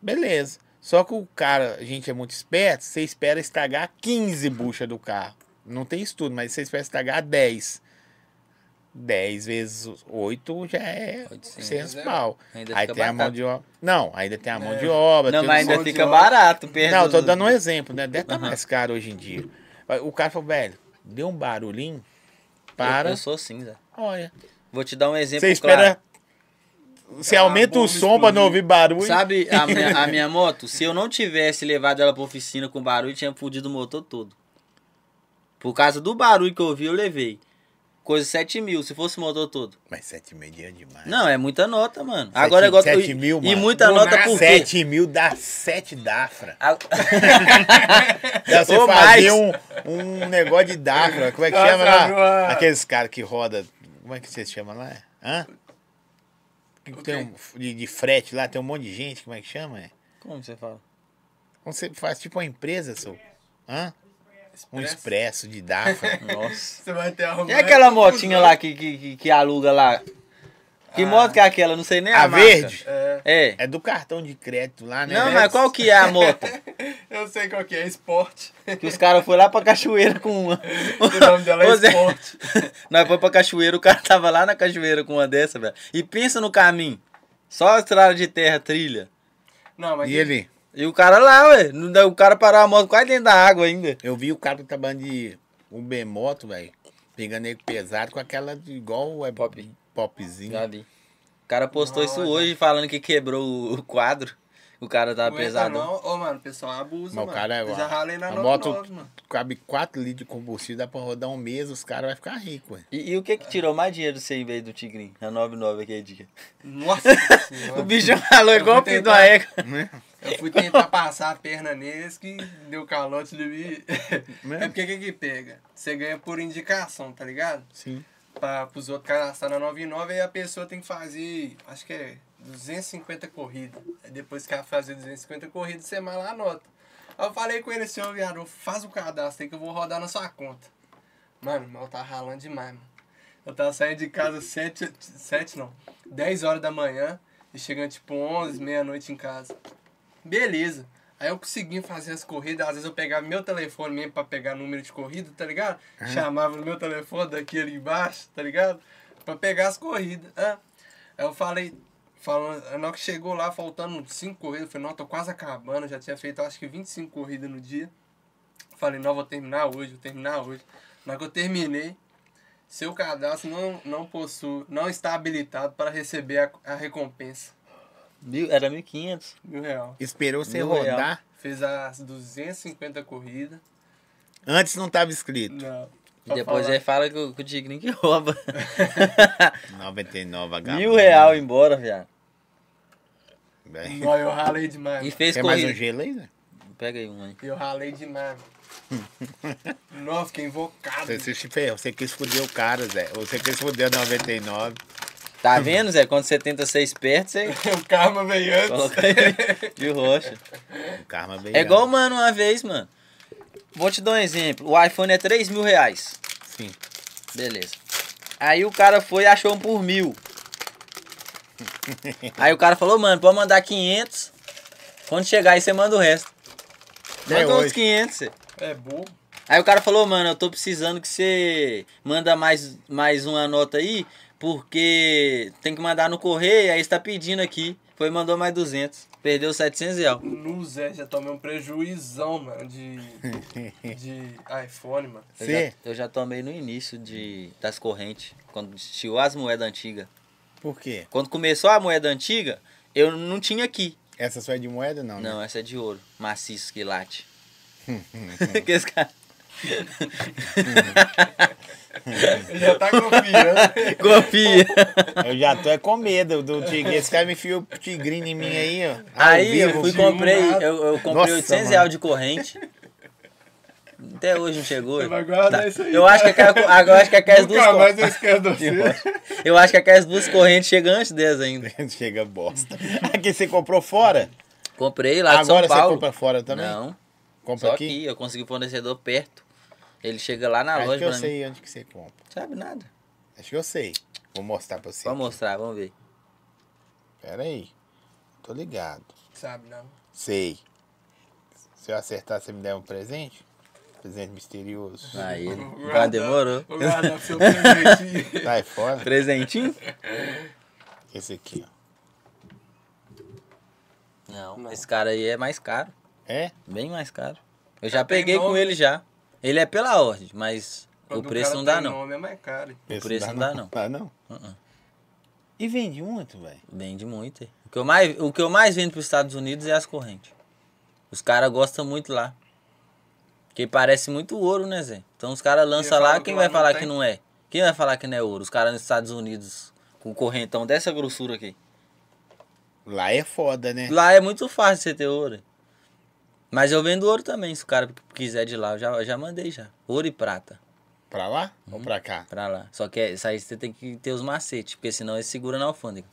Beleza. Só que o cara, a gente é muito esperto, você espera estragar 15 buchas do carro. Não tem estudo, mas você espera estragar 10. 10 vezes 8 já é 800. 600 pau. Ainda Aí fica tem a mão barato. de obra. Não, ainda tem a mão É. de obra. Não, tem os- mas ainda som de fica obra. barato. perto não, eu tô do- dando um exemplo, né? Deve estar Aham. mais caro hoje em dia. O cara falou, velho, deu um barulhinho, Eu, para, eu sou sim, Zé. olha. Vou te dar um exemplo Você espera, claro. você Ah, aumenta o bomba som pra não explodiu. ouvir barulho. Sabe a minha, a minha moto? Se eu não tivesse levado ela pra oficina com barulho, tinha fudido o motor todo. Por causa do barulho que eu ouvi, eu levei. Coisa 7 mil, se fosse o motor todo. Mas 7 mil é demais. Não, é muita nota, mano. Sete- Agora eu gosto. sete e- mil, E mano. muita Do nota nada, por quê? 7 mil dá 7 Dafra. A- Dá você Ou fazer mais. um, um negócio de Dafra. Como é que Nossa, chama lá? viu, ah. Aqueles caras que roda. Como é que vocês chamam lá? Hã? Que O Tem quê? um, de, de frete lá, tem um monte de gente. Como é que chama? É? Como você fala? Quando Você faz tipo uma empresa, seu. Hã? Um Expresso. expresso de Dafra. Nossa. Você vai ter E aquela motinha lá que, que, que- que aluga lá? Que moto que é aquela? Não sei nem a, A marca. verde É, É. é do cartão de crédito lá, né? Não, velho? mas qual que é a moto? eu sei qual que é, Sport. Que os caras foram lá pra cachoeira com uma. O nome dela é Ô, Zé, Sport. Nós foi pra cachoeira, o cara tava lá na cachoeira com uma dessa, velho. E pensa no caminho. Só estrada de terra, trilha. Não, mas E ele, E o cara lá, ué. não dá- O cara parou a moto quase dentro da água ainda. eu vi o cara trabalhando de um B moto, velho. Pegando ele pesado com aquela de igual é Pop. popzinho. vi. O cara postou isso hoje falando que quebrou o quadro. O cara tava aguenta pesado. não. Ô, mano, o pessoal Mas abusa, o mano. cara é- Eu já ralei na a 99, moto- mano. Cabe 4 litros de combustível, dá pra rodar um mês, os caras vão ficar ricos, velho. E, e o que que tirou mais dinheiro do você em vez do Tigrinho? A 99 aquele dia. Nossa O senhora. bicho falou igual o fui filho do Aeca. Eu fui tentar passar a perna neles que deu calote de mim. Mesmo? É porque o que que pega? Você ganha por indicação, tá ligado? Sim. Para os outros cadastrar na 99, aí a pessoa tem que fazer, acho que é 250 corridas. Aí depois que ela fazer 250 corridas, você mala a nota. Aí eu falei com ele assim, ô viado, faz o cadastro aí que eu vou rodar na sua conta. Mano, mas eu tava ralando demais, mano. Eu tava saindo de casa 7, 7 não, 10 horas da manhã e chegando tipo 11, meia-noite em casa. Beleza. Aí eu conseguia fazer as corridas, às vezes eu pegava meu telefone mesmo pra pegar número de corrida, tá ligado? Chamava no meu telefone daqui ali embaixo, tá ligado? Pra pegar as corridas. Ah. Aí eu falei, falando, na hora que chegou lá, faltando cinco corridas, eu falei, não, tô quase acabando, eu já tinha feito acho que 25 corridas no dia. Falei, não, vou terminar hoje, vou terminar hoje. Na hora que eu terminei, seu cadastro não, não possui, não está habilitado para receber a, a recompensa. Mil- Era 1.500. Mil real. Esperou você Mil real. rodar. Fez as 250 corridas. Antes não tava escrito. Não. E depois ele fala que o, que o Tigrinho que rouba. 99 H. Mil real embora, viado. é Quer Não, eu ralei demais. E mano. fez mais corrida. um gelo aí, né? Pega aí um aí. Eu ralei demais. mano. Nossa, fiquei invocado. Você, você, se ferrou, você quis foder o cara, Zé. Você quis foder o 99. Tá vendo, Zé? Quando você tenta ser esperto, você o karma veio antes. coloca ele de rocha. O karma veio. É igual, mano, uma vez, mano. Vou te dar um exemplo. O iPhone é 3 mil reais. Sim. Beleza. Aí o cara foi e achou um por mil. Aí o cara falou, mano, pode mandar 500. Quando chegar aí, você manda o resto. É Manda uns hoje. 500. Zé. É bobo. Aí o cara falou, mano, eu tô precisando que você manda mais, mais uma nota aí, porque tem que mandar no correio, aí você tá pedindo aqui. Foi e mandou mais 200. Perdeu 700 reais. No Zé já tomei um prejuizão, mano, de, de iPhone, mano. Eu já, Você? eu já tomei no início de, das correntes, quando tirou as moedas antigas. Por quê? Quando começou a moeda antiga, eu não tinha aqui. Essa só é de moeda, não? né? Não, essa é de ouro, maciço, que late. Hum, que esse cara... Ele já tá confiando. Confia. Eu já tô é com medo do tigre. Esse cara me enfiou o tigrinho em mim aí, ó. Ao Aí eu vivo. fui de um comprei, lado. eu, eu comprei Nossa, 800 mano. reais de corrente. Até hoje não chegou. Você vai guardar Tá. isso aí, eu acho que aquela, eu acho que aquelas duas Nunca mais correntes. eu esqueço do você. Eu acho que aquelas duas correntes chegam antes delas ainda. Chega bosta. Aqui você comprou fora? Comprei lá de Agora São você Paulo. compra fora também? Não, Compra só aqui? aqui. Eu consegui um fornecedor perto. Ele chega lá na Acho loja que eu pra mim. sei onde que você compra. Sabe nada. Acho que eu sei. Vou mostrar pra você. Vamos mostrar, vamos ver. Pera aí. Tô ligado. Sabe, não. Sei. Se eu acertar, você me der um presente? Presente misterioso. Aí, Vou ele- guardar- já demorou. Vou guardar pro seu presentinho. Sai fora. Presentinho? Esse aqui, ó. Não, Não. esse cara aí é mais caro. É? Bem mais caro. Eu já tem peguei com nome. ele já. Ele é pela ordem, mas Quando o preço cara não tem dá não. nome é mais caro. hein? Esse preço não dá, não. Dá não? Uh-uh. E vende muito, velho. Vende muito. hein? O que eu mais, o que eu mais vendo para os Estados Unidos é as correntes. Os caras gostam muito lá. Porque parece muito ouro, né, Zé? Então os caras lançam Eu lá, falo quem que vai lá não falar tem. que não é? Quem vai falar que não é ouro? Os caras nos Estados Unidos com correntão dessa grossura aqui. Lá é foda, né? Lá é muito fácil você ter ouro. Mas eu vendo ouro também, se o cara quiser de lá. Eu já, eu já mandei já. Ouro e prata Pra lá Uhum. ou pra cá? pra lá. Só que é, isso aí você tem que ter os macetes, porque senão ele segura na alfândega.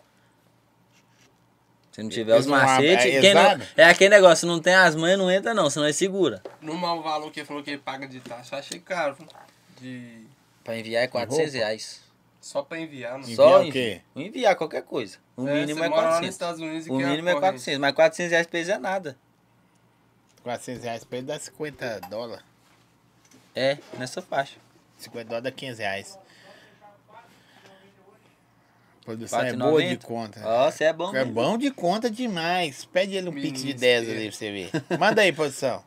Se não tiver Eles os não abrem, macetes, é quem não- exame? é aquele negócio, não tem as mães, não entra não, senão ele segura. No mau valor que ele falou que ele paga de taxa, eu achei caro. viu? De Pra enviar é 400 roupa? reais. Só pra enviar, mano. Enviar Só o envi- quê? enviar qualquer coisa. O É, mínimo você é mora lá nos 400. Estados Unidos e O quer mínimo é corrente. 400, mas 400 reais pra eles é nada. 400 reais pra ele dá 50 dólares. É, nessa faixa. 50 dólares dá 500 reais. A produção é 4,90? boa de conta. Ó, você é bom é mesmo. bom de conta demais. Pede ele um pix de Ministério. 10 ali pra você ver. Manda aí, produção.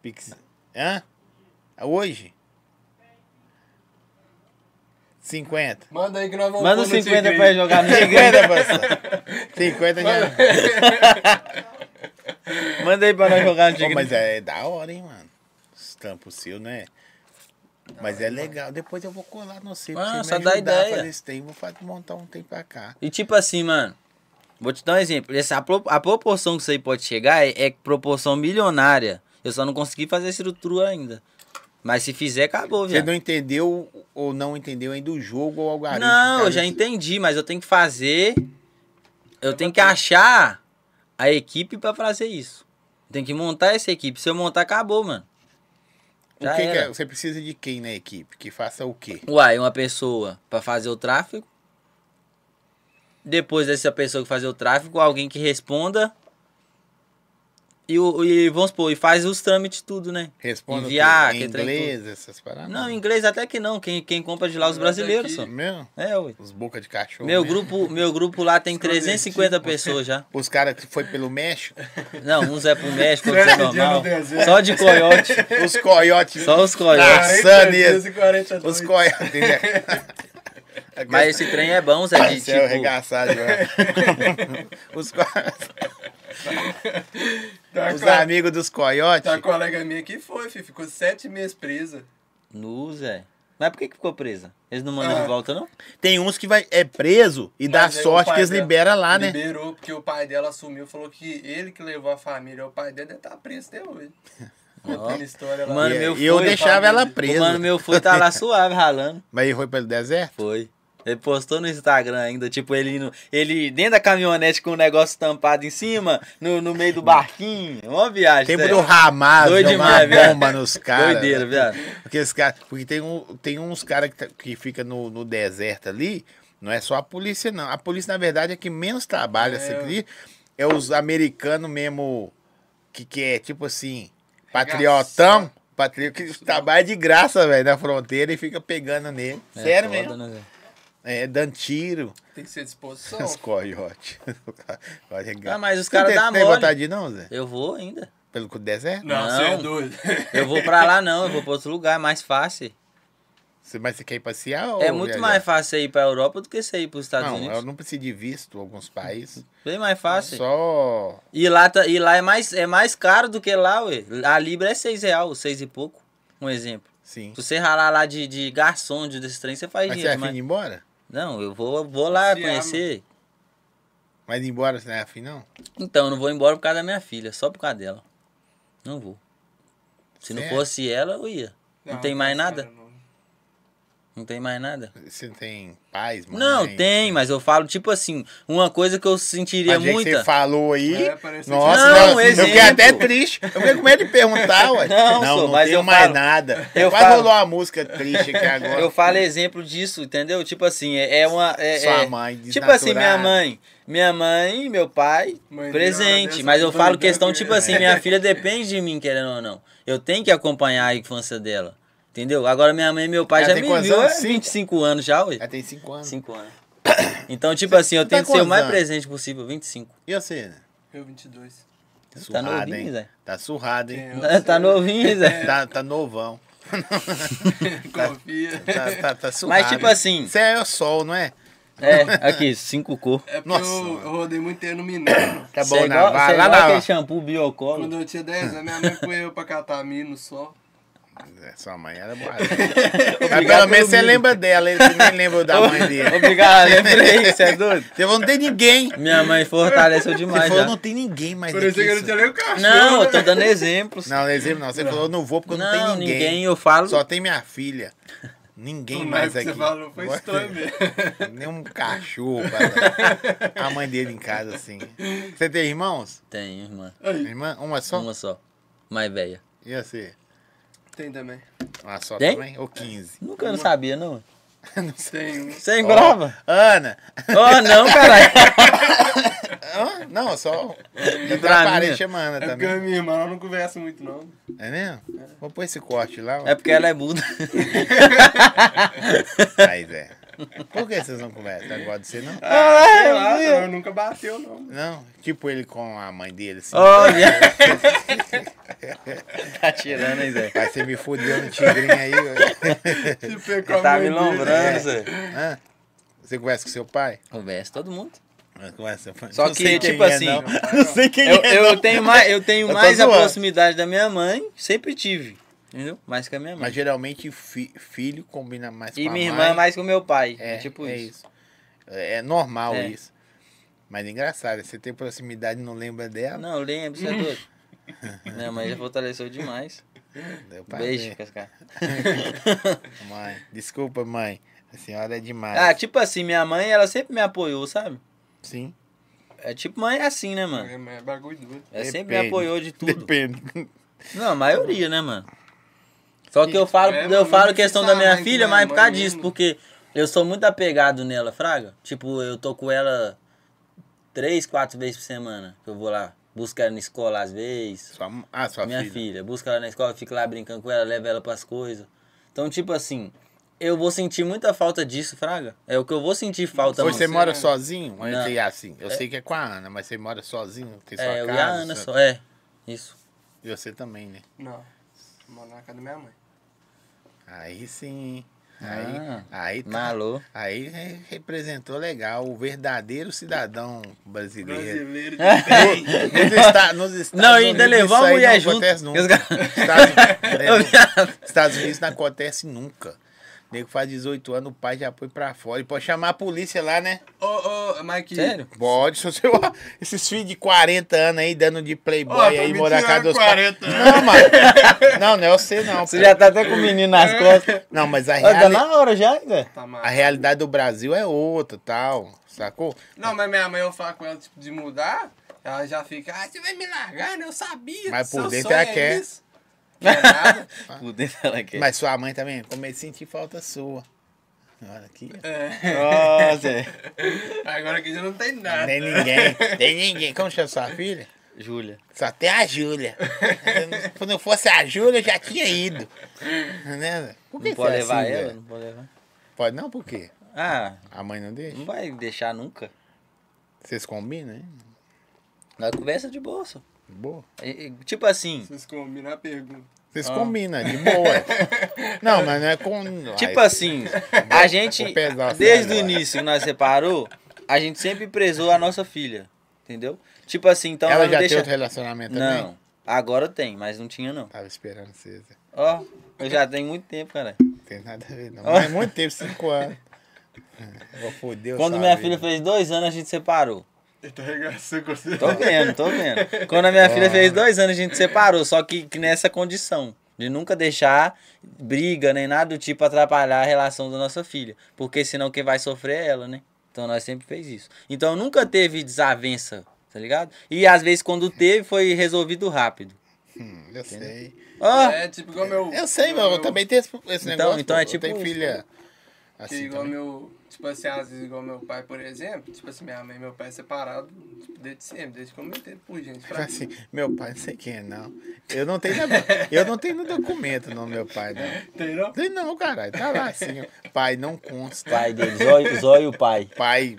Pix. Hã? Hoje? 50. Manda aí que nós vamos Manda pôr os no 50 Tigre. pra ele jogar no 50. 50, né, produção. 50 Tá já. Manda aí pra nós jogar no Pô, Tigre. mas é da hora, hein, mano. Os tampos seu, né? Mas é legal. Depois eu vou colar no seu pra Ah, você só me dá ajudar a ideia. fazer esse tempo. Vou fa- montar um tempo pra cá. E tipo assim, mano. Vou te dar um exemplo. Essa, a, pro- a proporção que isso aí pode chegar é, é proporção milionária. Eu só não consegui fazer estrutura ainda. Mas se fizer, acabou, Você velho. não entendeu ou não entendeu ainda o jogo ou o algarismo? Não, é cara? eu já entendi, mas eu tenho que fazer. Eu tenho que achar a equipe pra fazer isso. Tem que montar essa equipe. Se eu montar, acabou, mano. O já que que era. é? Você precisa de quem na equipe? Que faça o quê? Uai, uma pessoa pra fazer o tráfego. Depois dessa pessoa que fazer o tráfego, alguém que responda. E, o- e vamos supor, e faz os trâmites tudo, né? Responda o quê? Enviar, em que trem inglês, essas paradas? Não, em inglês até que não. Quem, quem compra de lá é os Mas brasileiros, aqui- só. Meu, É, ué. os boca de cachorro. Meu né? grupo, meu grupo lá tem 350 pessoas já. Os caras que foi pelo México, Não, uns é pro México, outros é Treze dias normal. no deserto. Só de coiote. os coiotes. Só os coiotes. Ah, 40 dias. dias Tá, e 40 Os noites. coiotes, né? Mas esse trem é bom, Zé. De, Isso é tipo, arregaçado, né? Os, co... Tá os com a- amigos dos coiotes. Tá com a colega minha que foi, filho. Ficou sete meses presa. nu, Zé. Mas por que, que ficou presa? Eles não mandam Ah. de volta, não? Tem uns que vai, é preso e dá Mas aí o sorte pai que eles dela liberam Ah, lá, né? Liberou, porque o pai dela assumiu, falou que ele que levou a família. O pai dela deve estar preso até hoje. Contando história lá. Mano, E- meu e eu foi, deixava ela família. O presa. mano meu foi tá lá suave, ralando. Mas ele foi pelo deserto? Foi. Ele postou no Instagram ainda, tipo, ele, indo- ele dentro da caminhonete com o negócio tampado em cima, no, no meio do barquinho. É Uma viagem. Tempo Zé. do né? Hamas, Doido jogar demais, uma bomba nos caras. Doideira, viado. Porque, esse cara, porque tem, um, tem uns caras que, tá- que fica no, no deserto ali, não é só a polícia, não. A polícia, na verdade, é que menos trabalha, É, você eu- acredita? É os americanos mesmo, que, que é tipo assim, patriotão, patri... que trabalha de graça, velho, na fronteira e fica pegando nele. É Sério foda, mesmo. né, Zé? É, dando tiro, Tem que ser disposição. os coiotes. Olha, Ah, cara. mas os Você caras tem- dá tem mole. vontade de ir, não, Zé? Eu vou ainda. Pelo deserto? Não, você é Não. doido. Eu vou pra lá não, eu vou pra outro lugar, é mais fácil. Você- Mas você quer ir passear ou é muito viajar? mais fácil você ir pra Europa do que você ir pros Estados não, Unidos. eu não preciso de visto em alguns países. Bem mais fácil. Só. E lá, tá- e lá é, mais, é mais caro do que lá, ué. A Libra é seis real, seis e pouco. Um exemplo. Sim. Se você ralar lá de, de garçom de desse trem, você faz Mas você é dinheiro. afim de ir Mas... embora? Não, eu vou, vou lá Se conhecer. Mas ir embora você não é afim, não? Então, eu não vou embora por causa da minha filha, só por causa dela. Não vou. Se não Certo. fosse ela, eu ia. Não, tem mais nada? Não tem mais nada? Você não tem paz, mãe? Não, tem, mas eu falo, tipo assim, uma coisa que eu Mas sentiria do jeito que muita. você falou aí. É, parece que- Nossa, Não, não, eu exemplo. fiquei até triste. Eu fiquei com medo de perguntar, ué. Não, sou, mas tenho eu mais falo. nada. Eu Quase falo. rolou uma música triste aqui agora. Eu falo exemplo disso, entendeu? Tipo assim, é, é uma. é- Sua é- mãe Tipo assim, minha desnaturada. mãe. Minha mãe e meu pai, Mãe dela, presente. dessa Mas eu falo doida questão, dela. tipo assim, minha filha depende de mim, querendo ou não. Eu tenho que acompanhar a infância dela. Entendeu? Agora minha mãe e meu pai Ela já É tem me quantos viu é há anos? Cinco? 25 anos já, ué. Ela tem cinco anos. 5 anos. Então, tipo assim, eu tá tenho que ser o quantos mais anos? presente possível, 25. E você? né? Eu 22. Tá Surrado, novinho, hein? Zé. Tá surrado, hein? Eu Tá- Tá sei. novinho, Zé. Tá, tá novão. Confia. Tá, tá, tá surrado. Mas tipo assim, Você é o sol, não é? é, aqui, 5 cor. É porque Nossa, eu, mano. eu rodei muito tempo no Mineiro. Tá Cê é bom, na igual- cê é vara. Lá igual na aquele shampoo biocolo. Quando eu tinha 10 anos, minha mãe foi eu pra catar milho no sol. É, Sua mãe era boa. Mas pelo menos você amigo. lembra dela, ele nem lembra da mãe dele. Obrigado, lembrei, você é doido. Você falou, não tem ninguém. Você Minha mãe fortaleceu demais. falou, já. não tem ninguém mais do Parecia que que eu não isso. tinha nem o cachorro. Não, eu tô né? dando exemplos. Não, Não, é exemplo não. Você falou, não vou porque eu não, tenho ninguém. ninguém. eu falo. Só tem minha filha. Ninguém Não, mais que aqui. Você falou, foi história mesmo. Nem um cachorro. cara. A mãe dele em casa, assim. Você tem irmãos? Tenho, irmã. Irmã? Uma só? Uma só. Mais velha. E você? Tem também. Uma só Tem? também? Ou 15? Nunca eu não sabia, não. Tem um. Sem é brava? Ana! Oh, não, caralho. Hã? Não, só. Eu Pra traparei mim. chamando É porque também. a minha irmã ela não conversa muito, não. É mesmo? Vou pôr esse corte lá. ó. É porque ela é muda. Aí, velho. Por que vocês não conversam? Não gosta de você, não? Ah, é, Sei lá, não, nunca bateu, não. Não? Tipo ele com a mãe dele, assim. Olha. tá tirando, hein, Zé? Né, Vai, você me fudeu no tigrinho aí. ó. Tipo, é com a Tá mãe me dele. né? lombrando, Zé. Hã? Você conversa com seu pai? Conversa todo mundo. Conversa com seu pai? Só Não que, sei tipo quem é, assim, não. Não sei quem Eu, é, eu não. tenho mais, eu tenho Eu tô mais a zoando. proximidade da minha mãe, sempre tive. Entendeu? Mais que a minha mãe. Mas geralmente fi- filho combina mais e com a minha irmã mãe. é mais com meu pai. É, É, tipo é isso. É normal É. isso. Mas é engraçado, você tem proximidade e não lembra dela. né? Não, eu lembro, você é doido. Minha mãe já fortaleceu demais. Deu pra Beijo, ver. Cascar. Mãe, desculpa, mãe. A senhora é demais. Ah, tipo assim, minha mãe, ela sempre me apoiou, sabe? Sim. É tipo, mãe é assim, né, mano? Minha mãe é bagulho doido. Ela sempre Depende. me apoiou de tudo. Depende. Não, a maioria, né, mano? Só que eu falo, É, eu mano, falo não questão da precisa minha mais filha, que mas minha por causa mãe disso, mesmo. porque eu sou muito apegado nela, Fraga. Tipo, eu tô com ela três, quatro vezes por semana. que Eu vou lá, busco ela na escola às vezes. Sua, ah, sua minha filha. filha. busco ela na escola, fico lá brincando com ela, levo ela pras coisas. Então, tipo assim, eu vou sentir muita falta disso, Fraga. É o que eu vou sentir falta, Hoje mano. você mora né? sozinho? Ou assim, Não. Você é assim? Eu sei que é com a Ana, mas você mora sozinho? Tem sua É, eu casa? e a Ana sua- só. É, isso. E você também, né? Não. Moro na casa da minha mãe. Aí sim. Aí, Ah, aí, tá- Malô. aí re- representou legal o verdadeiro cidadão brasileiro. Brasileiro de Nos, esta- nos Estados Não, ainda Unidos levou isso a aí mulher não junto. acontece nunca. Os caras- Estados, é, Estados Unidos não acontece nunca. O nego faz 18 anos, o pai já põe pra fora. E pode chamar a polícia lá, né? Ô, ô, Mike. Sério? Pode, se você. Esses filhos de 40 anos aí dando de playboy Ó, aí, me morar na casa tiraram dos pais. 40 anos. Não, mano. Não, não é você não. Você pô. já tá até com o menino É. É. nas costas. Não, mas a, Ó, Tá reali... na hora já, Zé. Tá mal. a realidade do Brasil é outra, tal. Sacou? Não, mas minha mãe, eu falo com ela, tipo, de mudar, ela já fica, ah, você vai me largar, né? Eu sabia. Mas por seu dentro sonho é ela quer. isso." Quer nada. Por dentro ela quer. Mas sua mãe também comecei a sentir falta sua. Olha aqui. ó. É. Ó, Zé. é. Agora que já não tem nada. Tem ninguém. Tem ninguém. Como chama sua filha? Júlia. Só tem a Júlia. Se não fosse a Júlia, eu já tinha ido. Né? Por que você Não pode é levar assim, ela? velho? Não pode levar. Pode não, por quê? Ah, A mãe não deixa? não vai deixar nunca. Vocês combinam, hein? Nós conversa de bolsa. Boa. E- e, Tipo assim, Vocês combinam a pergunta. Vocês combinam, de boa. não, mas não é com. tipo assim, a gente, vou pesar a desde o agora. início que nós separou, a gente sempre prezou a nossa filha, entendeu? Tipo assim, então Ela ela já não tem deixa... outro relacionamento também? Não, agora tem, mas não tinha não. Tava esperando vocês. né? Ó, eu já tenho muito tempo, cara. Não tem nada a ver, não. Mas é muito tempo, cinco anos. Vou foder Quando sua minha vida. filha fez dois anos, a gente separou. Eu tô arregaçando com você. Então- Tô vendo, tô vendo. Quando a minha Ó. filha fez dois anos, a gente separou, só que, que nessa condição. De nunca deixar briga nem nada do tipo atrapalhar a relação da nossa filha. Porque senão quem vai sofrer é ela, né? Então nós sempre fez isso. Então nunca teve desavença, tá ligado? E às vezes quando teve, foi resolvido rápido. Hum, eu sei. Ó, É tipo igual meu. Eu sei, mas eu também tenho esse, esse Então- negócio. então pô. é Eu tenho tipo- filha. Que Assim, igual também. meu. Tipo assim, às vezes igual meu pai, por exemplo. Tipo assim, minha mãe e meu pai separado tipo, desde sempre, desde que eu me entendo por gente. Fala assim, meu pai não sei quem é, não. Eu não tenho, na- eu não tenho no documento o nome do meu pai, não. Entendeu? Tem não, caralho. Tá lá assim, ó. Pai não consta. pai dele, zóio, zóio pai. Pai.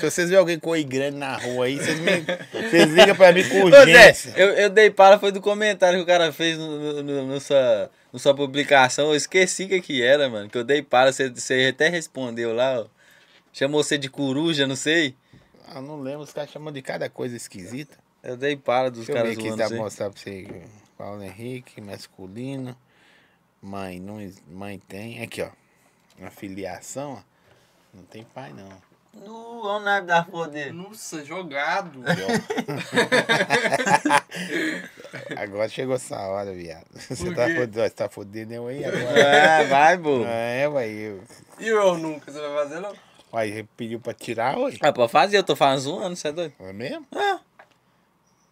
Se vocês verem alguém com oi grande na rua aí, vocês, me, vocês ligam pra mim com Ô, Zé, urgência. eu, eu dei para foi do comentário que o cara fez no, no- no- no sua, no sua publicação. Eu esqueci o que, que era, mano. Que eu dei para, você, você até respondeu lá, ó. Chamou você de coruja, não sei. Eu Ah, não lembro, os caras chamam de cada coisa esquisita. Eu dei para dos Deixa eu ver caras aqui se zoando dá você. pra mostrar pra você. Paulo Henrique, masculino. Mãe, não, ex- mãe tem. Aqui, ó. Uma filiação, ó. Não tem pai, não. Não, olha o nome da porra dele. Nossa, jogado. Agora chegou essa hora, viado. Você Por tá quê? fodendo, você tá fodendo eu aí agora. Ah, vai, pô. É, uai. eu- E o eu nunca, você vai fazer não? Uai, ele pediu pra tirar, uai. Ah, pode fazer, eu tô falando zoando, você é doido? Não é mesmo? Ah,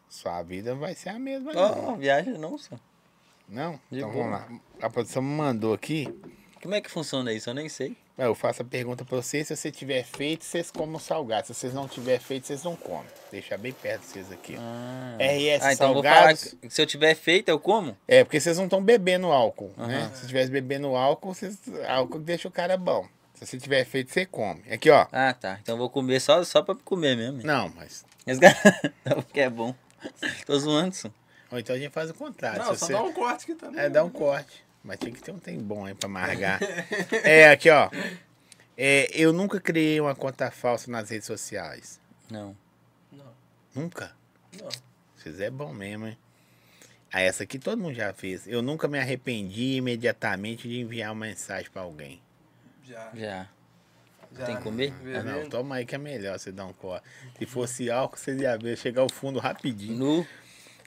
Sua vida não vai ser a mesma, ó, não. viagem não, senhor. Não? De Então boa. vamos lá. A produção me mandou aqui. Como é que funciona isso? Eu nem sei. Ué, Eu faço a pergunta pra vocês, se você tiver feito, vocês comem o salgado. Se vocês não tiver feito, vocês não comem. Deixar bem perto de vocês aqui. ó. RS Ah, então eu vou falar. Salgados. que Se eu tiver feito, eu como? É, porque vocês não estão bebendo álcool, né? Aham. Se tivesse bebendo álcool, vocês... álcool deixa o cara bom. Se você tiver feito, você come. Aqui, ó. Ah, tá. Então eu vou comer só, só pra comer mesmo. Não, mas... Esse cara- Não, Porque é bom. Tô zoando, só. Ou então a gente faz o contrário. Não, se só você- dá um corte que tá no- É, dá um corte. Mas tinha que ter um tem bom aí pra amargar. é, aqui, ó. É, eu nunca criei uma conta falsa nas redes sociais. Não. Não, Nunca. não. Vocês é bom mesmo, hein? Ah, essa aqui todo mundo já fez. Eu nunca me arrependi imediatamente de enviar uma mensagem pra alguém. Já. Já. já. Tem que comer? Ah, Vermelho. não, toma aí que é melhor você dar um corte. Se fosse álcool, vocês iam ver chegar ao fundo rapidinho. Nu.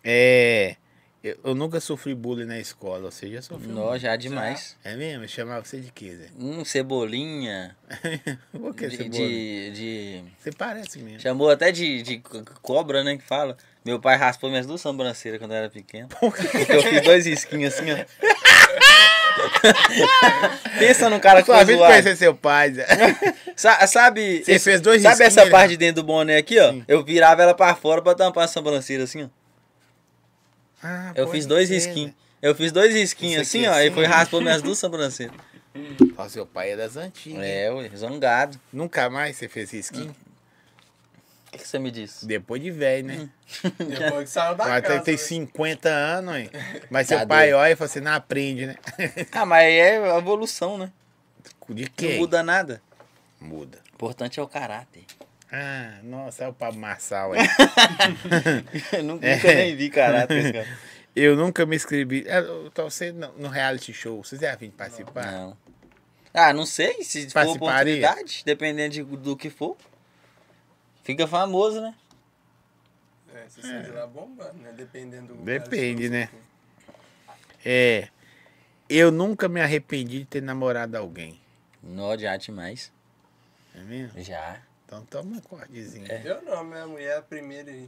É. Eu, eu nunca sofri bullying na escola, ou seja, sofri. Nó, já demais. É mesmo? Eu chamava você de quê, Zé? Hum, cebolinha. Por que você De, bullying? de, de- Você parece mesmo. Chamou até de, de co- cobra, né? Que fala. Meu pai raspou minhas duas sobrancelhas quando eu era pequeno. Porque eu fiz dois risquinhos assim, ó. Pensa num cara que Sua foi vida zoado. conhecer seu pai. Zé. Sa- sabe Você fez dois sabe risquinhos, essa né? parte de dentro do boné aqui, ó? Eu virava ela pra fora pra tampar a sobrancelha assim, ó. Ah, Eu pode fiz dois ser, risquinhos. né? Eu fiz dois risquinhos Isso assim, aqui, ó. E assim, foi né? raspou minhas duas sobrancelhas. Ó, seu pai é das antigas. hein? É, ué, zangado. Nunca mais você fez risquinho? O que, que você me disse? Depois de velho, né? Depois que saiu da Mas casa. tem, tem né? 50 anos, hein? Mas Tá seu pai doido. olha e fala assim, não aprende, né? Ah, mas é a evolução, né? De Não quem? Muda. muda nada. Muda. O importante é o caráter. Ah, nossa, é o Pablo Marçal aí. Eu nunca, nunca nem vi caráter. esse cara. eu nunca me inscrevi. É, eu tô- Você no, no reality show, vocês já vim participar? Não. Ah, não sei se for Participaria? oportunidade, dependendo de- do que for. Fica famoso, né? É, se você quiser bombando, né? Dependendo do assim, Depende, cara, se né? você- É. Eu nunca me arrependi de ter namorado alguém. Nó de arte mais. É mesmo? Já. Então toma um cortezinho. Eu não, minha mulher é a primeira e,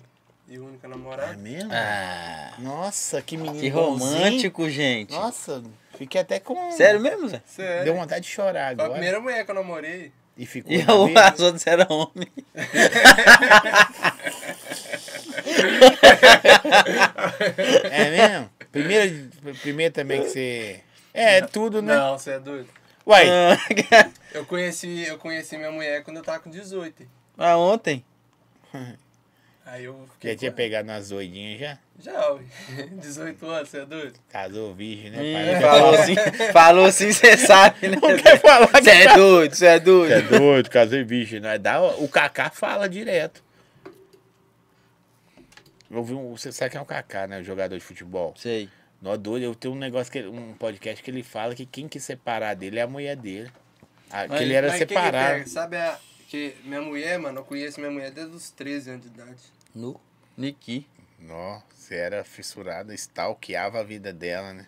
e única namorada. É mesmo? Ah, Nossa, que menino que bonzinho. romântico, gente. Nossa, fiquei até com... Sério mesmo, Zé? Sério. Deu vontade de chorar é. Foi a agora. primeira mulher que eu namorei. E ficou tá E na eu, mesma? as outras eram homem. É mesmo? Primeiro, primeiro também que você... É, tudo, né? Não, você é doido. Uai, Ah, Eu conheci, eu conheci minha mulher quando eu tava com 18. Ah, ontem. Aí eu fiquei. já tinha com- pegado umas doidinhas já? Já, ué. 18 anos, você é doido? Casou virgem, né, Ih, pai? falou assim, falou assim, você sabe, né? Não quer falar que tá- Você é doido, você é doido. É doido, casei virgem. Não é da... O Kaká fala direto. Eu vi um... Você sabe quem é o Kaká, né? O jogador de futebol. Sei. Nó doido, eu tenho um negócio, que ele- um podcast que ele fala que quem quis separar dele é a mulher dele. Ah, que ele era Mas o que que separado. pega? Sabe a. Que minha mulher, mano, eu conheço minha mulher desde os 13 anos de idade. No Niki. Nó, você era fissurado, stalkeava a vida dela, né?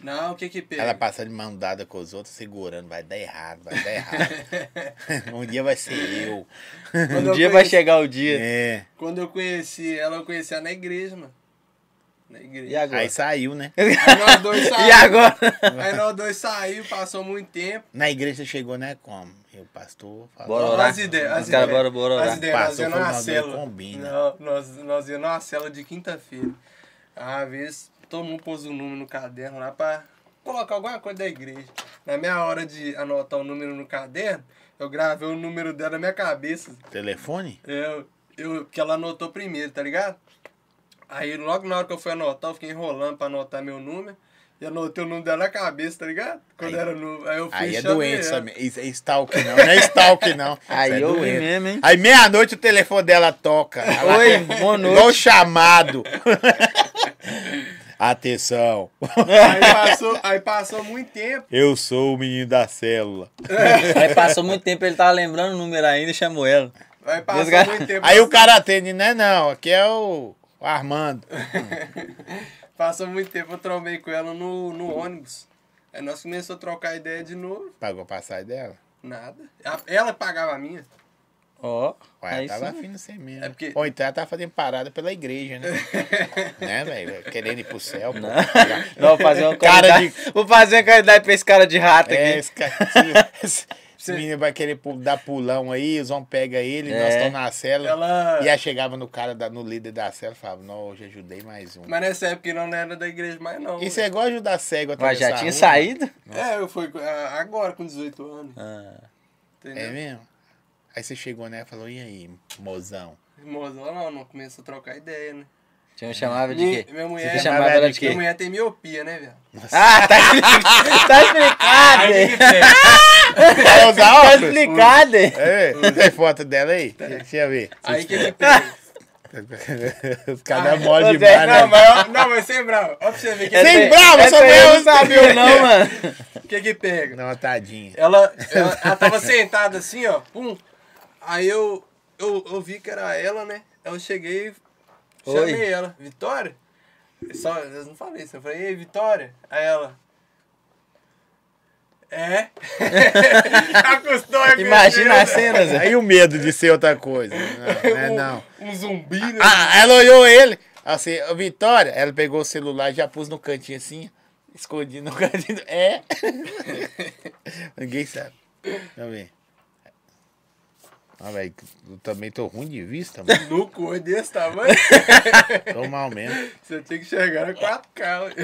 Não, o que que pega? Ela passando de mão dada com os outros, segurando, vai dar errado, vai dar errado. um dia vai ser eu. Quando Um eu dia vai conheci- chegar o dia. É. Quando eu conheci ela, eu conheci ela na igreja, mano. Na igreja. E agora? Aí saiu, né? Aí nós dois E saímos. agora? Aí nós dois saímos, passou muito tempo. Na igreja chegou, né? Como? E o pastor falou. Bora Nós orar. As ideias, as Os caras ideias. bora, bora As orar. ideias, nós Passou, íamos foi numa mandado, célula. combina. Não, nós, nós íamos numa célula de quinta-feira. Às vezes, todo mundo pôs o número no caderno lá pra colocar alguma coisa da igreja. Na minha hora de anotar o número no caderno, eu gravei o número dela na minha cabeça. Telefone? Eu, É, eu, porque ela anotou primeiro, tá ligado? Aí logo na hora que eu fui anotar, eu fiquei enrolando pra anotar meu número. E anotei o número dela na cabeça, tá ligado? Quando Aí- era novo. Aí eu fui Aí e é chamei doente, ela. sabe? Isso é stalk, não. Não é stalk, não. Aí Isso é eu vi doente. mesmo, hein? Aí meia-noite o telefone dela toca. Ela- Oi, boa Igual o noite. chamado. Atenção, Aí passou, aí passou muito tempo. eu sou o menino da célula. Aí passou muito tempo, ele tava lembrando o número ainda e chamou ela. Aí passou Desgra- muito tempo. Aí o cara atende, né? Não, aqui é o o Armando. Passou muito tempo, eu trombei com ela no, no ônibus. Aí nós começamos a trocar ideia de novo. Pagou a passagem dela? Nada. A- Ela pagava a minha. Ó, Ué, aí tava sim. afim de ser mesmo. É porque- Ou então ela tava fazendo parada pela igreja, né? né, velho? Querendo ir pro céu. Pô. Não, vou fazer uma Cara caridade. Vou fazer uma caridade pra esse cara de rato É, aqui. esse cara- se- se, Esse menino vai querer pu- dar pulão aí, os homens pegam ele, É. nós estamos na cela. Ela. E aí chegava no cara, da- no líder da cela e falava, não, hoje ajudei mais um. Mas nessa época não era da igreja mais, não. Isso é igual ajudar cego a Mas atravessar já a tinha rua. saído? É, eu fui ah, agora com 18 anos. Ah, Entendeu? É mesmo? Aí você chegou nela e falou, e aí, mozão? Mozão lá não começou a trocar ideia, né? tinha me chamava de quê? Minha Você mulher, é me chamava ela de minha quê? mulher tem miopia, né, velho? Ah, tá explicado! Tá explicado! Aí o que hein? que tem? Vai usar é, Tá óculos? explicado! hein? É, tem foto dela aí? Deixa eu ver. é Aí o que que tem? Os caras mó Ô, demais, né? Zé, Não, mas, não, mas sem bravo. Ó pra você ver o que, Sem Essa aí- brava, essa essa aí mulher eu não sabia, um não, mano! que que pega. Não, tadinha. Ela, ela, ela tava sentada assim, ó. Pum. Aí eu, eu, eu vi que era ela, né? Eu cheguei, chamei Oi. ela. Vitória? Eu Só, eu não falei isso. Eu falei, ei, Vitória. Aí ela... É? Acostou a Imagina a cena. cena, Zé. Aí o medo de ser outra coisa. Não, né, não. Um, um zumbi, né? Ah, ela olhou ele. Assim, ô, Vitória, ela pegou o celular e já pôs no cantinho assim, escondido no cantinho. É. Ninguém sabe. Deixa eu ver. Ah, velho, eu também tô ruim de vista, mano. No cu desse tamanho, Tô mal mesmo. você tinha que chegar a 4K.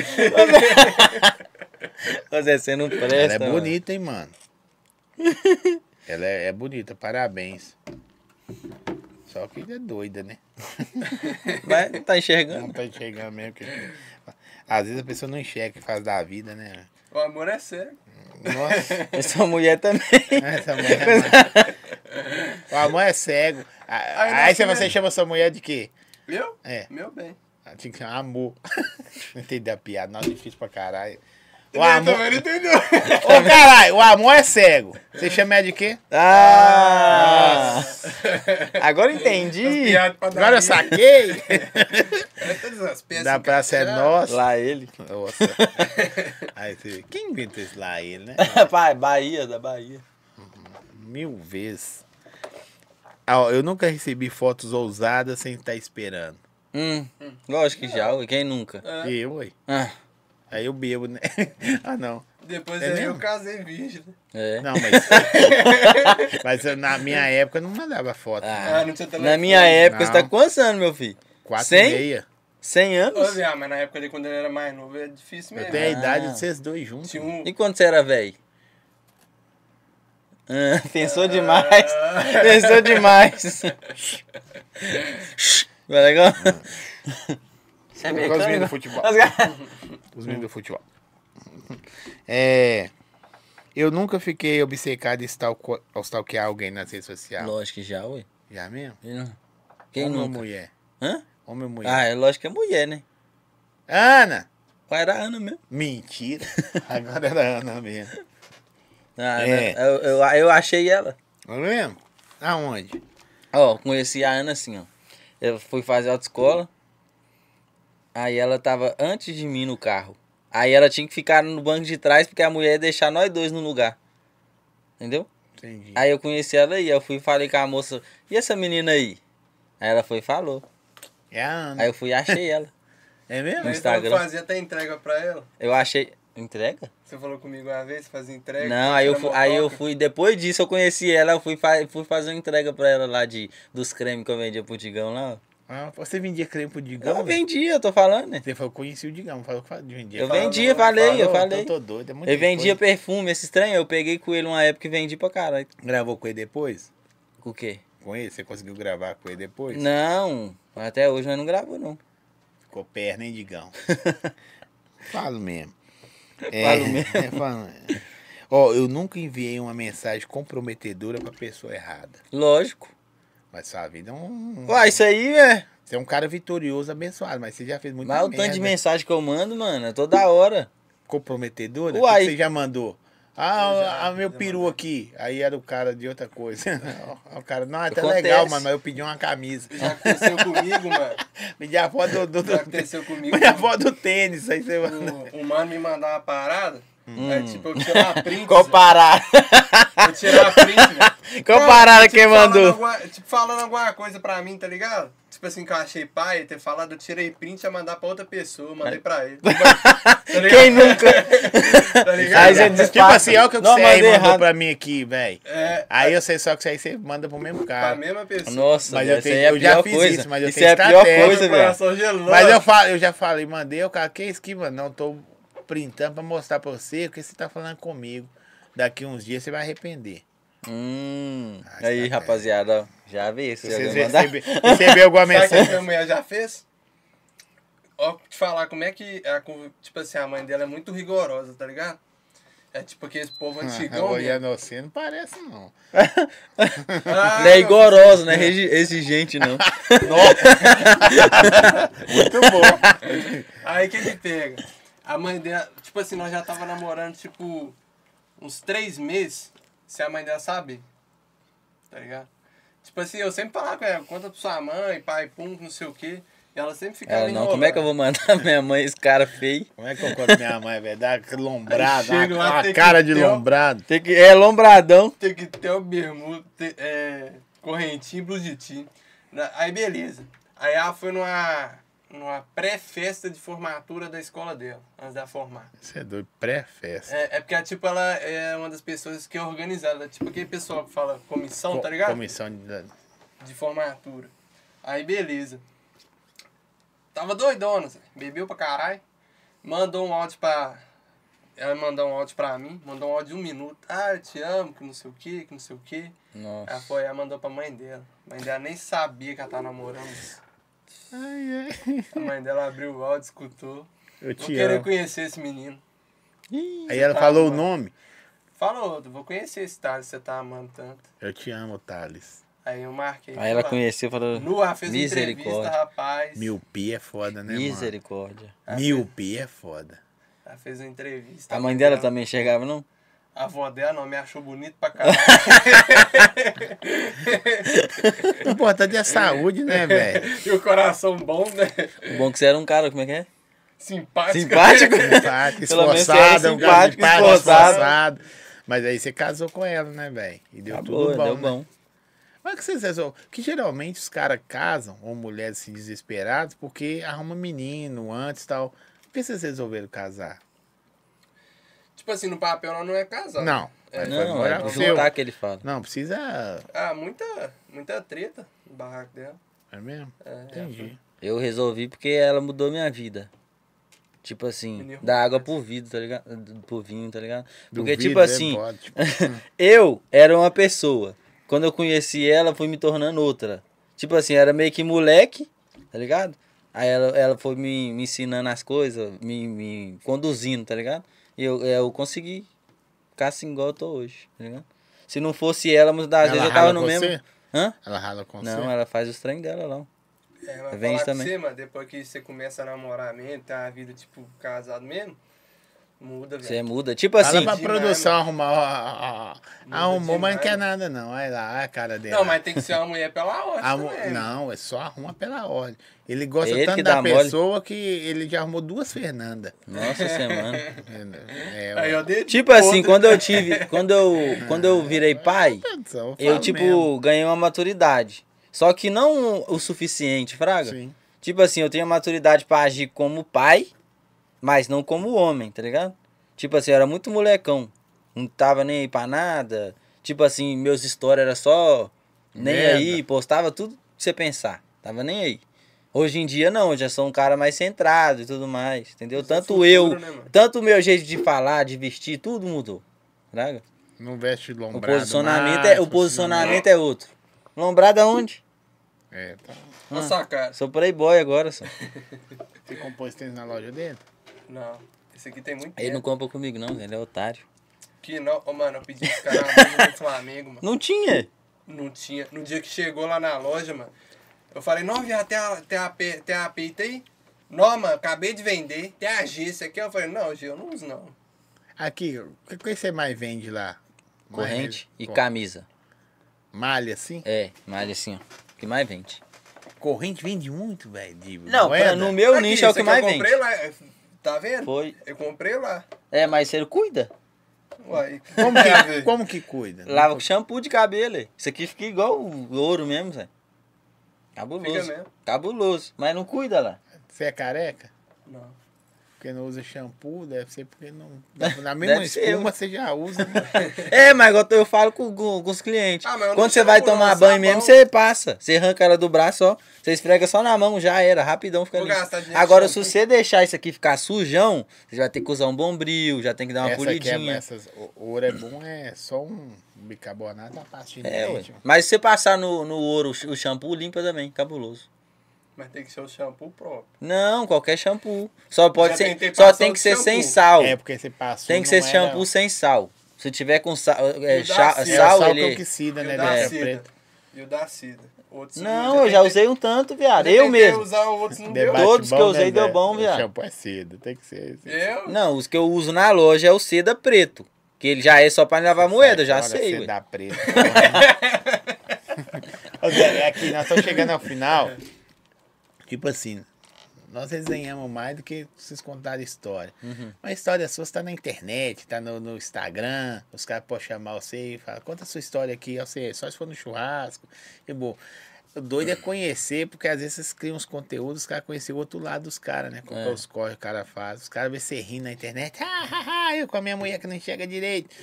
Ô, Zé, você não presta. Ela é mano. bonita, hein, mano. Ela é, é bonita, parabéns. Só que é doida, né? Mas não tá Não enxergando. tá enxergando mesmo. Que... Às vezes a pessoa não enxerga o que faz da vida, né? o amor é sério. Nossa, Essa É mulher também. essa mulher. é má. O amor é cego. A- Aí não, Aí você, assim, você né? chama sua mulher de quê? Meu? É. Meu bem. Ela Tinha que chamar amor. Não entendi a piada, não, difícil pra caralho. O Ele amor. também não entendeu. Ô caralho, o amor é cego. Você chama ela de quê? Ah! Agora entendi. Agora eu saquei. Todas as peças Da praça é nossa. Lá ele. Nossa. Aí você, quem inventou isso lá? Ele, né? Pai, Bahia, da Bahia. Mil vezes. Ah, ó, eu nunca recebi fotos ousadas sem estar esperando. Hum, lógico que já, ué, quem nunca? É. E eu, ué. Ah, Aí eu bebo, né? ah, não. Depois É aí mesmo? eu casei virgem. é. Não, mas. mas eu, na minha época eu não mandava foto. Ah, Ah, não tinha telefone. na minha época, Não. você tá quantos anos, meu filho? Quatro cem? e meia. 100 Ô, anos? viado, mas na época dele, quando ele era mais novo, era difícil Eu mesmo. tenho a Ah. idade de vocês dois juntos. Tinha um... E quando você era velho? Ah, pensou demais. Ah. Pensou demais. Vai legal? Você é Eu gosto de ver no futebol. Os meninos do futebol. É. Eu nunca fiquei obcecado em stalko- ao stalkear alguém nas redes sociais. Lógico que já, ué. Já mesmo? E não- Quem Homem ou nunca? é mulher? Hã? Homem ou mulher? Ah, é lógico que é mulher, né? Ana! Vai era Ana mesmo. Mentira! Agora era Ana mesmo. Ah, É. né? eu, eu, eu achei ela. Não é mesmo? Aonde? Ó, conheci a Ana assim, ó. Eu fui fazer autoescola. Aí ela tava antes de mim no carro. Aí ela tinha que ficar no banco de trás porque a mulher ia deixar nós dois no lugar. Entendeu? Entendi. Aí eu conheci ela aí, eu fui e falei com a moça, e essa menina aí? Aí ela foi e falou. É a Ana. Aí eu fui e achei ela. É mesmo? Mas Instagram. eu fazia até entrega pra ela. Eu achei. Entrega? Você falou comigo uma vez, fazia É, entrega. Não, aí eu, era fui, aí eu motoca. fui, depois disso eu conheci ela, eu fui, fa- fui fazer uma entrega pra ela lá de, dos cremes que eu vendia pro Digão lá. Ah, você vendia creme pro Digão? Eu velho? vendia, eu tô falando, né? Você falou, conheci o Digão, falou que fa- vendia. Eu Falou, vendia, falou, falei, eu falou, falei. então Eu tô doido, é muito Eu vendia perfume, esse estranho, eu peguei com ele uma época e vendi pra caralho. Gravou com ele depois? O quê? Com ele? Você conseguiu gravar com ele depois? Não, até hoje nós não gravou, não. Ficou perna, hein, Digão? Falo mesmo. Falo mesmo. é, falo mesmo. Ó, eu nunca enviei uma mensagem comprometedora pra pessoa errada. Lógico. Mas sua vida é um. Ué, isso aí, é. Você é um cara vitorioso, abençoado, mas você já fez muito Mas o tanto de mensagem que eu mando, mano, é toda hora. Comprometedora? Uai. O que você já mandou? Ah, Eu já- ah, meu já peru mandei. aqui. Aí era o cara de outra coisa. o cara, não, tá Acontece. legal, mano, mas eu pedi uma camisa. Já aconteceu comigo, mano. Pedi a foto do, do, do, Já aconteceu comigo. pedi a foto do tênis. Aí você O, o mano me mandar uma parada. Aí, Hum. tipo, eu tirar a print. Qual Zé. parada? Eu tirar a print, velho. Qual Não, parada tipo, quem falando mandou? alguma- tipo, falando alguma coisa pra mim, tá ligado? tipo assim, que eu achei pai, ter falado, eu tirei print ia mandar pra outra pessoa, mandei pra ele. Quem nunca? Tá ligado? Aí você diz- Tipo assim, olha o que Não, você aí mandei mandou errado. pra mim aqui, velho. É, Aí eu sei só que isso aí você manda pro mesmo pra cara. mesma pessoa. Nossa, Mas velho, eu isso tenho- aí é a eu já pior fiz coisa. isso, mas eu isso tenho é a pior estratégia. coisa, Meu velho. coração gelou. Mas eu, falo, eu já falei, mandei o cara, que isso que, mano? Não, tô printando pra mostrar pra você o que você tá falando comigo. Daqui uns dias você vai arrepender. Hum. Ah, Aí, estratégia. rapaziada, ó, já vi. Se Se vocês alguém mandar. receber, receber alguma Sabe o que a minha mensagem. mulher já fez? Ó, te falar como é que. A, co- tipo assim, a mãe dela é muito rigorosa, tá ligado? É tipo aquele Ah, povo antigão. mesmo. Olhando você não parece, não. Ah, Não é rigoroso, não é regi- exigente, não. Muito bom. Aí o que que pega? A mãe dela, tipo assim, nós já tava namorando, tipo, uns três meses, se a mãe dela sabe, tá ligado? Tipo assim, eu sempre falava com ela, conta pra sua mãe, pai, pum, não sei o quê. E ela sempre ficava Ela, não, como é que eu vou mandar minha mãe esse cara feio? Como é que eu conto minha mãe, velho? Dá aquele lombrado, Aí chega uma- lá, uma tem que cara de ter um- lombrado. Tem que... É lombradão. Tem que ter o bermuda, ter, é, correntinho, blusitinho. Na- Aí beleza. Aí ela foi numa, numa pré-festa de formatura da escola dela, antes da formar. Você é doido, pré-festa. É, é porque, tipo, ela é uma das pessoas que é organizada. Tipo, aquele pessoal que fala comissão, tá ligado? Comissão de. de formatura. Aí beleza. Tava doidona, Zé. bebeu pra caralho. Mandou um áudio pra. Ela mandou um áudio pra mim, mandou um áudio de um minuto. Ah, eu te amo, que não sei o que, que não sei o que. Ela Nossa. foi, ela mandou pra mãe dela. A mãe dela nem sabia que ela tava namorando. Ai, ai. A mãe dela abriu o áudio, escutou. Eu Vou te querer amo. conhecer esse menino. Aí ela Tá, falou o mano. nome. Falou, vou conhecer esse Thales, que você tá amando tanto. Eu te amo, Thales. Aí eu marquei. Aí ela Lá. conheceu e falou. Nua fez uma entrevista, Misericórdia. rapaz. Miopia é foda, né, mano? Misericórdia. Miopia é foda. Ela fez uma entrevista. A mãe dela tá- Ela- também enxergava, não? A avó dela não me achou bonito pra caralho. O importante é a saúde, né, velho? e o coração bom, né? O bom que você era um cara, como é que é? Simpático. Simpático? Simpático, Pelo menos você esforçado, era é um cara simpático, simpático, esforçado. esforçado. Mas aí você casou com ela, né, velho? E deu Acabou, tudo bom. Tá deu né? bom. Mas que vocês resolvem? Que geralmente os caras casam, ou mulheres se desesperadas, porque arruma menino antes e tal. Por que vocês resolveram casar? Tipo assim, no papel ela não é casada. Não. mas foi Não, morar é com pro um seu. juntar que ele fala. Não, precisa. Ah, muita, muita treta no barraco dela. É mesmo? Entendi. Eu resolvi porque ela mudou minha vida. Tipo assim, Menino da água pro vidro, tá ligado? Pro vinho, tá ligado? Porque, Duvido, tipo né, assim, pode, tipo, eu era uma pessoa. Quando eu conheci ela, fui me tornando outra. Tipo assim, era meio que moleque, tá ligado? Aí ela, ela foi me, me ensinando as coisas, me, me conduzindo, tá ligado? E eu, eu consegui ficar assim igual eu tô hoje, tá ligado? Se não fosse ela, muitas das vezes eu tava rala no com mesmo. você? Hã? Ela rala com você? Não, ela faz os trem dela lá. É, mas Vem falar isso pra também. você, mano, depois que você começa a namorar mesmo, tem uma vida, tipo, casado mesmo, muda, Você velho. muda. Tipo é. Fala assim, pra demais, produção arrumar. ó, ó, ó. Muda Arrumou, mas não demais. quer nada, não. Olha lá, olha a cara dele. Não, mas tem que ser uma mulher pela hora Arru- também. Não, é só arruma pela ordem. Ele gosta É Ele tanto que da dá mole. pessoa que ele já arrumou duas Fernanda. nossa semana. É, Aí eu dei Tipo assim, podre. quando eu tive, quando eu, quando eu virei pai, produção, eu falo tipo mesmo. ganhei uma maturidade. Só que não o suficiente, fraga. Sim. Tipo assim, eu tenho a maturidade pra agir como pai, mas não como homem, tá ligado? Tipo assim, eu era muito molecão. Não tava nem aí pra nada. Tipo assim, meus stories era só nem Merda. aí, postava tudo que você pensar. Tava nem aí. Hoje em dia não, eu já sou um cara mais centrado e tudo mais, entendeu? Isso é tanto futuro, eu, né, mano? tanto o meu jeito de falar, de vestir, tudo mudou. Fraga? Não veste O lombrado. assim, posicionamento, mais, é, o posicionamento é outro. Lombrado aonde? É, tá. Ah. Olha só, cara. Sou playboy agora, só. Você compôs tênis na loja dele? Não, esse aqui tem muito Ele não tempo. compra comigo não, ele é otário. Que não... Ô, mano, eu pedi esse cara na blusa do Flamengo, mano. Não tinha. Não tinha. No dia que chegou lá na loja, mano, eu falei, não, viado, tem a, tem a, pe- tem a peita aí? Não, mano, acabei de vender. Tem a G, isso aqui. Eu falei, não, G, eu não uso, não. Aqui, o que, que você mais vende lá? Mais- Corrente e co- camisa. Malha, assim? É, malha assim, ó. Que mais vende. Corrente vende muito, velho. de Não, pra- moeda. no meu Aqui, nicho é o isso que aqui mais eu vende. comprei lá, é, tá vendo? né? Foi. Eu comprei lá. É, mas você cuida. Uai, É, Como que, como que cuida? Lava com shampoo de cabelo. é. Isso aqui fica igual o ouro mesmo, Zé. Cabuloso. Fica mesmo. Cabuloso. Mas não cuida lá. Você é careca? Não. Porque não usa shampoo, deve ser porque não. Na mesma Deve ser, espuma você já usa. né? É, mas igual eu falo com, com- com os clientes. Ah, mas eu não Quando você chamo vai não, tomar sabão. banho mesmo, você passa. Você arranca ela do braço, ó. Você esfrega só na mão, já era. Rapidão fica Vou limpo. gastar dinheiro Agora, com se shampoo. você deixar isso aqui ficar sujão, você vai ter que usar um bombril, já tem que dar uma Essa aqui é, polidinha. essas, o ouro é bom, é só um bicarbonato, a parte de É, ué. dente, ó. Mas se você passar no, no ouro o shampoo, limpa também, cabuloso. Mas tem que ser o shampoo próprio. Não, qualquer shampoo. Só pode Já ser. tentei Só passar tem que outro ser sem shampoo. sal. É, porque você passou. tem que ser não era- shampoo sem sal. Se tiver com sal, é, E dá cha- sim. É o sal, sal que ele. oxida, E né? o da da é Cida. preto. E o da Cida. Outros Não, eu já tentei- usei um tanto, viado. já Eu tentei mesmo. usar, outros não deu. Debate Todos que bom, eu usei né, deu velho? bom, O viado. Shampoo é seda, tem que ser. esse. Eu? Não, os que eu uso na loja é o seda preto. Que ele já é só pra lavar moeda, eu já Fora sei, ué. seda preta. tá né? Ô, Zé, é aqui, nós estamos chegando ao final. Tipo assim, nós desenhamos mais do que vocês contaram história. Uhum. Uma história sua está na internet, está no, no Instagram, os caras podem chamar você e falar, conta a sua história aqui, ó, você, só se for no churrasco. E bom. O doido é conhecer, porque às vezes vocês criam uns conteúdos, os caras conhecem o outro lado dos caras, né? Qual que é É. os corre que o cara faz. Os caras vê você rindo na internet. Ah, ah, ah, eu com a minha mulher que não enxerga direito.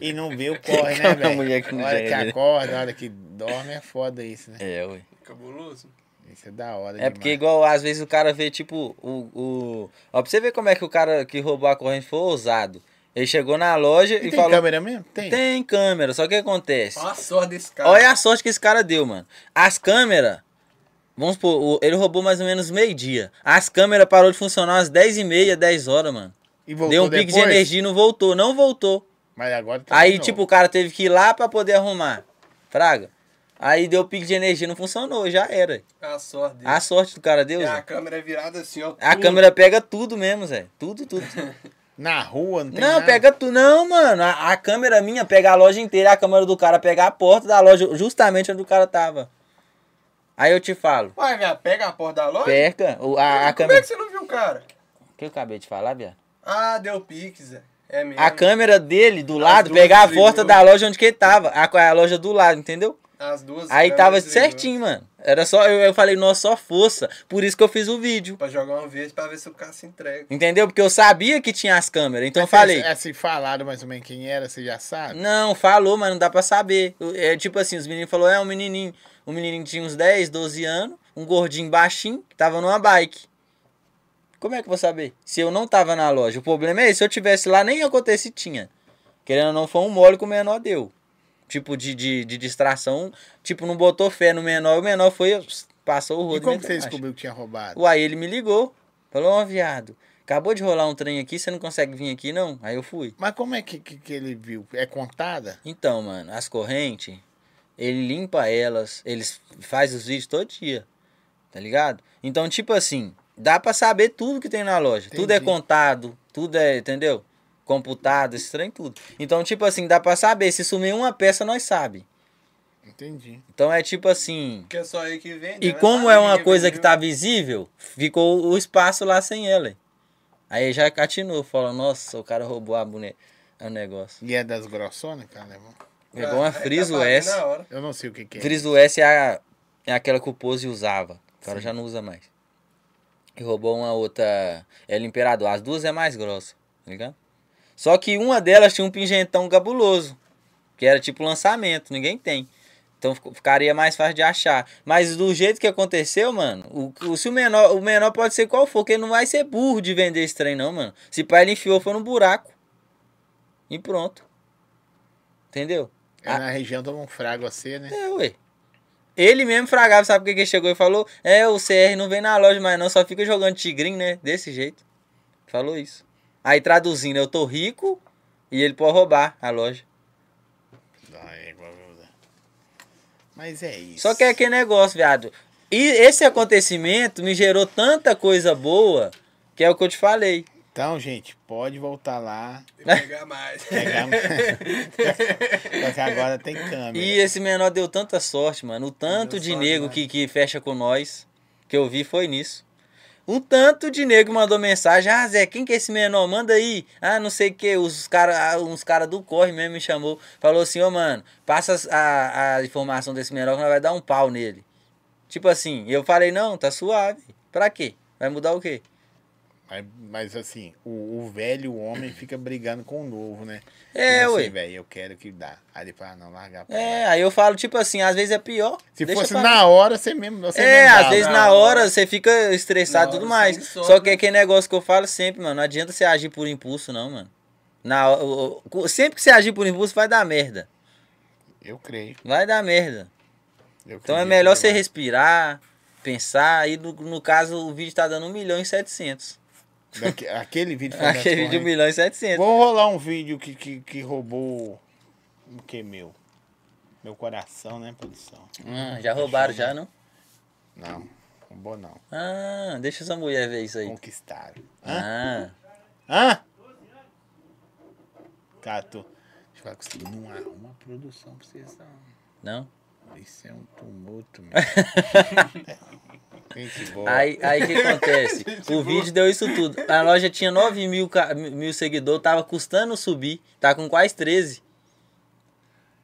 E, e não vê o corre, Com né, a velho? mulher que não Na hora que enxerga direito. acorda, na hora que dorme, é foda isso, né? É, ué. Cabuloso. Isso é da hora É porque demais. igual às vezes o cara vê tipo o, o... Ó, pra você ver como é que o cara que roubou a corrente foi ousado. Ele chegou na loja E e tem falou... câmera mesmo? Tem. Tem câmera, só que o que acontece? Olha a sorte desse cara. Olha a sorte que esse cara deu, mano. As câmeras. Vamos supor, o- ele roubou mais ou menos meio-dia. As câmeras parou de funcionar às 10h30, 10 horas, mano. E voltou Deu um pique de depois? energia e não voltou. Não voltou. Mas agora tá de Aí, novo. tipo, o cara teve que ir lá pra poder arrumar. Fraga. Aí deu pique de energia, não funcionou, já era. A sorte dele. A sorte do cara deu, E a Zé. câmera é virada assim, ó. A tudo. câmera pega tudo mesmo, Zé. Tudo, tudo. Na rua, não tem Não, nada. pega tudo. Não, mano. A, a câmera minha pega a loja inteira, a câmera do cara pega a porta da loja, justamente onde o cara tava. Aí eu te falo. Uai, viado, pega a porta da loja. Perca o- Como a, a é câmera. que você não viu o cara? O que eu acabei de falar, Bia? Ah, deu pique, Zé. É mesmo. A câmera dele do lado duas pegar a desligou. porta da loja onde que ele tava. A, a loja do lado, entendeu? As duas Aí câmeras tava desligou. certinho, mano. Era só. Eu, eu falei, nossa, só força. Por isso que eu fiz o vídeo. Pra jogar uma vez pra ver se o cara se entrega. Entendeu? Porque eu sabia que tinha as câmeras. Então eu Mas falei. Se, é, se falaram mais ou menos quem era, você já sabe? Não, falou, mas não dá pra saber. Eu- É tipo assim, os meninos falaram, é um menininho. Um menininho tinha uns 10, 12 anos, um gordinho baixinho, que tava numa bike. Como é que eu vou saber? Se eu não tava na loja. O problema é, esse, se eu tivesse lá, nem acontece se tinha. Querendo ou não, foi um mole que o menor deu. Tipo, de, de, de distração. Tipo, não botou fé no menor, o menor foi, passou o rodo. E como dentro que você da caixa. descobriu que tinha roubado? Uai, ele me ligou. Falou, ó, viado, acabou de rolar um trem aqui, você não consegue vir aqui, não? Aí eu fui. Mas como é que, que, que ele viu? É contada? Então, mano, as correntes, ele limpa elas, eles faz os vídeos todo dia, tá ligado? Então, tipo assim, dá pra saber tudo que tem na loja. Tudo é Entendi. contado, tudo é, entendeu? Computado, esse trem, tudo. Então, tipo assim, dá pra saber. Se sumir uma peça, nós sabe. Entendi. Então é tipo assim. Porque é só aí que vende. E né? como Sabe é uma ninguém coisa que vendeu. tá visível, ficou o espaço lá sem ela. Aí já catinou, fala, nossa, o cara roubou a boneca. É um negócio. E é das grossonas, cara? Pegou uma Ah, aí É friso tá S. valendo na hora. Eu não sei o que, que é. Friso S é, a- é aquela que o Pose usava. O cara já não usa mais. E roubou uma outra. Ela Imperador. As duas é mais grossa, tá ligado? Só que uma delas tinha um pingentão cabuloso. Que era tipo lançamento, ninguém tem. Então fico- ficaria mais fácil de achar. Mas do jeito que aconteceu, mano, o, o- se o menor, o menor pode ser qual for, que ele não vai ser burro de vender esse trem, não, mano. Se pai ele enfiou, foi no buraco. E pronto. Entendeu? É Ah. na região toma um frago a ser, né? É, ué. Ele mesmo fragava, sabe por que que ele chegou e falou? É, o CR não vem na loja mais não, só fica jogando tigrinho, né? Desse jeito. Falou isso. Aí traduzindo, eu tô rico e ele pode roubar a loja. Dá igual, meu Deus. Mas é isso. Só que é aquele negócio, viado. E esse acontecimento me gerou tanta coisa boa, que é o que eu te falei. Então, gente, pode voltar lá. E pegar mais. Tá Tá Pegar... um- Só que agora tem câmera. E esse menor deu tanta sorte, mano. O tanto Deu de sorte, nego né? que, que fecha com nós, que eu vi foi nisso. O tanto de nego mandou mensagem. Ah, Zé, quem que é esse menor? Manda aí. Ah, não sei o que. Os cara, ah, uns cara do corre mesmo me chamou. Falou assim, ô mano, passa as- a, a informação desse menor que nós vai dar um pau nele. Tipo assim, eu falei, não, tá suave. Pra quê? Vai mudar o quê? Mas, mas, assim, o, o velho homem fica brigando com o novo, né? É, Tipo assim, ué. velho, eu quero que dá. Aí ele fala, não, largar pra É, lá. aí eu falo, tipo assim, às vezes é pior. Se deixa fosse pra na hora, você mesmo. Você é, mesmo às dava. vezes né? na hora você fica estressado e Na tudo hora mais. você sobe. Só né? que é aquele negócio que eu falo sempre, mano. Não adianta você agir por impulso, não, mano. Na, ho- o- o- sempre que você agir por impulso, vai dar merda. Eu creio. Vai dar merda. eu Então é acredito melhor você demais. respirar, pensar. E no, no caso, o vídeo tá dando 1 milhão e 700. Daque- Aquele vídeo foi das Aquele vídeo 1 correntes. milhão e 700. Vou rolar um vídeo que, que, que roubou. O que, meu? Meu coração, né, produção? Hum, Ah, já roubaram, já, não? Não, roubou não. Ah, deixa essa mulher ver isso aí. Conquistaram. Hã? Ah, Hã? Cato. Deixa eu falar com você. Não arruma produção pra vocês, não. não? Isso é um tumulto, meu. Gente boa. Aí aí o que acontece? o vídeo deu isso tudo. A loja tinha 9 mil, ca- mil seguidores, tava custando subir, tá com quase 13.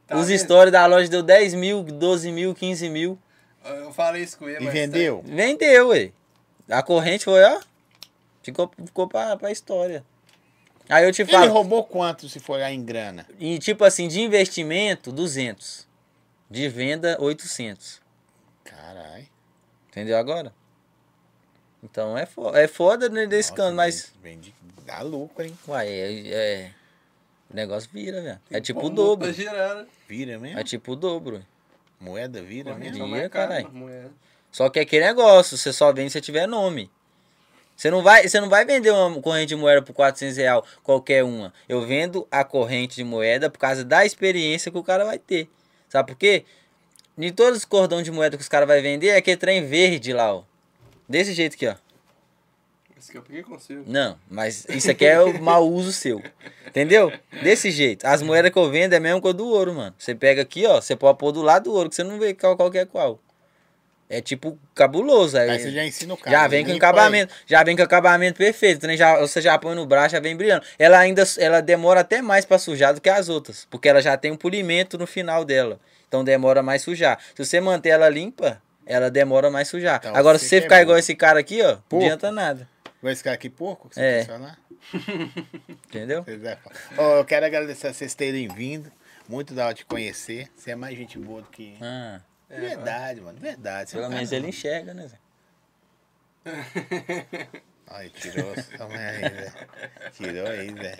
Tá Os vendo? stories da loja deu 10 mil, 12 mil, 15 mil. Eu falei isso com ele, E mas. tá- vendeu? Vendeu, ué. A corrente foi, ó. Ficou, ficou pra, pra história. Aí eu te Ele falo, roubou quanto se for olhar em grana? e tipo assim, de investimento, 200. De venda, 800. Caralho. Entendeu agora? Então é foda, é foda né, desse Nossa, canto, mas Vende, dá lucro, hein? Uai, é, é- O negócio vira, velho. Tem É tipo o como dobro. Tá girando. Vira mesmo? É tipo o dobro. Moeda é vira mesmo? Corrente Ia, tá mais carai. cara, moeda. Só que é aquele negócio, você só vende se tiver nome. Você não, vai, você não vai vender uma corrente de moeda por 400 reais, qualquer uma. Eu vendo a corrente de moeda por causa da experiência que o cara vai ter. Sabe por quê? Em todos os cordões de moeda que os caras vão vender, é aquele trem verde lá, ó. Desse jeito aqui, ó. Isso que eu peguei consigo. Não, mas isso aqui é o mau uso seu. Entendeu? Desse jeito. As moedas que eu vendo é a mesma coisa do ouro, mano. Você pega aqui, ó, você pode pôr do lado do ouro, que você não vê qual, qual que é qual. É tipo cabuloso. Aí, Aí você já ensina o cara. já vem com limpa acabamento. Já vem com acabamento perfeito. né? Já, você já põe no braço, já vem brilhando. Ela ainda ela demora até mais pra sujar do que as outras. Porque ela já tem um polimento no final dela. Então demora mais sujar. Se você manter ela limpa, ela demora mais sujar. Então, Agora, você se você que é ficar bom. igual esse cara aqui, ó, não Porco. adianta nada. aí. Vai esse cara aqui porco? que Você É. quis falar? Entendeu? Pois é, pô. Ó, eu quero agradecer a vocês terem vindo. Muito da hora te conhecer. Você é mais gente boa do que. é Ah, verdade, mano. Verdade. Você pelo não tá- menos ele enxerga, né? Zé? Ai, tirou. Toma aí, Zé. Tirou aí, Zé.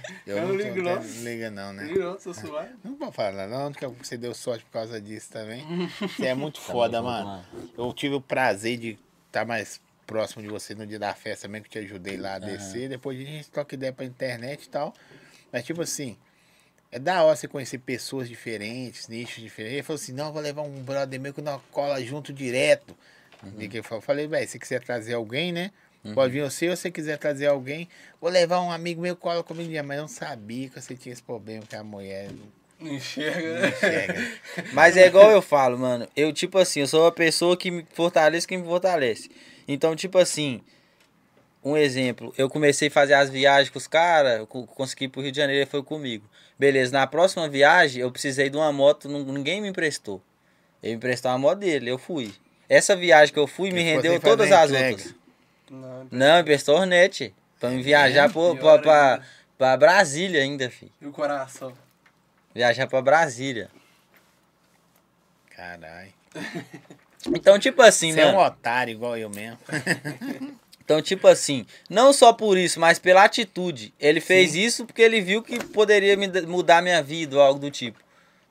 Eu não ligo, não. liga, não, né? Virou, sou suave. Não vou falar, não, que você deu sorte por causa disso também. Você é muito foda, vamos mano. Eu tive o prazer de estar mais próximo de você no dia da festa também, que eu te ajudei lá a descer. Depois a gente troca ideia pra internet e tal. Mas, tipo assim, é da hora você conhecer pessoas diferentes, nichos diferentes. Ele falou assim: não, eu vou levar um brother meu que nós cola junto direto. Uhum. E que eu fa- falei, velho, se quiser trazer alguém, né? Pode vir você ou se você quiser trazer alguém. Vou levar um amigo meu que cola comigo, mas eu não sabia que você tinha esse problema que a mulher Não enxerga, não né? enxerga. Mas é igual eu falo, mano. Eu, tipo assim, eu sou uma pessoa que me fortalece quem me fortalece. Então, tipo assim, um exemplo, eu comecei a fazer as viagens com os caras, eu co- consegui ir pro Rio de Janeiro, ele foi comigo. Beleza, na próxima viagem eu precisei de uma moto, nun- ninguém me emprestou. Ele me emprestou uma moto dele, eu fui. Essa viagem que eu fui me Ele ficou rendeu sem fazer todas as entrega. É, outras. Não, Não, emprestou a Hornet. Pra me viajar pro- Pior pra, pra, ainda. pra Brasília ainda, filho. e o coração? Viajar pra Brasília. Caralho. Então, tipo assim, Você é um mano. otário igual eu mesmo. Então, tipo assim, não só por isso, mas pela atitude. Ele fez isso porque ele viu que poderia me da- mudar minha vida ou algo do tipo.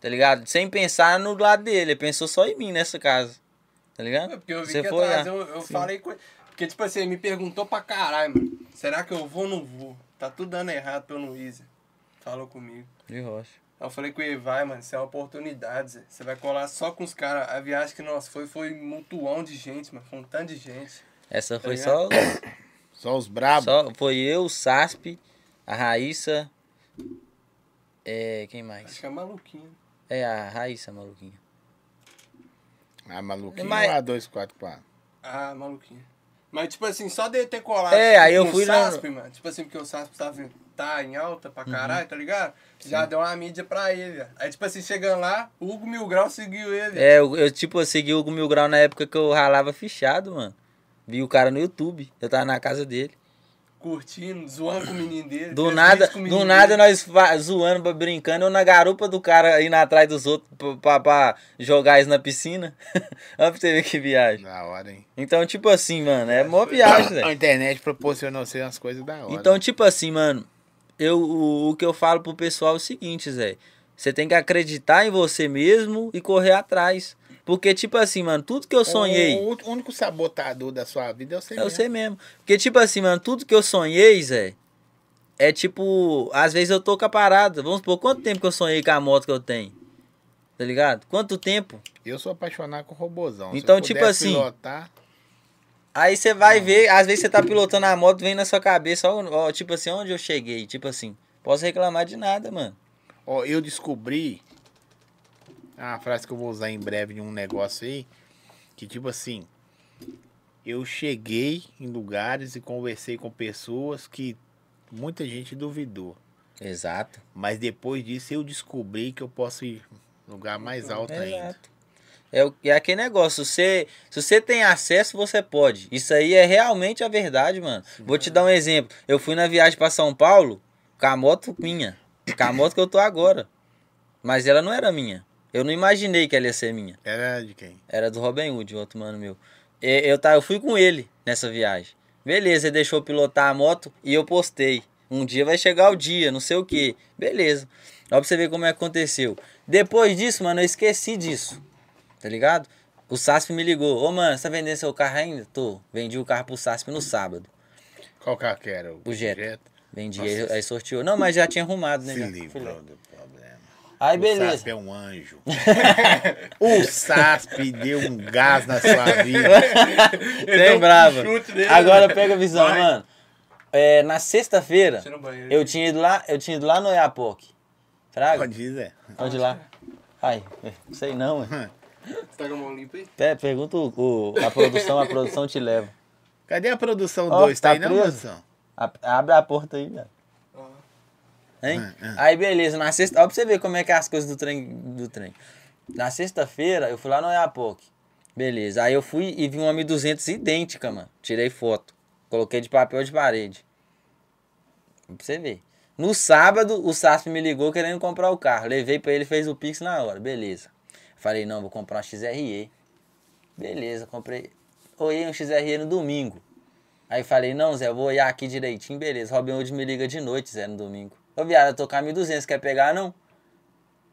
Tá ligado? Sem pensar no lado dele. Ele pensou só em mim nessa casa. Tá ligado? É Porque eu vi Você que ia foi né? lá. trazer, eu, eu falei com ele. Porque, tipo assim, ele me perguntou pra caralho, mano. Será que eu vou ou não vou? Tá tudo dando errado pelo no Easy. Falou comigo. De rocha. Aí eu falei com ele, vai, mano, isso é uma oportunidade, Zé. Você vai colar só com os caras. A viagem que nós foi, foi mutuão de gente, mano. Foi um tanto de gente. Essa Tá foi só, ligado? Só os brabos. só. Foi eu, o Sasp, a Raíssa. É. Quem mais? Acho que é maluquinho. É a Raíssa, maluquinha. Ah, maluquinho Mas- ou a 244? Ah, maluquinho. Mas, tipo assim, só de ter colado É, aí eu com o fui na- SASP, mano. Tipo assim, porque o SASP tava, tá em alta Uhum. pra caralho, tá ligado? Já deu uma mídia pra ele. velho. Aí, tipo assim, chegando lá, o Hugo Milgrau seguiu ele. É, eu, eu, tipo, eu segui o Hugo Mil Grau na época que eu ralava fichado, mano. Vi o cara no YouTube. Eu tava na casa dele. Curtindo, zoando com o menino dele. Do fez nada, vídeo com o menino do nada dele. nós fa- zoando, ba- brincando, eu na garupa do cara indo atrás dos outros pra, pra- pra jogar eles na piscina. Olha pra você ver que viagem. Da hora, hein? Então, tipo assim, mano, é mó viagem, velho. A internet proporcionou ser umas coisas da hora. Então, tipo assim, mano, eu, o, o que eu falo pro pessoal é o seguinte, Zé. Você tem que acreditar em você mesmo e correr atrás. Porque, tipo assim, mano, tudo É, que eu sonhei. O, o único sabotador da sua vida é você Eu mesmo. sei mesmo. Porque, tipo assim, mano, tudo que eu sonhei, Zé, é tipo, às vezes eu tô com a parada. Vamos supor, quanto tempo que eu sonhei com a moto que eu tenho? Tá ligado? Quanto tempo? Eu sou apaixonado com robozão. Se Então, eu tipo puder assim, Pilotar, Aí você vai ver, às vezes você tá pilotando a moto, vem na sua cabeça, ó, ó, tipo assim, onde eu cheguei? Tipo assim, posso reclamar de nada, mano. ó, eu descobri. É uma frase que eu vou usar em breve de um negócio aí. Que tipo assim. Eu cheguei em lugares e conversei com pessoas que muita gente duvidou. Exato. Mas depois disso eu descobri que eu posso ir em lugar mais alto ainda. Exato. É, o- é aquele negócio, você, se você tem acesso, você pode. Isso aí é realmente a verdade, mano. Vou te dar um exemplo. Eu fui na viagem pra São Paulo com a moto minha. Com a moto que eu tô agora. Mas ela não era minha. Eu não imaginei que ela ia ser minha. Era de quem? Era do Robin Hood, o outro mano meu. E- Eu, tá, eu fui com ele nessa viagem. Beleza, ele deixou eu pilotar a moto e eu postei. Um dia vai chegar o dia, não sei o que. Beleza. Ó pra você ver como é que aconteceu. Depois disso, mano, eu esqueci disso. Tá ligado? O SASP me ligou. Ô, mano, você tá vendendo seu carro ainda? Tô. Vendi o carro pro SASP no sábado. Qual carro que era? O Jetta. Jetta? Vendi, Nossa, aí, aí sorteou. Não, mas já tinha arrumado, né? Se já. livrou do problema. Aí, O beleza. SASP é um anjo. o SASP deu um gás na sua vida. Ele deu Tem um brava. chute nele, é Agora né? pega a visão, Vai. mano. É, na sexta-feira, Tira o banheiro. eu tinha ido lá, eu tinha ido lá no Iapoc. Fraga? Pode dizer. Onde lá? Ai, não sei não, ué. Você tá com a mão limpa aí? Até pergunta o, o- a produção, a produção te leva. Cadê a produção Ó, 2? tá tá aí na preso. produção? A- abre a porta aí, velho. Ó. Hein? Hum, hum. Aí beleza, na sexta. Ó, pra você ver como é que é as coisas do trem. Do trem. Na sexta-feira, eu fui lá no Iapoc. Beleza. Aí eu fui e vi uma 1200 idêntica, mano. Tirei foto. Coloquei de papel de parede. Pra você ver. No sábado, o Sasp me ligou querendo comprar o carro. Levei pra ele, fez o Pix na hora. Beleza. Falei, não, vou comprar uma XRE. Beleza, comprei. Olhei um XRE no domingo. Aí falei, não, Zé, eu vou olhar aqui direitinho, beleza. Robin Hood me liga de noite, Zé, no domingo. Ô, viado, eu tô com a 1200, quer pegar, não?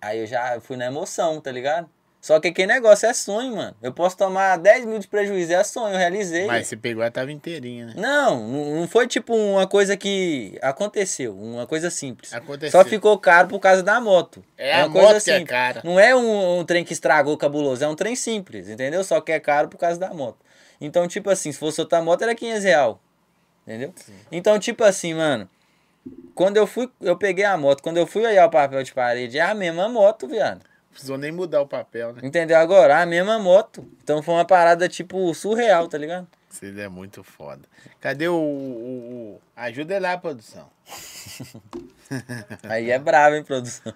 Aí eu já fui na emoção, tá ligado? Só que que negócio é sonho, mano. Eu posso tomar 10 mil de prejuízo, é sonho, eu realizei. Mas você pegou, ela tava inteirinha, né? Não, não não foi tipo uma coisa que aconteceu, uma coisa simples. Aconteceu. Só ficou caro por causa da moto. É uma a moto que é cara. Não é um, um trem que estragou cabuloso, é um trem simples, entendeu? Só que é caro por causa da moto. Então, tipo assim, se fosse outra moto era 500 real, entendeu? Então, tipo assim, mano, quando eu fui, eu peguei a moto, quando eu fui olhar o papel de parede, é a mesma moto, viado. Não precisou nem mudar o papel, né? Entendeu agora? É A mesma moto. Então foi uma parada, tipo, surreal, tá ligado? Você é muito foda. Cadê o. o- o- Ajuda ele lá, produção. Aí é bravo, hein, produção?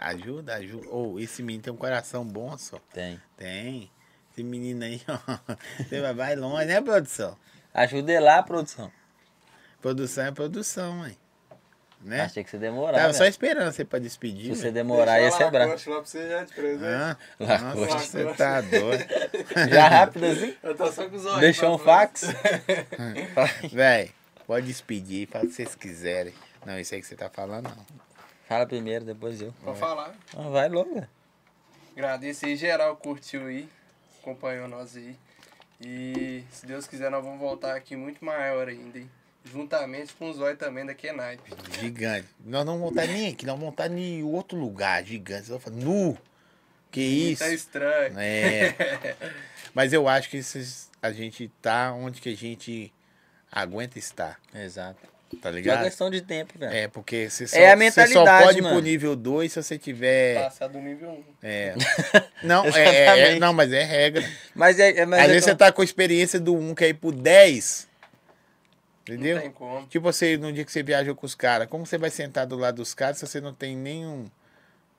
ajuda, ajuda. Ô, esse menino tem um coração bom só. Tem. Tem. Esse menino aí, ó. Você vai- vai longe, né, produção? Ajudei lá, produção. Produção é produção, mãe. Né? Achei que você demorava. Tava só esperando você pra despedir. Se Tá você velho. demorar, ia Deixa ser lá, é bravo. coxa lá pra você já de presente. Hã? Lacoste. Nossa, você tá doido. Já rápido assim? Eu tô só com os olhos. tá Deixou um pra fora. fax? É. Véi, pode despedir, fala o que vocês quiserem. Não, isso aí que você tá falando, não. Fala primeiro, depois eu. Pode falar. Ah, vai logo. velho. Agradeço aí geral que curtiu aí, acompanhou nós aí. E se Deus quiser, nós vamos voltar aqui muito maior ainda, hein? Juntamente com o Zói também da Kenaipe. Tá Gigante. Nós não vamos estar nem aqui, nós vamos estar em outro lugar, gigante. Você vai falar, nu! Que isso? Tá estranho. Né? É. Mas eu acho que esses, a gente tá onde que a gente aguenta estar. Exato. tá Só ligado? questão de tempo, velho. É, porque você só, assim, né? É a você só mentalidade, pode ir pro mano. Tá. nível 2 se você tiver. Passar Tá do nível 1. é. Não, é- é, é- Exatamente. não, mas é regra. Mas é. é- mas Às é vezes que eu- você tá com a experiência do 1 que é ir pro 10. Não tem Entendeu? como. Tipo você, no dia que você viajou com os caras, como você vai sentar do lado dos caras se você não tem nenhum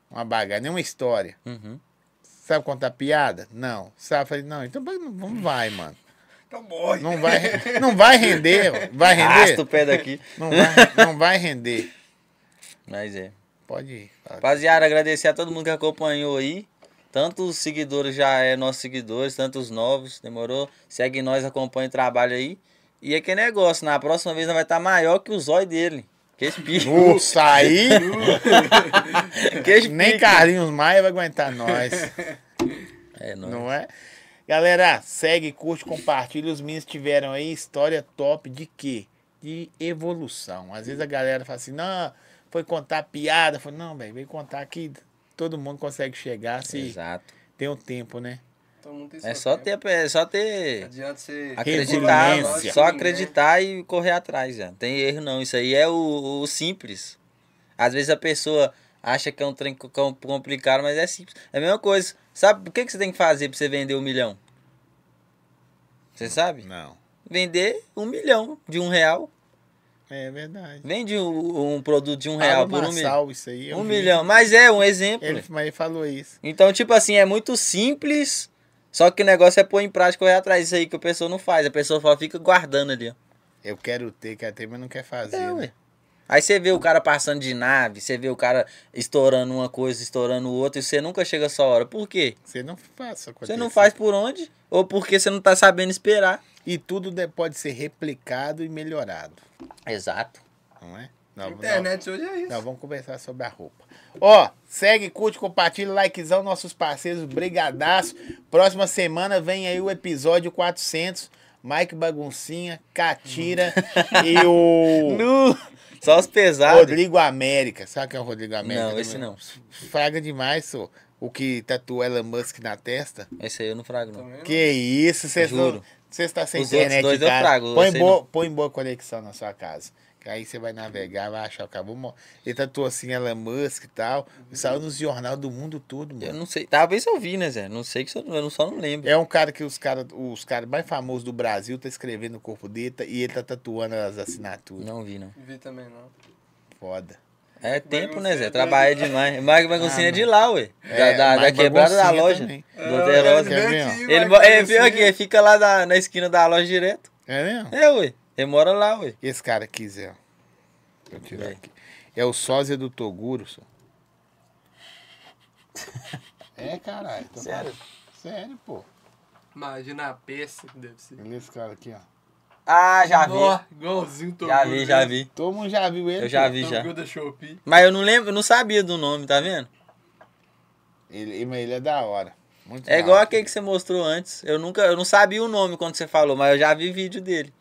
uma bagagem, nenhuma história? Uhum. Sabe contar piada? Não. Sabe? Falei, não, então vai- não, não vai, mano. Então morre. Não vai, não vai render. ó. Vai Arrasta o render? pé daqui. Não vai, não vai render. Mas é. Pode ir. Fala. Rapaziada, agradecer a todo mundo que acompanhou aí. Tanto os seguidores já é nossos seguidores, tanto os novos, demorou? Segue nós, acompanha o trabalho aí. E é que negócio, na próxima vez nós vai estar maior que o zóio dele. Que espinho. Nossa, aí que espinho. nem Carlinhos Maia vai aguentar nós, É, não. não é? Galera, segue, curte, compartilha. Os meninos tiveram aí história top de quê? De evolução. Às vezes a galera fala assim, não, foi contar piada. Foi, não, velho, vem contar que todo mundo consegue chegar se Exato. tem um tempo, né? Todo mundo tem É seu só tempo. ter, é só ter né? Adianta você. né? acreditar, Resiliência. só acreditar e correr atrás, já. Não tem erro não, isso aí é o, o simples. Às vezes a pessoa acha que é um trem co- com- complicado, mas é simples. É a mesma coisa. Sabe o que, que você tem que fazer pra você vender um milhão? Você sabe? Não. Vender um milhão de um real. É verdade. Vende um, um produto de um real Paulo por um milhão. Marçal, isso aí. eu Um vi. milhão. Mas é um exemplo. Ele, mas ele falou isso. Então, tipo assim, é muito simples, só que o negócio é pôr em prática e correr atrás. Isso aí que a pessoa não faz. A pessoa só fica guardando ali, ó. Eu quero ter, quero ter, mas não quer fazer. É, né? ué. Aí você vê o cara passando de nave, você vê o cara estourando uma coisa, estourando outra, e você nunca chega a sua hora. Por quê? Você não faz Você não faz por onde? Ou porque você não tá sabendo esperar. E tudo de- pode ser replicado e melhorado, Exato. não é? A Não, internet hoje é não, isso. Tá não, vamos conversar sobre a roupa. Ó, segue, curte, compartilha, likezão, nossos parceiros, brigadaço. Próxima semana vem aí o episódio 400. Mike Baguncinha, Catira e o Nu! Só os pesados. Rodrigo América. Sabe quem é o Rodrigo América? Não, esse também? não. Fraga demais, sô. O que tatuou Elon Musk na testa. Esse É aí eu não frago, não. Também Que isso, vocês Juro. não- Você está sem Os internet, outros dois eu cara. trago, põe, você boa, não. põe boa conexão na sua casa. Que aí você vai navegar, vai achar o cabo. mo- Ele tatuou assim, Elon Musk e tal. Saiu nos jornal do mundo todo, Eu mano. não sei. Talvez eu vi, né, Zé? Não sei que eu, eu só não lembro. É um cara que os caras os cara mais famosos do Brasil tá escrevendo no corpo dele tá- e ele tá tatuando as assinaturas. Não vi, não. não. Vi também não. Foda. É tempo, né, Bagunceiro Zé? é Trabalhar demais. Mike Baguncinha é de lá, ué. Ah, É, Da, da, da Mike quebrada da Baguncinha loja. também. Do Alterosa. é, vem mesmo? Ah, vai Ele, mo- é, conhecer. viu aqui, fica lá na, na esquina da loja direto. É mesmo? É, ué. Ele mora lá, ué. Esse cara aqui, Zé. ó. Deixa eu tirar Vem. aqui. É o sósia do Toguro, só. É, caralho. tô Sério? falando. Sério, pô. Imagina a peça que deve ser. Olha esse cara aqui, ó. Ah, já vi. Ó, igualzinho todo Já vi, já vi. Todo mundo já viu ele. Eu já pô. vi, já. da Shopee. Mas eu não lembro, eu não sabia do nome, tá vendo? Ele, mas ele é da hora. Muito É da igual hora. aquele que você mostrou antes. Eu nunca, eu não sabia o nome quando você falou, mas eu já vi vídeo dele.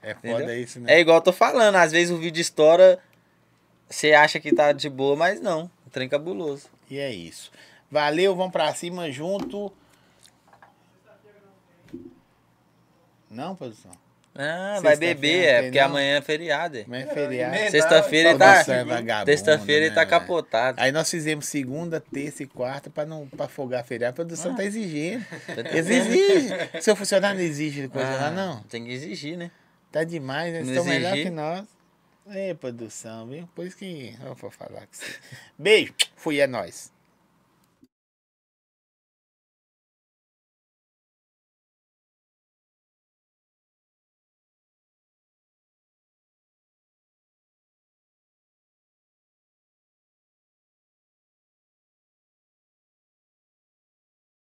É Entendeu? foda isso, né? É igual eu tô falando, às vezes o vídeo estoura, você acha que tá de boa, mas não. O trem cabuloso. E é isso. Valeu, vamos pra cima junto. Não, produção. Ah, vai Sexta-feira beber, não é, tem, porque não? amanhã é feriado. é. Mas é feriado. nem- Sexta-feira ele Produção é tá. vagabundo, Sexta-feira ele né, tá velho? capotado. Aí nós fizemos segunda, terça e quarta pra não pra folgar feriado. A produção Ah. tá exigindo. Eles exigem. Seu funcionário não exige coisa lá, Ah, não. Tem que exigir, né? Tá demais, né? Eles Não estão melhor exigir. que nós. É, produção, viu? Por isso que eu vou falar com você. Beijo. Fui, é nóis.